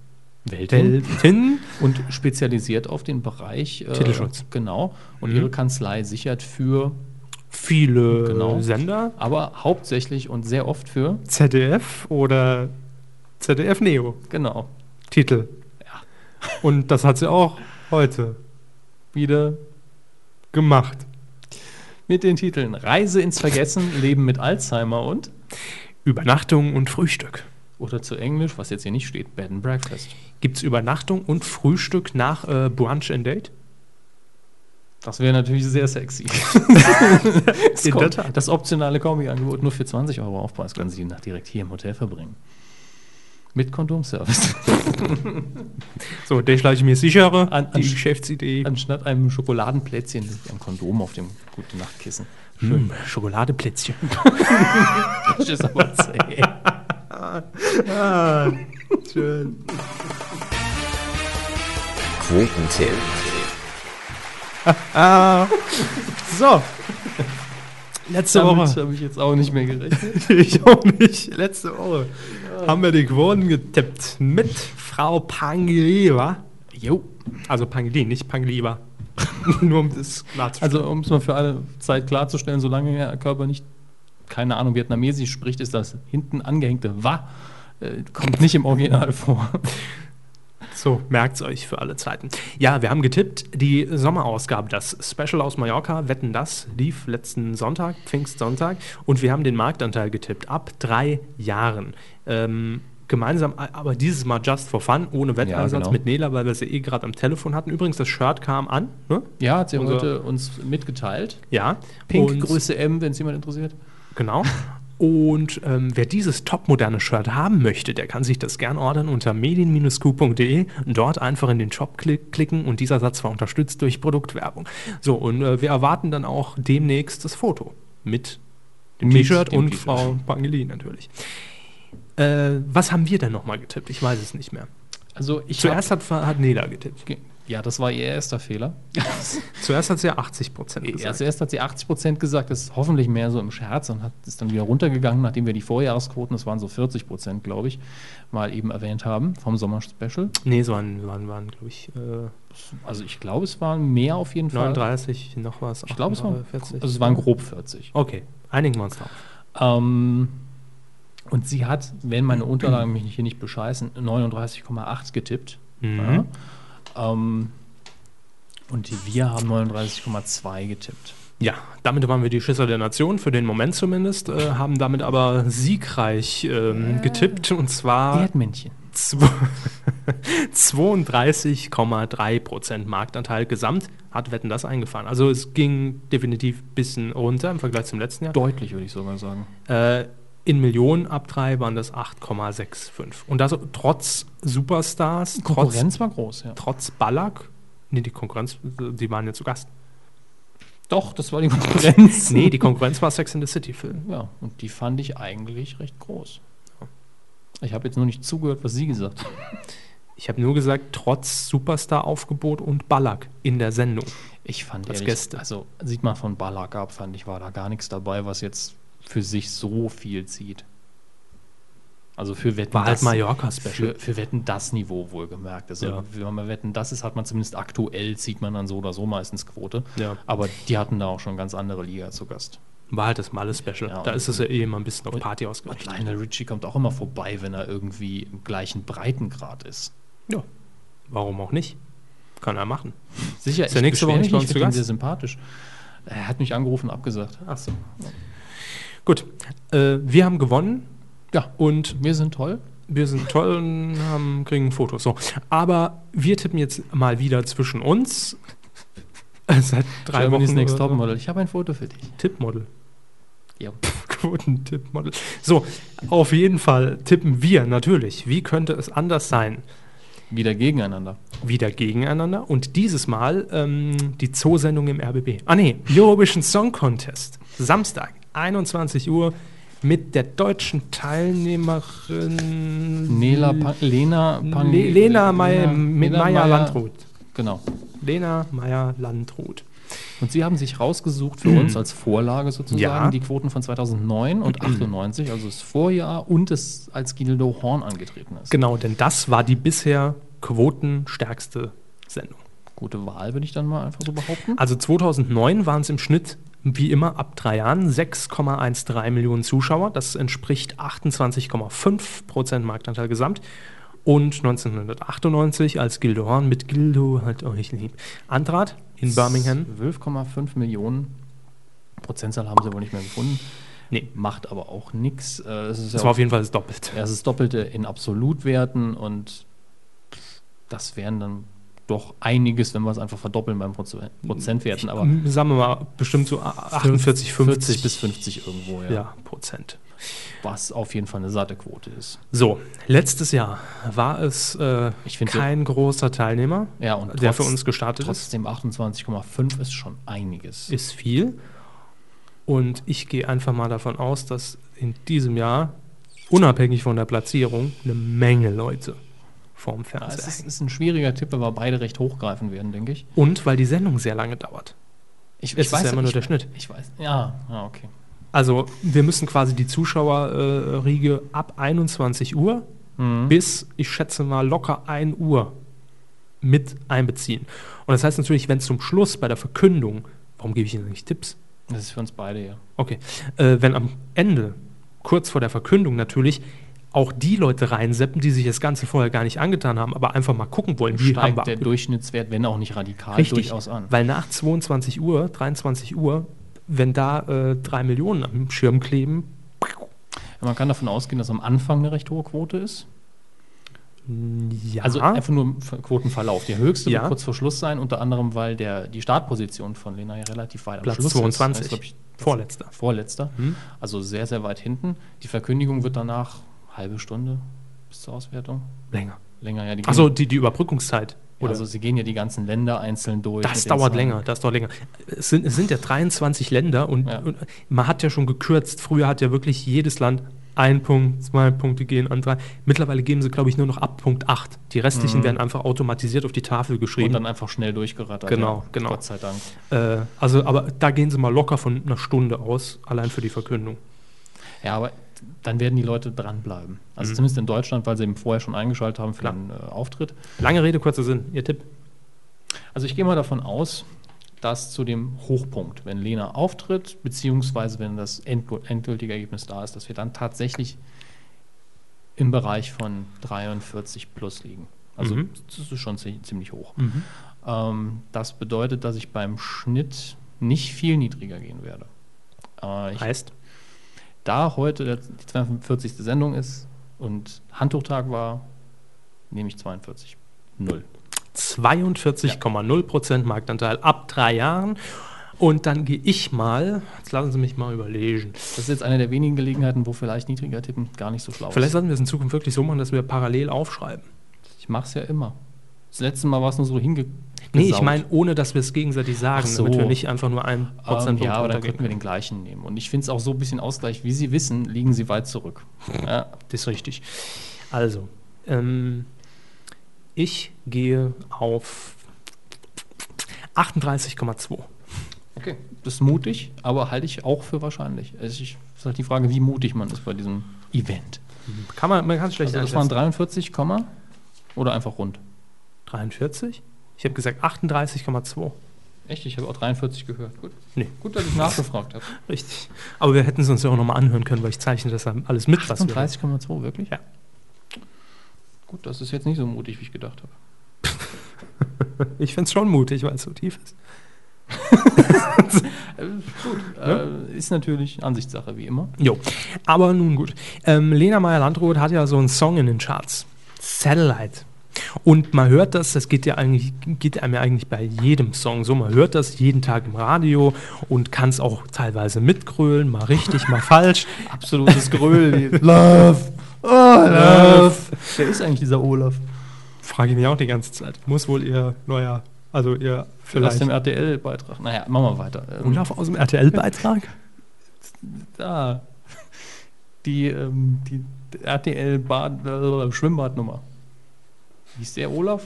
S2: Weltwelt. Und spezialisiert auf den Bereich äh,
S1: Titelschutz.
S2: Genau. Und
S1: Mhm.
S2: ihre Kanzlei sichert für,
S1: Viele
S2: Genau.
S1: Sender,
S2: aber hauptsächlich und sehr oft für,
S1: ZDF oder ZDF Neo
S2: genau,
S1: Titel. Und das hat sie auch heute
S2: wieder
S1: gemacht.
S2: mit den Titeln Reise ins Vergessen, Leben mit Alzheimer und,
S1: Übernachtung und Frühstück.
S2: oder zu Englisch, was jetzt hier nicht steht, Bed and Breakfast.
S1: Gibt es Übernachtung und Frühstück nach äh, Brunch and Date?
S2: Das wäre natürlich sehr sexy. das,
S1: In der
S2: kommt,
S1: Tat.
S2: das optionale Kombi-Angebot nur für 20 Euro Aufpreis können Sie die Nacht direkt hier im Hotel verbringen. Mit Kondomservice. (laughs)
S1: So, der schleiche mir sicherer.
S2: An-
S1: die
S2: an-
S1: Geschäftsidee.
S2: Anstatt einem Schokoladenplätzchen liegt ein Kondom auf dem Gute-Nacht-Kissen.
S1: Hm, Schokoladeplätzchen.
S2: Das ist aber zäh.
S7: Quotentipp.
S1: So. Letzte
S2: (laughs) Damit
S1: Woche.
S2: habe ich jetzt auch nicht mehr
S1: (laughs)
S2: gerechnet.
S1: Ich auch nicht. Letzte Woche haben wir die Quoten getippt mit Frau Pangiliva.
S2: Jo.
S1: Also Pangili, nicht Pangiliva. (laughs) Nur um das klarzustellen.
S2: Also, um es mal für alle Zeit klarzustellen, solange der Körper nicht, keine Ahnung, vietnamesisch spricht, ist das hinten angehängte Wa, äh, kommt nicht im Original vor. (laughs)
S1: So, merkt's euch für alle Zeiten. Ja, wir haben getippt, die Sommerausgabe, das Special aus Mallorca, Wetten das, lief letzten Sonntag, Pfingstsonntag, und wir haben den Marktanteil getippt, ab drei Jahren. Ähm, gemeinsam, a- aber dieses Mal just for fun, ohne Wetteinsatz
S2: genau.
S1: mit Nela, weil wir sie eh gerade am Telefon hatten. Übrigens, das Shirt kam an, ne?
S2: Ja, hat sie
S1: Unser-
S2: heute uns mitgeteilt.
S1: Ja.
S2: Pink,
S1: und,
S2: Größe M, wenn es jemand interessiert.
S1: Genau. Und ähm, wer dieses topmoderne Shirt haben möchte, der kann sich das gern ordern unter medien-q.de. Dort einfach in den Shop klick, klicken und dieser Satz war unterstützt durch Produktwerbung. So, und äh, wir erwarten dann auch demnächst das Foto mit dem
S2: Mit
S1: T-Shirt
S2: dem
S1: und
S2: T-Shirt.
S1: Frau Pangeli natürlich. Äh, was haben wir denn nochmal getippt? Ich weiß es nicht mehr.
S2: Also, ich hab-
S1: Zuerst hat, hat Nela getippt.
S2: Ge- Ja, das war ihr erster Fehler.
S1: Zuerst hat sie ja 80 Prozent
S2: Als
S1: gesagt.
S2: erst hat sie 80 Prozent gesagt, das ist hoffentlich mehr so im Scherz und hat, ist dann wieder runtergegangen, nachdem wir die Vorjahresquoten, das waren so 40 Prozent, glaube ich, mal eben erwähnt haben vom Sommerspecial.
S1: Nee, es waren, waren, waren glaube ich, äh,
S2: Also ich glaube, es waren mehr auf jeden Fall.
S1: 39, noch was.
S2: Ich glaube, es waren,
S1: 48.
S2: also es waren grob 40.
S1: Okay, einigen wir uns drauf.
S2: Ähm, und sie hat, wenn meine Unterlagen mich hier nicht bescheißen, 39,8 getippt.
S1: Mhm.
S2: Ja. Ähm, und wir haben 39,2 getippt.
S1: Ja, damit waren wir die Schisser der Nation, für den Moment zumindest, äh, haben damit aber siegreich ähm, getippt und
S2: Ah.
S1: zwar
S2: Erdmännchen.
S1: zw- (laughs) 32,3 Prozent Marktanteil gesamt hat Wetten das eingefahren. Also es ging definitiv ein bisschen runter im Vergleich zum letzten Jahr.
S2: Deutlich, würde ich sogar sagen.
S1: Äh, in Millionen ab drei waren das 8,65. Und das trotz Superstars, trotz,
S2: Konkurrenz war groß, ja.
S1: trotz Ballack. Nee, die Konkurrenz, die waren ja zu Gast.
S2: Doch, das (laughs) war die Konkurrenz.
S1: Nee, die Konkurrenz war Sex in the City Film.
S2: ja, und die fand ich eigentlich recht groß. Ich habe jetzt nur nicht zugehört, was sie gesagt hat.
S1: Ich habe nur gesagt, trotz Superstar-Aufgebot und Ballack in der Sendung.
S2: Ich fand
S1: Als
S2: ehrlich,
S1: Gäste.
S2: also sieht man von Ballack ab, fand ich, war da gar nichts dabei, was jetzt für sich so viel zieht. Also für Wetten
S1: War halt
S2: das-
S1: Mallorca-Special.
S2: für, für Wetten das Niveau wohlgemerkt. Also
S1: Ja.
S2: wenn man Wetten das ist, hat man zumindest aktuell, zieht man dann so oder so meistens Quote.
S1: Ja.
S2: Aber die hatten da auch schon ganz andere Liga zu Gast.
S1: War halt das Malle-Special.
S2: Ja,
S1: da
S2: und-
S1: ist es ja eh immer ein bisschen auf
S2: und-
S1: Party
S2: Und
S1: ausgerichtet.
S2: Lionel Richie kommt auch immer vorbei, wenn er irgendwie im gleichen Breitengrad ist.
S1: Ja. Warum auch nicht? Kann er machen.
S2: Sicher,
S1: Ist der nächste Woche nicht bei uns zu
S2: finde ihn
S1: Gast?
S2: sehr sympathisch. Er hat mich angerufen, abgesagt. Ach so.
S1: Gut. Äh, wir haben gewonnen
S2: Ja,
S1: und
S2: wir sind toll.
S1: wir sind toll und haben, kriegen Fotos. So. Aber wir tippen jetzt mal wieder zwischen uns.
S2: (laughs)
S1: Seit drei
S2: Germany's
S1: Wochen.
S2: Next
S1: oder so.
S2: Topmodel. Ich habe ein Foto für dich.
S1: Tippmodel. (laughs)
S2: Ja.
S1: Quotentippmodel. So, auf jeden Fall tippen wir natürlich. Wie könnte es anders sein?
S2: Wieder gegeneinander.
S1: Wieder gegeneinander und dieses Mal ähm, die Zoosendung im RBB. Ah nee, Eurovision Song Contest. Samstag, 21 Uhr mit der deutschen Teilnehmerin
S2: Nela, Pan Lena, Pan
S1: Le Lena May- mit
S2: Lena
S1: Meier Landrut.
S2: Genau.
S1: Lena Meyer Landrut.
S2: Und Sie haben sich rausgesucht für uns als Vorlage sozusagen
S1: Mhm. Ja. Mhm.
S2: die Quoten von 2009 und 98, also das Vorjahr und das, als Guido Horn angetreten ist.
S1: Genau, denn das war die bisher quotenstärkste Sendung.
S2: Gute Wahl, würde ich dann mal einfach so behaupten.
S1: Also 2009 waren es im Schnitt, wie immer, ab drei Jahren 6,13 Millionen Zuschauer. Das entspricht 28,5 Prozent Marktanteil gesamt. Und 1998, als Gildo Horn mit Gildo halt euch lieb antrat in Birmingham.
S2: 12,5 Millionen Prozentzahl haben sie wohl nicht mehr gefunden.
S1: Nee,
S2: Macht aber auch nichts. Es ist ja
S1: das war
S2: auch
S1: auf jeden Fall das Doppelte.
S2: Ja, es ist Doppelte in Absolutwerten und das wären dann doch einiges, wenn wir es einfach verdoppeln beim Proze- Prozentwerten, aber
S1: M- Sagen wir mal, bestimmt so 48, 50
S2: bis 50 irgendwo, ja.
S1: ja, Prozent.
S2: Was auf jeden Fall eine satte Quote ist.
S1: So, letztes Jahr war es äh,
S2: Ich finde-
S1: kein großer Teilnehmer,
S2: Ja, und
S1: der
S2: trotz-
S1: für uns gestartet ist.
S2: Trotzdem 28,5 ist schon einiges.
S1: Ist viel. Und ich gehe einfach mal davon aus, dass in diesem Jahr, unabhängig von der Platzierung, eine Menge Leute vorm
S2: Ja,
S1: Fernseher
S2: Ah, es ist,
S1: hängen.
S2: ist ein schwieriger Tipp, weil wir beide recht hochgreifen werden, denke ich.
S1: Und weil die Sendung sehr lange dauert.
S2: Ich,
S1: Es ist ja immer
S2: ich,
S1: nur der Schnitt.
S2: Ich weiß. Ja, ja okay.
S1: Also wir müssen quasi die Zuschauerriege ab 21 Uhr
S2: Mhm.
S1: bis, ich schätze mal, locker 1 Uhr mit einbeziehen. Und das heißt natürlich, wenn zum Schluss bei der Verkündung, warum gebe ich Ihnen nicht Tipps?
S2: Das ist für uns beide, ja.
S1: Okay, äh, wenn am Ende, kurz vor der Verkündung natürlich, auch die Leute reinseppen, die sich das Ganze vorher gar nicht angetan haben, aber einfach mal gucken wollen, wie haben wir
S2: Steigt der
S1: abge-
S2: Durchschnittswert, wenn auch nicht radikal, durchaus an.
S1: Weil nach 22 Uhr, 23 Uhr, wenn da äh, drei Millionen am Schirm kleben,
S2: Man kann davon ausgehen, dass am Anfang eine recht hohe Quote ist.
S1: ja.
S2: Also einfach nur im Ver- Quotenverlauf. Der höchste
S1: Ja.
S2: wird kurz vor Schluss sein, unter anderem, weil der, die Startposition von Lena ja relativ weit am
S1: Platz Hm.
S2: Schluss
S1: 22.
S2: ist. Er Ist, glaub ich,
S1: Vorletzter.
S2: Vorletzter. Also sehr, sehr weit hinten. Die Verkündigung wird danach halbe Stunde bis zur Auswertung.
S1: länger.
S2: Länger ja die
S1: Achso, die, die Überbrückungszeit. Oder?
S2: also sie gehen ja die ganzen Länder einzeln durch.
S1: das
S2: mit den
S1: dauert
S2: Zahlen.
S1: länger, das dauert länger. Es sind, es sind ja 23 Länder und,
S2: Ja.
S1: und man hat ja schon gekürzt. Früher hat ja wirklich jedes Land ein Punkt, zwei Punkte gehen an drei. Mittlerweile geben sie, glaube ich, nur noch ab Punkt 8. Die restlichen werden einfach automatisiert auf die Tafel
S2: Mhm. Und
S1: geschrieben.
S2: dann einfach schnell durchgerattert.
S1: Genau,
S2: ja.
S1: genau.
S2: Gott sei Dank.
S1: äh, also, aber da gehen sie mal locker von einer Stunde aus, allein für die Verkündung.
S2: Ja, aber dann werden die Leute dranbleiben. Also zumindest in Deutschland, weil sie eben vorher schon eingeschaltet haben
S1: Mhm.
S2: für
S1: Klar.
S2: den äh, Auftritt.
S1: Lange Rede, kurzer Sinn. Ihr Tipp?
S2: Also ich gehe mal davon aus, dass zu dem Hochpunkt, wenn Lena auftritt, beziehungsweise wenn das endgü- endgültige Ergebnis da ist, dass wir dann tatsächlich im Bereich von 43 plus liegen. Also
S1: Mhm.
S2: das ist schon zie- ziemlich hoch. Ähm, das bedeutet, dass ich beim Schnitt nicht viel niedriger gehen werde. Äh, ich,
S1: Heißt?
S2: da heute der- die 42. Sendung ist und Handtuchtag war, nehme ich 42. Null.
S1: 42,0 Prozent Marktanteil ab drei Jahren. Und dann gehe ich mal, jetzt lassen Sie mich mal überlegen.
S2: Das ist jetzt eine der wenigen Gelegenheiten, wo vielleicht niedriger tippen gar nicht so schlau
S1: Vielleicht
S2: ist.
S1: sollten wir es in Zukunft wirklich so machen, dass wir parallel aufschreiben.
S2: Ich mache es ja immer. Das letzte Mal war es nur so hinge.
S1: Nee, ich
S2: gesaut.
S1: meine, ohne dass wir es gegenseitig sagen,
S2: Ach so.
S1: damit wir nicht einfach nur einen
S2: Ähm,
S1: Prozentpunkt
S2: ja, aber dann
S1: runtergehen.
S2: könnten wir den gleichen nehmen. Und ich finde es auch so ein bisschen Ausgleich. Wie Sie wissen, liegen Sie weit (laughs) zurück. Ja,
S1: Das ist richtig. Also, ähm, ich gehe auf 38,2.
S2: okay. Das ist mutig, aber halte ich auch für wahrscheinlich. Es ist ist halt die Frage, wie mutig man ist bei diesem Event.
S1: Kann man, man kann es schlecht
S2: Also das waren
S1: einschätzen.
S2: 43, Komma oder einfach rund.
S1: 43? Ich habe gesagt 38,2.
S2: Echt? Ich habe auch 43 gehört. Gut.
S1: Nee.
S2: Gut, dass ich nachgefragt habe.
S1: Richtig. Aber wir hätten es uns ja auch nochmal anhören können, weil ich zeichne das dann alles mit, was wir-
S2: 38,2, wirklich?
S1: Ja.
S2: Gut, das ist jetzt nicht so mutig, wie ich gedacht habe.
S1: Ich finde es schon mutig, weil es so tief ist.
S2: Äh, ist natürlich Ansichtssache, wie immer.
S1: Jo. Aber nun gut. Ähm, Lena Meyer-Landrut hat ja so einen Song in den Charts. Satellite. Und man hört das, das geht ja eigentlich, geht einem ja eigentlich bei jedem Song so. Man hört das jeden Tag im Radio und kann es auch teilweise mitgrölen, mal richtig, (laughs) mal falsch.
S2: Absolutes Gröhl. (laughs)
S1: Äh.
S2: Love! Oh, Olaf! Wer ist eigentlich dieser Olaf?
S1: Frage ich mich auch die ganze Zeit. Muss wohl ihr neuer, also ihr
S2: Aus
S1: vielleicht.
S2: dem RTL-Beitrag. Naja, machen wir weiter. Ähm,
S1: Olaf aus dem RTL-Beitrag?
S2: Da. Die, ähm, die RTL-Schwimmbadnummer. äh, Hieß der Olaf?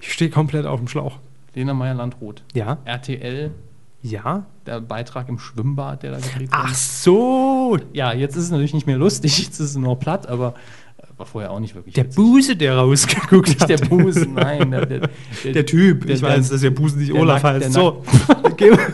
S1: Ich stehe komplett auf dem Schlauch.
S2: Lena Meyer-Landrut.
S1: Ja,
S2: RTL,
S1: ja.
S2: der Beitrag im Schwimmbad, der da gedreht wurde.
S1: Ach so,
S2: Ja, jetzt ist es natürlich nicht mehr lustig, jetzt ist es nur platt, aber äh, war vorher auch nicht wirklich.
S1: der
S2: witzig.
S1: Buse, der rausgeguckt
S2: Nicht
S1: hat.
S2: (laughs) der Busen, nein. Der, (laughs) der,
S1: Der Typ.
S2: der-
S1: ich weiß, dass der Busen nicht Olaf
S2: Nack- der
S1: heißt. So, gehen, wir-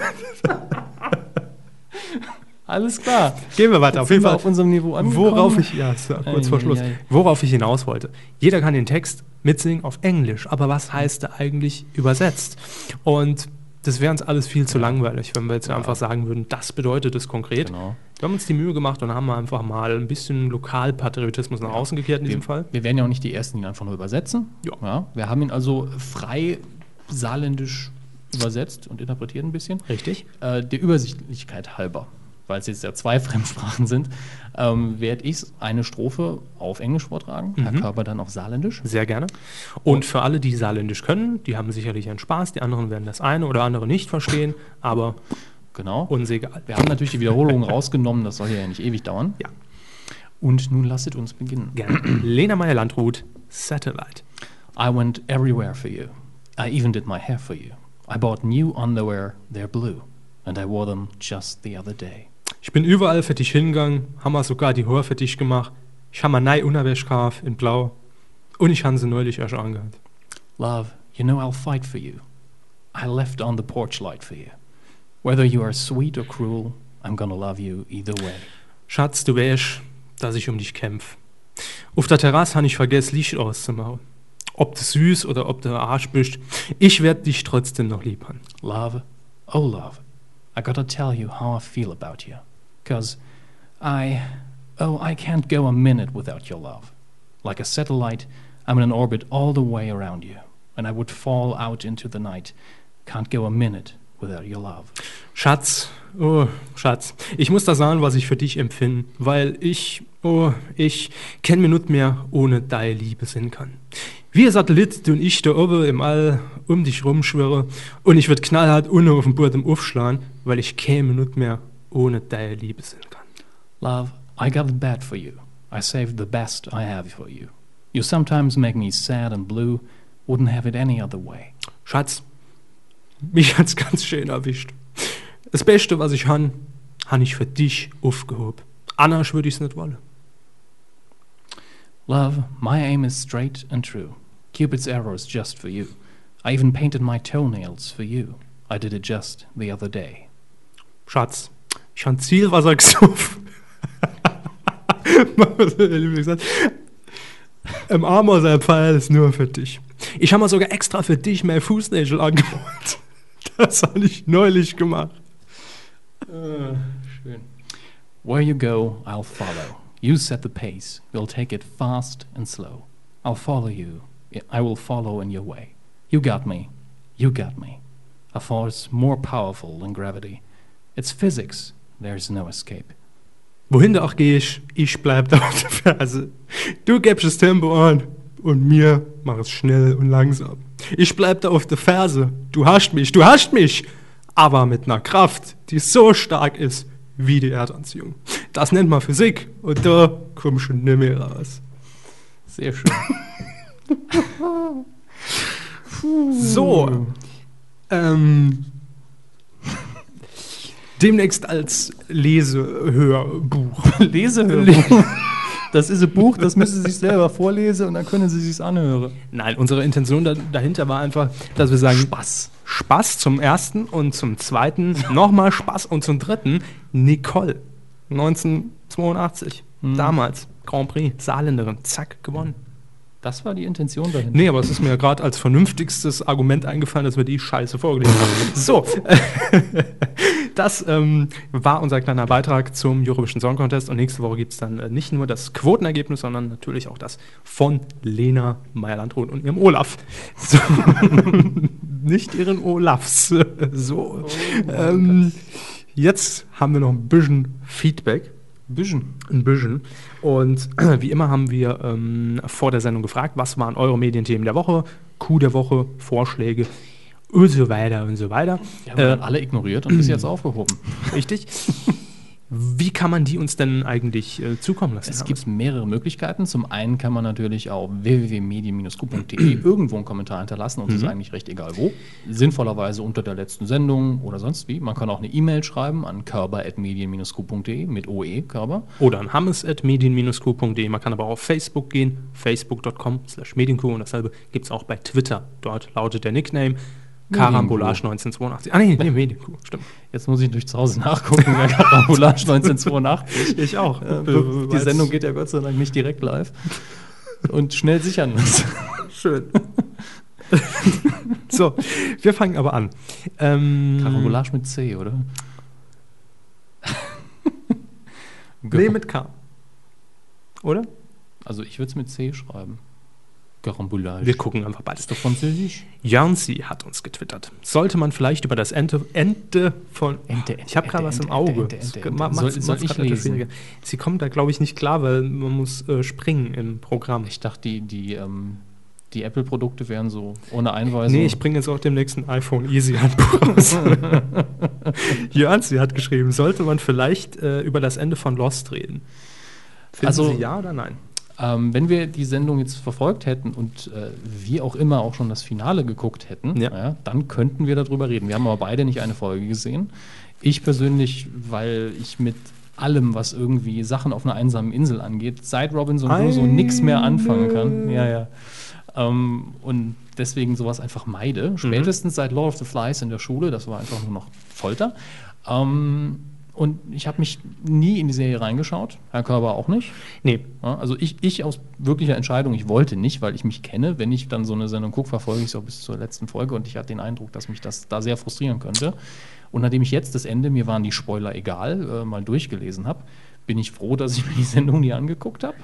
S2: Alles klar.
S1: gehen wir weiter.
S2: Jetzt
S1: Auf jeden
S2: sind wir
S1: Fall.
S2: auf unserem Niveau angekommen.
S1: Worauf ich, ja, ist ja kurz vor
S2: Ei,
S1: Schluss,
S2: ei, ei.
S1: worauf ich hinaus wollte. Jeder kann den Text mitsingen auf Englisch, aber was heißt er eigentlich übersetzt? Und das wäre uns alles viel zu langweilig, wenn wir jetzt einfach sagen würden, das bedeutet es konkret.
S2: Genau.
S1: Wir haben uns die Mühe gemacht und haben einfach mal ein bisschen Lokalpatriotismus nach außen gekehrt in diesem Fall.
S2: Wir werden ja auch nicht die Ersten, die ihn einfach nur übersetzen.
S1: Ja.
S2: Wir haben ihn also frei saarländisch übersetzt und interpretiert ein bisschen.
S1: Richtig.
S2: Äh, der Übersichtlichkeit halber, weil es jetzt ja zwei (laughs) Fremdsprachen sind, ähm, werde ich eine Strophe auf Englisch vortragen, Herr Körper dann auf saarländisch.
S1: Sehr gerne. Und für alle, die Saarländisch können, die haben sicherlich einen Spaß. Die anderen werden das eine oder andere nicht verstehen, aber
S2: Genau.
S1: uns egal.
S2: wir haben natürlich die Wiederholungen rausgenommen, das soll ja nicht ewig dauern.
S1: Ja.
S2: Und nun lasset uns beginnen.
S1: Gerne. Lena Meyer-Landrut, Satellite.
S2: I went everywhere for you. I even did my hair for you. I bought new underwear, they're blue, and I wore them just the other day.
S1: Ich bin überall für dich hingegangen, haben wir sogar die Haare für dich gemacht. Ich habe mir neue Unterwäsche gekauft, in blau. Und ich habe sie neulich erst angehört.
S2: Love, you know I'll fight for you. I left on the porch light for you. Whether you are sweet or cruel, I'm gonna love you either way.
S1: Schatz, du weißt, dass ich um dich kämpf. Auf der Terrasse habe ich vergessen, Licht auszumachen. Ob du süß oder ob du ein Arsch bist, ich werde dich trotzdem noch lieb haben.
S2: Love, oh love, I gotta tell you how I feel about you. Cause I, oh, I can't go a minute without your love. Like a satellite, I'm in an orbit all the way around you, and I would fall out into the night. Can't go a minute without your love.
S1: Schatz, oh, Schatz, ich muss da sagen, was ich für dich empfinde, weil ich, oh, ich kenn mir nicht mehr ohne deine Liebe sein kann. Wie ein Satellit tun ich da oben im All um dich rumschwirre und ich wird knallhart ohne auf dem Boden aufschlagen, weil ich käme nicht mehr ohne deine Liebe sein kann.
S2: Love, I got the bad for you. I saved the best I have for you. You sometimes make me sad and blue, wouldn't have it any other way.
S1: Schatz, mich (laughs) hat's ganz schön erwischt. Das Beste, was ich han, han ich für dich aufgehoben. Anders würde ich's nicht wollen.
S2: Love, my aim is straight and true. Cupid's arrow is just for you. I even painted my toenails for you. I did it just the other day.
S1: Schatz, ich habe Zielwasser (laughs) gesoffen. Im Armer sein Pfeil ist nur für dich. Ich habe mir sogar extra für dich mein Fußnägel angemalt. (laughs) Das habe ich neulich gemacht.
S2: Where you go, I'll follow. You set the pace. We'll take it fast and slow. I'll follow you. I will follow in your way. You got me. You got me. A force more powerful than gravity. It's physics. There's no escape.
S1: Wohin du auch gehst, ich bleib da (laughs) auf der Ferse. Du gibst das Tempo an und mir mach es schnell und langsam. Ich bleib da auf der Ferse. Du hast mich, du hast mich. Aber mit einer Kraft, die so stark ist wie die Erdanziehung. Das nennt man Physik und da kommst du nicht mehr raus.
S2: Sehr schön.
S1: So. Ähm, demnächst als Lesehörbuch.
S2: (laughs) Lesehörbuch. Das ist ein Buch, das müssen Sie sich selber vorlesen und dann können Sie sich anhören.
S1: Nein, unsere Intention da, dahinter war einfach, dass wir sagen, Spaß. Spaß zum ersten und zum zweiten, nochmal Spaß und zum dritten, Nicole, 1982,
S2: Mhm.
S1: damals, Grand Prix, Saarländerin, zack, gewonnen.
S2: Das war die Intention dahinter.
S1: Nee, aber es ist mir gerade als vernünftigstes Argument eingefallen, dass wir die Scheiße vorgelegt haben. So, (laughs) das ähm, war unser kleiner Beitrag zum Eurovision Song Contest und nächste Woche gibt es dann äh, nicht nur das Quotenergebnis, sondern natürlich auch das von Lena Meyer-Landrut und ihrem Olaf. (laughs) So. nicht ihren Olafs. (laughs) So, ähm, jetzt haben wir noch ein bisschen Feedback.
S2: Vision.
S1: Ein bisschen. Und (clears throat) wie immer haben wir ähm, vor der Sendung gefragt, was waren eure Medienthemen der Woche, Coup der Woche, Vorschläge und so weiter und so weiter.
S2: Die haben wir dann alle ignoriert und bis jetzt aufgehoben.
S1: Richtig. Wie kann man die uns denn eigentlich äh, zukommen lassen?
S2: Es
S1: Hermes?
S2: gibt mehrere Möglichkeiten. Zum einen kann man natürlich auf www.medien-q.de irgendwo einen Kommentar hinterlassen. Uns ist eigentlich recht egal wo. Sinnvollerweise unter der letzten Sendung oder sonst wie. Man kann auch eine E-Mail schreiben an körper.medien-q.de mit E, OE, Körper.
S1: Oder an hammes.medien-q.de. Man kann aber auch auf Facebook gehen, facebook.com slash medienq und dasselbe gibt es auch bei Twitter. Dort lautet der Nickname Karambolage1982. Ah nee, nee medienq, stimmt.
S2: Jetzt muss ich natürlich zu Hause (laughs) nachgucken, wer Karambolage 1982
S1: Ich auch.
S2: Äh, Die Sendung geht ja Gott sei Dank nicht direkt live. Und schnell (laughs) sichern muss.
S1: schön. (laughs) so, wir fangen aber an.
S2: Mhm.
S1: Ähm,
S2: Karambolage mit C, (laughs) oder?
S1: Nee, mit K. Oder?
S2: Also ich würde es mit C schreiben. Karambolage.
S1: Wir gucken einfach beides
S2: Ist doch Französisch.
S1: Jansi hat uns getwittert. Sollte man vielleicht über das Ende, Ende von.
S2: Ente, Ente,
S1: ich habe gerade
S2: Ente,
S1: was im
S2: Ente,
S1: Auge.
S2: Ente, Ente, Ente.
S1: Ma- macht's-
S2: Soll-
S1: macht's
S2: soll
S1: grad
S2: ich
S1: etwas
S2: lesen?
S1: schwieriger. Sie kommen da, glaube ich, nicht klar, weil man muss äh, springen im Programm.
S2: Ich dachte, die, die, ähm, die Apple-Produkte wären so ohne Einweisung.
S1: nee, ich bringe jetzt auch dem nächsten iPhone Easy Handbuch (laughs) raus. Jansi hat geschrieben, sollte man vielleicht äh, über das Ende von Lost reden? Finden
S2: Also-
S1: Sie ja oder nein?
S2: ähm, wenn wir die Sendung jetzt verfolgt hätten und äh, wie auch immer auch schon das Finale geguckt hätten,
S1: Ja.
S2: dann könnten wir darüber reden. Wir haben aber beide nicht eine Folge gesehen. Ich persönlich, weil ich mit allem, was irgendwie Sachen auf einer einsamen Insel angeht, seit Robinson Crusoe nichts mehr anfangen kann. Ja, ja. Ähm, und deswegen sowas einfach meide. Spätestens seit Lord of the Flies in der Schule, das war einfach nur noch Folter. Ähm, und ich habe mich nie in die Serie reingeschaut, Herr Körber auch nicht.
S1: Nee.
S2: Ja, also ich, ich aus wirklicher Entscheidung, ich wollte nicht, weil ich mich kenne. Wenn ich dann so eine Sendung gucke, verfolge ich es auch bis zur letzten Folge und ich hatte den Eindruck, dass mich das da sehr frustrieren könnte. Und nachdem ich jetzt das Ende, mir waren die Spoiler egal, äh, mal durchgelesen habe, bin ich froh, dass ich mir die Sendung nie angeguckt habe.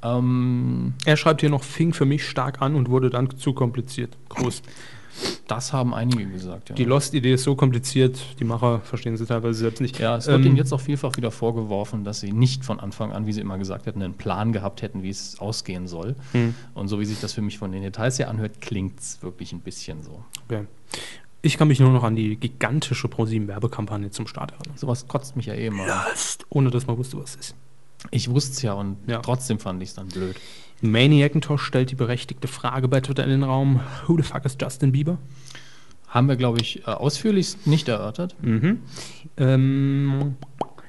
S2: Ähm,
S1: Er schreibt hier noch, fing für mich stark an und wurde dann zu kompliziert. Groß.
S2: das haben einige gesagt. Ja,
S1: Die Lost-Idee ist so kompliziert, die Macher verstehen sie teilweise selbst nicht. Ähm,
S2: ja es wird ihnen jetzt auch vielfach wieder vorgeworfen, dass sie nicht von Anfang an, wie sie immer gesagt hätten, einen Plan gehabt hätten, wie es ausgehen soll. Und so wie sich das für mich von den Details her anhört, klingt es wirklich ein bisschen so.
S1: Okay. Ich kann mich nur noch an die gigantische ProSieben-Werbekampagne zum Start erinnern.
S2: Sowas kotzt mich ja eh immer. an.
S1: Ohne dass man wusste, was es ist.
S2: Ich wusste es ja und
S1: Ja.
S2: trotzdem fand ich es dann blöd.
S1: Maniacintosh stellt die berechtigte Frage bei Twitter in den Raum: Who the fuck is Justin Bieber?
S2: Haben wir, glaube ich, äh, ausführlichst nicht erörtert.
S1: Hm. Ähm,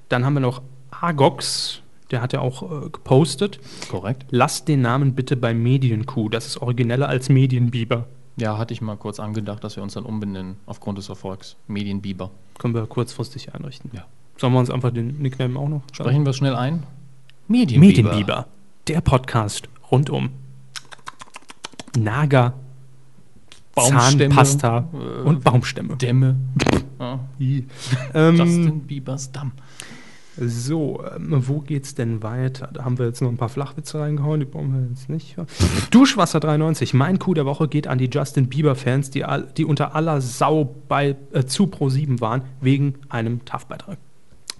S1: dann haben wir noch Agox, der hat ja auch äh, gepostet.
S2: Korrekt.
S1: Lasst den Namen bitte bei Medienkuh, das ist origineller als Medienbiber.
S2: Ja, hatte ich mal kurz angedacht, dass wir uns dann umbenennen aufgrund des Erfolgs. Medienbiber.
S1: Können wir kurzfristig einrichten.
S2: Ja.
S1: Sollen wir uns einfach den Nickname auch noch
S2: Brechen wir es schnell ein. Medienbiber.
S1: Medienbiber, der Podcast rund um Nager,
S2: Baumstämme,
S1: Zahnpasta
S2: äh,
S1: und Baumstämme.
S2: Dämme. ja.
S1: Ähm,
S2: Justin Biebers Damm.
S1: so, ähm, wo geht's denn weiter? Da haben wir jetzt noch ein paar Flachwitze reingehauen, die brauchen wir jetzt nicht. Duschwasser 93, mein Coup der Woche geht an die Justin Bieber-Fans, die, all- die unter aller Sau bei, äh, zu Pro7 waren, wegen einem TAF-Beitrag.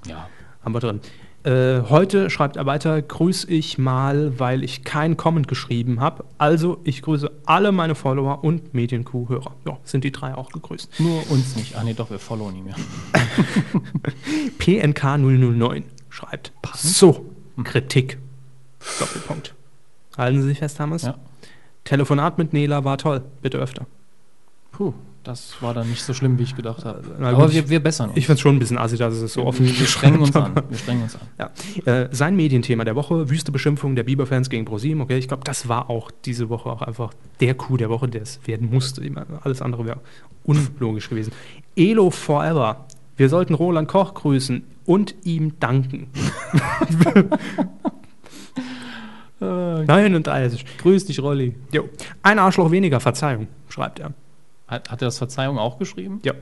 S2: Ja.
S1: Haben wir drin. Äh, heute schreibt er weiter, grüße ich mal, weil ich kein Comment geschrieben habe. Also, ich grüße alle meine Follower und Medienkuh-Hörer. Ja, sind die drei auch gegrüßt.
S2: Nur uns nicht. Ah nee, doch, wir followen ihn ja.
S1: PNK009 schreibt, so, Kritik. Doppelpunkt. Halten Sie sich fest, Hammes?
S2: Ja.
S1: Telefonat mit Nela war toll. Bitte öfter.
S2: Puh, das war dann nicht so schlimm, wie ich gedacht habe.
S1: na gut,
S2: Aber
S1: ich-
S2: wir, wir bessern uns.
S1: Ich find's schon ein bisschen assi, dass es das so offen
S2: wir strengen uns an. Wir strengen uns an.
S1: Ja. Äh, sein Medienthema der Woche, wüste Beschimpfung der Bieber-Fans gegen ProSieben. Okay, ich glaube, das war auch diese Woche auch einfach der Coup der Woche, der es werden musste. Ich meine, alles andere wäre unlogisch gewesen. Elo Forever. Wir sollten Roland Koch grüßen und ihm
S2: (laughs)
S1: danken.
S2: Äh,
S1: 39.
S2: grüß dich, Rolli.
S1: Jo. Ein Arschloch weniger, Verzeihung, schreibt er.
S2: Hat, hat er das Verzeihung auch geschrieben?
S1: Ja.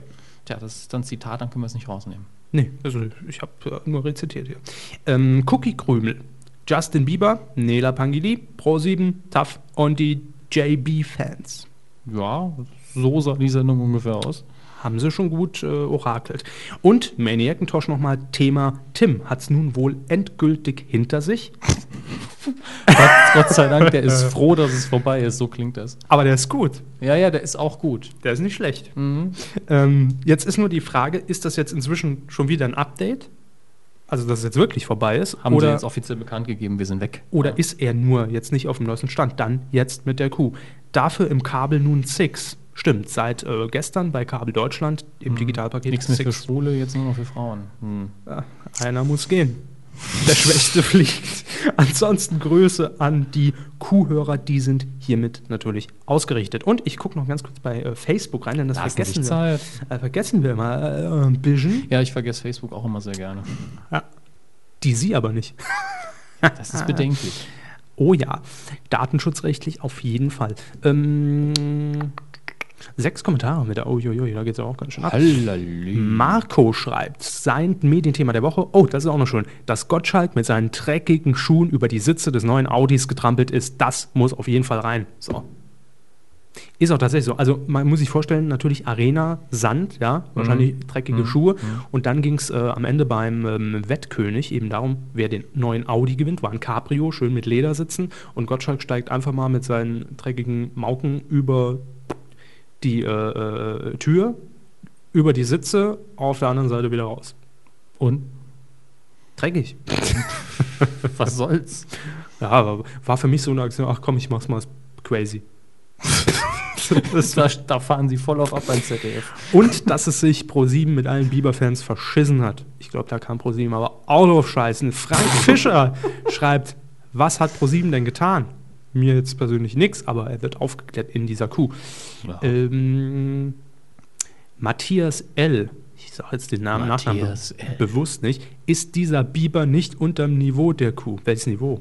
S2: Tja, das ist dann Zitat, dann können wir es nicht rausnehmen.
S1: Nee, also ich habe nur rezitiert hier. Ähm, Cookie Krümel, Justin Bieber, Nela Pangili, Pro7, TAF und die JB-Fans.
S2: Ja, so sah die Sendung ungefähr aus.
S1: Haben sie schon gut äh, orakelt. Und Maniacintosh nochmal Thema Tim hat es nun wohl endgültig hinter sich.
S2: Gott, Gott sei Dank,
S1: (laughs)
S2: der ist froh, dass es vorbei ist, so klingt das.
S1: Aber der ist gut.
S2: Ja, ja, der ist auch gut.
S1: Der ist nicht schlecht.
S2: Mhm.
S1: Ähm, jetzt ist nur die Frage, ist das jetzt inzwischen schon wieder ein Update? also dass es jetzt wirklich vorbei ist,
S2: Haben
S1: oder,
S2: sie jetzt offiziell bekannt gegeben, wir sind weg.
S1: oder
S2: ja.
S1: ist er nur jetzt nicht auf dem neuesten Stand? Dann jetzt mit der Kuh. Dafür im Kabel nun Six. Stimmt, seit äh, gestern bei Kabel Deutschland im Digitalpaket
S2: Mhm. nichts mehr für
S1: Six.
S2: Schwule, jetzt nur noch für Frauen. Hm.
S1: Ja, einer muss gehen. Der Schwächste (laughs) fliegt. Ansonsten Grüße an die Kuhhörer, die sind hiermit natürlich ausgerichtet. Und ich gucke noch ganz kurz bei äh, Facebook rein, denn das
S2: Lassen
S1: vergessen
S2: sich
S1: wir,
S2: Zeit.
S1: äh, vergessen wir immer äh, ein bisschen.
S2: Ja, ich vergesse Facebook auch immer sehr gerne.
S1: Die sie aber nicht.
S2: Das ist bedenklich.
S1: Oh ja, datenschutzrechtlich auf jeden Fall. Ähm, sechs Kommentare mit der. Uiuiui, da geht es auch ganz schön ab.
S2: Halleluja.
S1: Marco schreibt, sein Medienthema der Woche, oh, das ist auch noch schön, dass Gottschalk mit seinen dreckigen Schuhen über die Sitze des neuen Audis getrampelt ist, das muss auf jeden Fall rein. So. Ist auch tatsächlich so. Also man muss sich vorstellen, natürlich Arena, Sand, ja, wahrscheinlich dreckige Schuhe. Und dann ging es äh, am Ende beim ähm, Wettkönig eben darum, wer den neuen Audi gewinnt, war ein Cabrio, schön mit Leder sitzen. Und Gottschalk steigt einfach mal mit seinen dreckigen Mauken über die äh, äh, Tür, über die Sitze, auf der anderen Seite wieder raus.
S2: Und
S1: Dreckig. Hm. (laughs)
S2: was soll's?
S1: Ja, aber war für mich so eine Aktion, ach komm, ich mach's mal crazy.
S2: Das war, da fahren sie voll auf ab beim ZDF.
S1: Und dass es sich Pro7 mit allen Bieber-Fans verschissen hat. Ich glaube, da kann Pro7 aber auch drauf scheißen. Frank Fischer schreibt, was hat Pro7 denn getan? Mir jetzt persönlich nichts, aber er wird aufgeklärt in dieser Kuh.
S2: Ja.
S1: Ähm, Matthias L., ich sage jetzt den Namen Nachnamen be-
S2: Matthias L.
S1: bewusst nicht, ist dieser Biber nicht unterm Niveau der Kuh? Welches Niveau?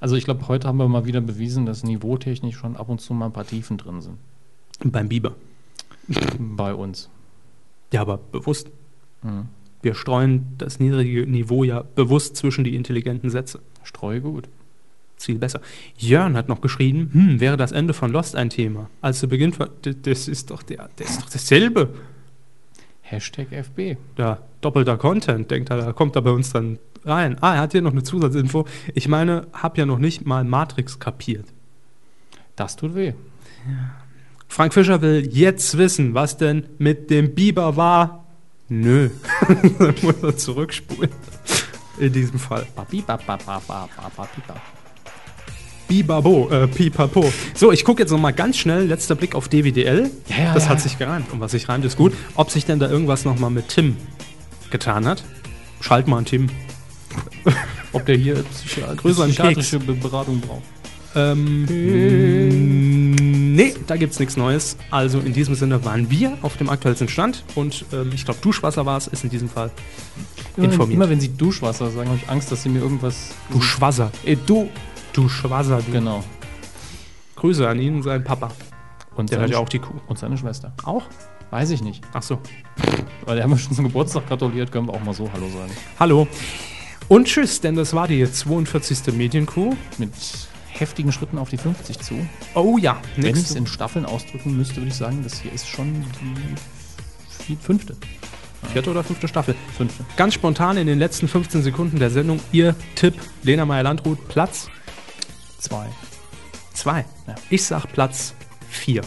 S2: Also ich glaube, heute haben wir mal wieder bewiesen, dass niveautechnisch schon ab und zu mal ein paar Tiefen drin sind.
S1: Beim Biber.
S2: Bei uns.
S1: Ja, aber bewusst. Wir streuen das niedrige Niveau ja bewusst zwischen die intelligenten Sätze.
S2: Streu gut.
S1: Viel besser. Jörn hat noch geschrieben, hm, wäre das Ende von Lost ein Thema. Als zu Beginn war, d- das ist doch der, das ist doch dasselbe.
S2: Hashtag FB.
S1: Ja, doppelter Content, denkt er, da kommt er bei uns dann rein. Ah, er hat hier noch eine Zusatzinfo. Ich meine, hab ja noch nicht mal Matrix kapiert.
S2: Das tut weh.
S1: Frank Fischer will jetzt wissen, was denn mit dem Biber war. Nö. (laughs) Dann muss er zurückspulen. In diesem Fall.
S2: Babi, bab, bab, bab, bab, bab, babi, bab.
S1: Bibabo, äh, Pipapo. So, ich gucke jetzt nochmal ganz schnell, letzter Blick auf DWDL.
S2: Ja, ja,
S1: das
S2: ja,
S1: hat
S2: ja.
S1: sich gereimt. Und was sich reimt, ist gut. Ob sich denn da irgendwas nochmal mit Tim getan hat? Schalt mal an Tim.
S2: Ob der hier Psychiat
S1: Größeren
S2: psychiatrische Beratung braucht.
S1: Ähm, mm, nee, da gibt's nichts Neues. Also in diesem Sinne waren wir auf dem aktuellsten Stand und ähm, ich glaube, Duschwasser war es, ist in diesem Fall
S2: Immer,
S1: informiert.
S2: Immer wenn sie Duschwasser sagen, habe ich Angst, dass sie mir irgendwas.
S1: Duschwasser.
S2: Ey, du!
S1: Duschwasser. Du.
S2: Genau.
S1: Grüße an ihn, sein Papa.
S2: Und
S1: Der hört
S2: seine-
S1: ja auch die Kuh.
S2: Und seine Schwester.
S1: Auch?
S2: Weiß ich nicht.
S1: Ach so.
S2: Weil der haben wir schon zum Geburtstag gratuliert, können wir auch mal so Hallo sagen.
S1: Hallo. Und tschüss, denn das war die 42. Medienkuh.
S2: Mit heftigen Schritten auf die 50 zu.
S1: Oh ja,
S2: Wenn ich es
S1: nächste.
S2: in Staffeln ausdrücken müsste, würde ich sagen, das hier ist schon die vi- fünfte.
S1: vierte oder fünfte Staffel.
S2: Fünfte.
S1: Ganz spontan in den letzten 15 Sekunden der Sendung Ihr Tipp, Lena Meyer-Landrut, Platz
S2: Zwei.
S1: Zwei.
S2: Ja.
S1: Ich sag Platz vier.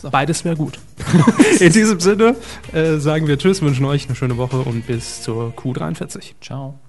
S2: So.
S1: Beides wäre gut. (laughs) In diesem Sinne äh, sagen wir Tschüss, wünschen euch eine schöne Woche und bis zur Q43.
S2: Ciao.